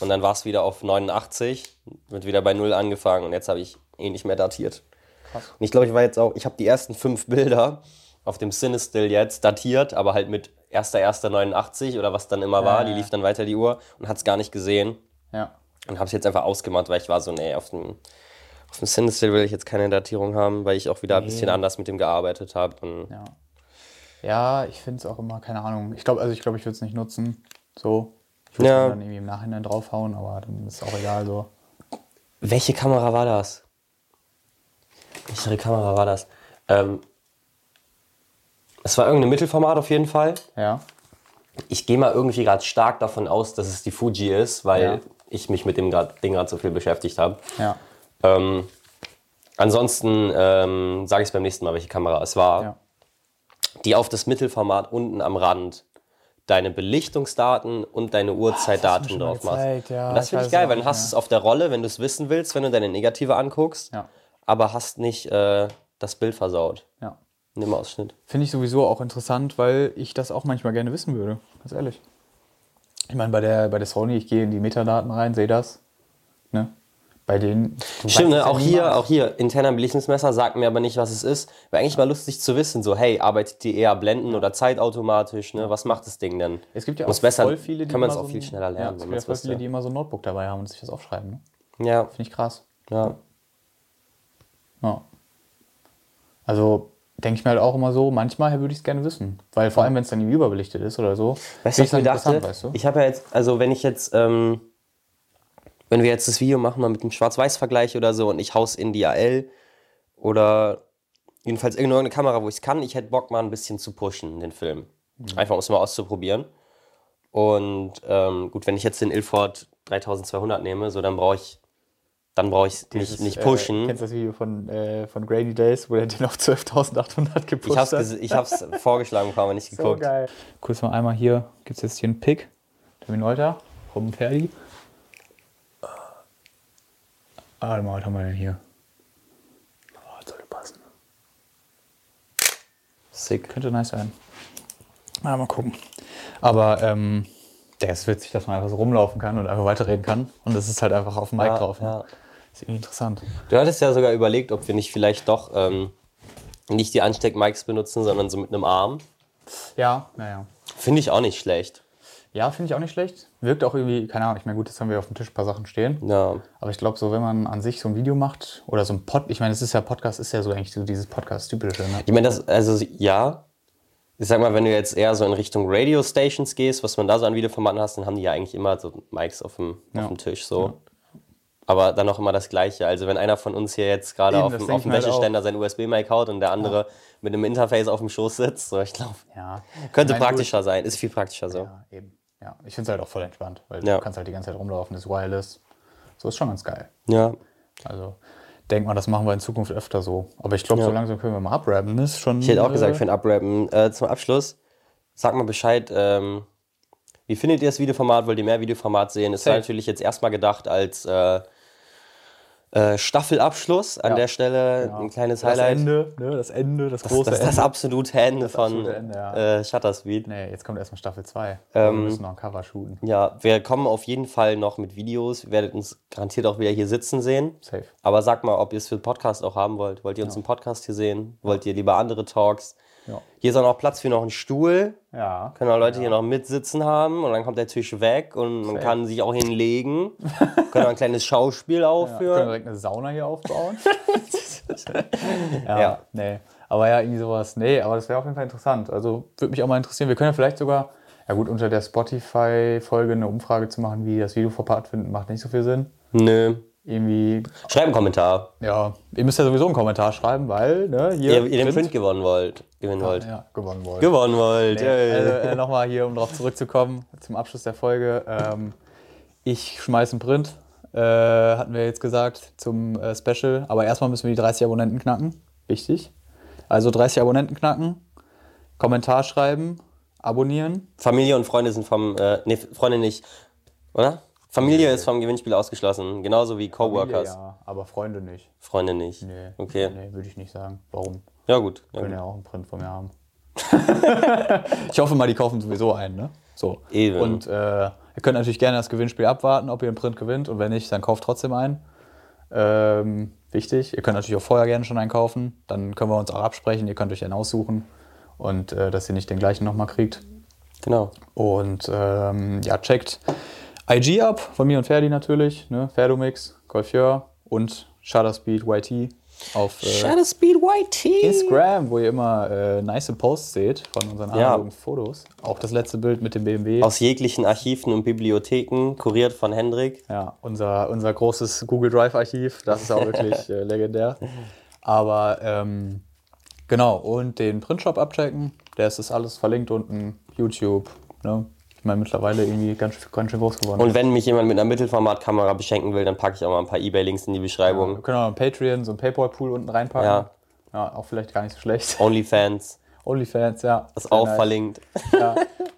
S1: Und dann war es wieder auf 89, wird wieder bei 0 angefangen. Und jetzt habe ich eh nicht mehr datiert.
S2: Krass.
S1: Und ich glaube, ich war jetzt auch, ich habe die ersten fünf Bilder auf dem Cinestill jetzt datiert, aber halt mit 1.1.89 oder was dann immer war. Die
S2: ja.
S1: lief dann weiter die Uhr und hat es gar nicht gesehen.
S2: Ja.
S1: Und habe es jetzt einfach ausgemacht, weil ich war so, nee, auf dem, auf dem Cinestill will ich jetzt keine Datierung haben, weil ich auch wieder ein bisschen anders mit dem gearbeitet habe. Und
S2: Ja. Ja, ich finde es auch immer, keine Ahnung. Ich glaube, also ich glaube, ich würde es nicht nutzen. So. Ich würde
S1: Ja.
S2: dann irgendwie im Nachhinein draufhauen, aber dann ist es auch egal so.
S1: Welche Kamera war das? Welche Kamera war das? Ähm, es war irgendein Mittelformat auf jeden Fall.
S2: Ja.
S1: Ich gehe mal irgendwie gerade stark davon aus, dass es die Fuji ist, weil
S2: Ja.
S1: ich mich mit dem grad, Ding gerade so viel beschäftigt habe.
S2: Ja.
S1: Ähm, ansonsten ähm, sage ich es beim nächsten Mal, welche Kamera es war.
S2: Ja.
S1: Die auf das Mittelformat unten am Rand deine Belichtungsdaten und deine Uhrzeitdaten
S2: schon mal
S1: drauf machst.
S2: gezeigt, ja,
S1: und das
S2: ich
S1: finde
S2: weiß
S1: ich
S2: es
S1: geil,
S2: auch
S1: weil
S2: nicht
S1: dann hast du es auf der Rolle, wenn du es wissen willst, wenn du deine Negative anguckst,
S2: Ja.
S1: aber hast nicht äh, das Bild versaut
S2: Ja.
S1: in dem Ausschnitt.
S2: Finde ich sowieso auch interessant, weil ich das auch manchmal gerne wissen würde. Ganz ehrlich. Ich meine, bei der, bei der Sony, ich gehe in die Metadaten rein, sehe das. Ne? Bei denen. du weißt
S1: Stimmt,
S2: es
S1: ne?
S2: ja
S1: auch hier,
S2: niemals.
S1: auch hier, interner Belichtungsmesser sagt mir aber nicht, was es ist. Wäre eigentlich mal lustig zu wissen, so, hey, arbeitet die eher blenden oder zeitautomatisch, ne? Was macht das Ding denn?
S2: Es gibt ja
S1: Muss
S2: auch
S1: besser-
S2: voll viele, die
S1: kann man
S2: immer
S1: es auch
S2: so
S1: viel
S2: ein-
S1: schneller lernen,
S2: Ja, es
S1: wenn
S2: gibt ja
S1: man's
S2: voll
S1: wüsste.
S2: viele, die immer so ein Notebook dabei haben und sich das aufschreiben. Ne?
S1: Ja,
S2: Finde ich krass.
S1: ja.
S2: Ja. Also denke ich mir halt auch immer so, manchmal würde ich es gerne wissen. Weil vor allem, wenn es dann irgendwie überbelichtet ist oder so,
S1: Weißt du, was
S2: find's
S1: ich mir
S2: dann
S1: dachte?
S2: interessant, weißt du?
S1: Ich habe ja jetzt, also wenn ich jetzt, ähm, wenn wir jetzt das Video machen, mal mit einem Schwarz-Weiß-Vergleich oder so und ich haus in die AL oder jedenfalls irgendeine Kamera, wo ich es kann, ich hätte Bock mal ein bisschen zu pushen, den Film.
S2: Mhm.
S1: Einfach um es mal auszuprobieren. Und ähm, gut, wenn ich jetzt den Ilford 3200 nehme, so dann brauche ich, dann brauche ich nicht,
S2: Dieses,
S1: nicht
S2: Äh,
S1: pushen.
S2: kennst du das Video von, äh, von Grainy Days, wo er den auf 12.800
S1: ich
S2: gepusht
S1: habe
S2: hat?
S1: es ich hab's vorgeschlagen, bekommen, aber nicht
S2: So
S1: geguckt.
S2: geil. Kurz mal einmal hier, gibt es jetzt hier einen Pick. Der Minolta, Robben Ferdi. Ah, warte mal, was haben wir denn hier? Oh, das sollte passen.
S1: Sick.
S2: Könnte nice sein. Na, mal gucken. Aber ähm, der ist witzig, dass man einfach so rumlaufen kann und einfach weiterreden kann. Und das ist halt einfach auf dem Mic
S1: Ja,
S2: drauf. Ne?
S1: ja.
S2: Ist irgendwie interessant.
S1: Du hattest ja sogar überlegt, ob wir nicht vielleicht doch ähm, nicht die Ansteck-Mics benutzen, sondern so mit einem Arm.
S2: Ja, naja.
S1: Finde ich auch nicht schlecht.
S2: Ja, finde ich auch nicht schlecht. Wirkt auch irgendwie, keine Ahnung, ich meine, gut, jetzt haben wir auf dem Tisch ein paar Sachen stehen.
S1: Ja.
S2: Aber ich glaube, so, wenn man an sich so ein Video macht oder so ein Pod, ich meine, es ist ja Podcast, ist ja so eigentlich so dieses Podcast-typische. Ne?
S1: Ich meine, das, also ja. Ich sag mal, wenn du jetzt eher so in Richtung Radio-Stations gehst, was man da so an Videoformaten hast, dann haben die ja eigentlich immer so Mics auf dem,
S2: Ja.
S1: auf dem Tisch so. Aber dann auch immer das Gleiche. Also wenn einer von uns hier jetzt gerade
S2: Eben,
S1: auf
S2: das
S1: dem,
S2: denk
S1: auf dem
S2: ich mir halt
S1: Wäscheständer sein USB-Mic haut und der andere mit einem Interface auf dem Schoß sitzt, so ich glaube,
S2: Ja.
S1: könnte
S2: Ich meine, gut,
S1: praktischer sein. Ist viel praktischer so.
S2: Ja, eben. Ja, ich finde es halt auch voll entspannt, weil
S1: Ja.
S2: du kannst halt die ganze Zeit rumlaufen, ist wireless. So ist schon ganz geil.
S1: Ja.
S2: Also denk mal, das machen wir in Zukunft öfter so. Aber ich glaube, so langsam können wir mal abrappen. Das ist schon.
S1: Ich hätte auch gesagt, für ein Abrappen. Äh, zum Abschluss, sag mal Bescheid, ähm, wie findet ihr das Videoformat? Wollt ihr mehr Videoformat sehen? Ist
S2: Safe.
S1: natürlich jetzt erstmal gedacht als äh, äh, Staffelabschluss an
S2: Ja. Genau.
S1: der Stelle. Ein kleines
S2: das
S1: Highlight.
S2: Ende, ne, das Ende, das,
S1: Das,
S2: große
S1: das ist das
S2: Ende.
S1: absolute Ende von
S2: absolute Ende, ja.
S1: äh, Shutterspeed.
S2: Nee, jetzt kommt erstmal Staffel 2.
S1: Ähm,
S2: wir müssen noch ein Cover shooten.
S1: Ja, wir kommen auf jeden Fall noch mit Videos. Ihr werdet uns garantiert auch wieder hier sitzen sehen.
S2: Safe.
S1: Aber sag mal, ob ihr es für den Podcast auch haben wollt. Wollt ihr uns im Podcast hier sehen? Wollt ihr lieber andere Talks?
S2: Ja.
S1: Hier ist auch noch Platz für noch einen Stuhl.
S2: Ja.
S1: Können auch Leute hier noch mitsitzen haben und dann kommt der Tisch weg und man
S2: Safe.
S1: kann sich auch hinlegen. können auch ein kleines Schauspiel
S2: Ja, können wir
S1: aufführen.
S2: direkt eine Sauna hier aufbauen?
S1: Ja.
S2: nee. Aber ja, irgendwie sowas. Nee, aber das wäre auf jeden Fall interessant. Also würde mich auch mal interessieren. Wir können ja vielleicht sogar, ja gut, unter der Spotify-Folge eine Umfrage zu machen, wie das Video verpart finden, macht nicht so viel Sinn.
S1: Nö.
S2: Irgendwie,
S1: Schreibt einen Kommentar,
S2: ja, ihr müsst ja sowieso einen Kommentar schreiben, weil, ne, hier
S1: ihr, ihr den Print gewonnen wollt. Gewinnen wollt.
S2: ja, gewonnen wollt.
S1: Gewonnen wollt.
S2: Nee,
S1: Yay.
S2: also äh, nochmal hier, um darauf zurückzukommen, zum Abschluss der Folge. Ähm, ich schmeiß einen Print, äh, hatten wir jetzt gesagt, zum äh, Special. Aber erstmal müssen wir die 30 Abonnenten knacken. Wichtig. Also 30 Abonnenten knacken, Kommentar schreiben, abonnieren.
S1: Familie und Freunde sind vom. Äh, nee, Freunde nicht. Oder? Familie ist vom Gewinnspiel ausgeschlossen. Genauso wie Coworkers.
S2: Ja, aber Freunde nicht.
S1: Freunde nicht.
S2: Nee,
S1: Okay.
S2: nee Genau. würde ich nicht sagen. Warum?
S1: Ja, gut. Ja,
S2: Können
S1: gut.
S2: ja auch einen Print von mir haben. ich hoffe mal, die kaufen sowieso einen, ne? So.
S1: Eben.
S2: Und äh, ihr könnt natürlich gerne das Gewinnspiel abwarten, ob ihr einen Print gewinnt. Und wenn nicht, dann kauft trotzdem einen. Ähm, wichtig. Ihr könnt natürlich auch vorher gerne schon einen kaufen. Dann können wir uns auch absprechen. Ihr könnt euch einen aussuchen. Und äh, dass ihr nicht den gleichen nochmal kriegt.
S1: Genau.
S2: Und ähm, ja, checkt IG ab, von mir und Ferdi natürlich. Ne? Ferdomix, Golfier und Shutterspeed YT auf äh,
S1: Shadow Speed White Tee.
S2: Instagram, wo ihr immer äh, nice Posts seht von unseren
S1: Ja.
S2: analogen Fotos. Auch das letzte Bild mit dem BMW.
S1: Aus jeglichen Archiven und Bibliotheken, kuriert von Hendrik.
S2: ja, unser, unser großes Google Drive-Archiv. Das ist auch wirklich äh, legendär. Aber ähm, genau, und den Printshop abchecken. Der ist das alles verlinkt unten. YouTube. Ne? Ich meine, mittlerweile irgendwie ganz, schön- ganz schön groß geworden.
S1: Und wenn mich jemand mit einer Mittelformatkamera beschenken will, dann packe ich auch mal ein paar Ebay-Links in die
S2: wir
S1: Beschreibung.
S2: können auch einen Patreon, so einen Paypal-Pool unten reinpacken.
S1: Ja.
S2: Ja. auch vielleicht gar nicht so schlecht.
S1: OnlyFans
S2: OnlyFans, ja.
S1: ist auch
S2: Sehr nice.
S1: verlinkt.
S2: Ja,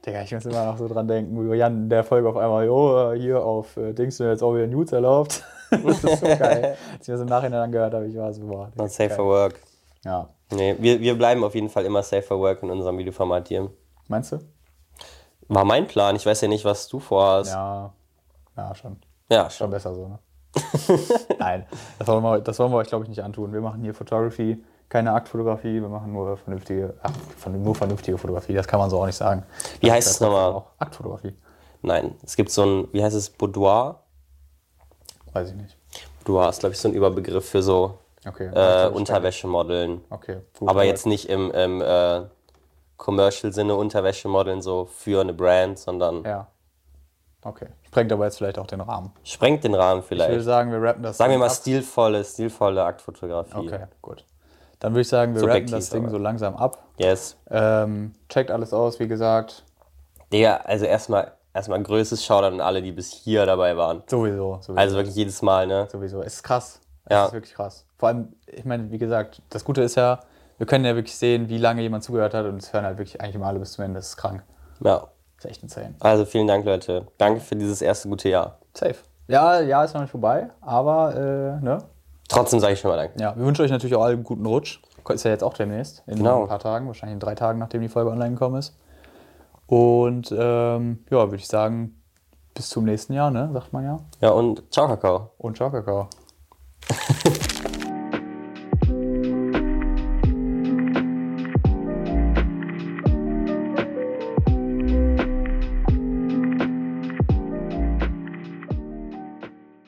S2: Digga, ich muss immer noch so dran denken, wie Jan in der Folge auf einmal, jo, äh, hier auf äh, Dings sind jetzt auch wieder Nudes erlaubt. das ist so geil. Als ich das im Nachhinein angehört habe, ich war so, boah. Digga,
S1: Not safe
S2: geil.
S1: for work.
S2: Ja.
S1: Nee, wir, wir bleiben auf jeden Fall immer safe for work in unserem Videoformat hier.
S2: Meinst du?
S1: War mein Plan. Ich weiß ja nicht, was du vorhast. Ja,
S2: Ja. Ja, schon. Schon
S1: schon.
S2: besser so, ne? Nein, das wollen wir, das wollen wir euch, glaube ich, nicht antun. Wir machen hier Photography, keine Aktfotografie, wir machen nur vernünftige, ach, von- nur vernünftige Fotografie, das kann man so auch nicht sagen.
S1: Wie
S2: Das
S1: heißt
S2: ist
S1: es nochmal?
S2: auch Aktfotografie,
S1: Nein, es gibt so ein, wie heißt es, Boudoir?
S2: weiß ich nicht.
S1: Boudoir ist, glaube ich, so ein Überbegriff für so
S2: Okay.
S1: äh, Unterwäschemodeln.
S2: Okay. gut,
S1: Aber jetzt nicht im, im äh, Commercial-Sinne Unterwäschemodeln, so für eine Brand, sondern
S2: Ja. Okay. Sprengt aber jetzt vielleicht auch den Rahmen.
S1: sprengt den Rahmen
S2: Ich würde
S1: vielleicht.
S2: sagen, wir rappen das.
S1: Sagen wir mal
S2: ab.
S1: stilvolle, stilvolle Aktfotografie.
S2: Okay, gut. Dann würde ich sagen, wir rappen
S1: Subjektiv,
S2: das Ding
S1: aber.
S2: so langsam ab.
S1: Yes.
S2: Ähm, checkt alles aus, wie gesagt.
S1: Digga, also erstmal erstmal ein größtes Shoutout an alle, die bis hier dabei waren.
S2: Sowieso. Sowieso.
S1: Also wirklich jedes Mal, ne?
S2: sowieso. Es ist krass. Es
S1: Ja.
S2: ist wirklich krass. Vor allem, ich meine, wie gesagt, das Gute ist ja, wir können ja wirklich sehen, wie lange jemand zugehört hat und es hören halt wirklich eigentlich immer alle bis zum Ende. Das ist krank.
S1: Ja.
S2: Das ist echt insane.
S1: Also vielen Dank, Leute. Danke für dieses erste gute Jahr.
S2: Safe. Ja, ja, ist noch nicht vorbei, aber äh, ne?
S1: Trotzdem sage ich schon mal Danke.
S2: Ja, wir wünschen euch natürlich auch allen einen guten Rutsch. Ist ja jetzt auch demnächst, in
S1: Genau.
S2: ein paar Tagen, wahrscheinlich in drei Tagen, nachdem die Folge online gekommen ist. Und ähm, ja, würde ich sagen, bis zum nächsten Jahr, ne? Sagt man ja.
S1: Ja, und ciao, Kakao.
S2: Und ciao, Kakao.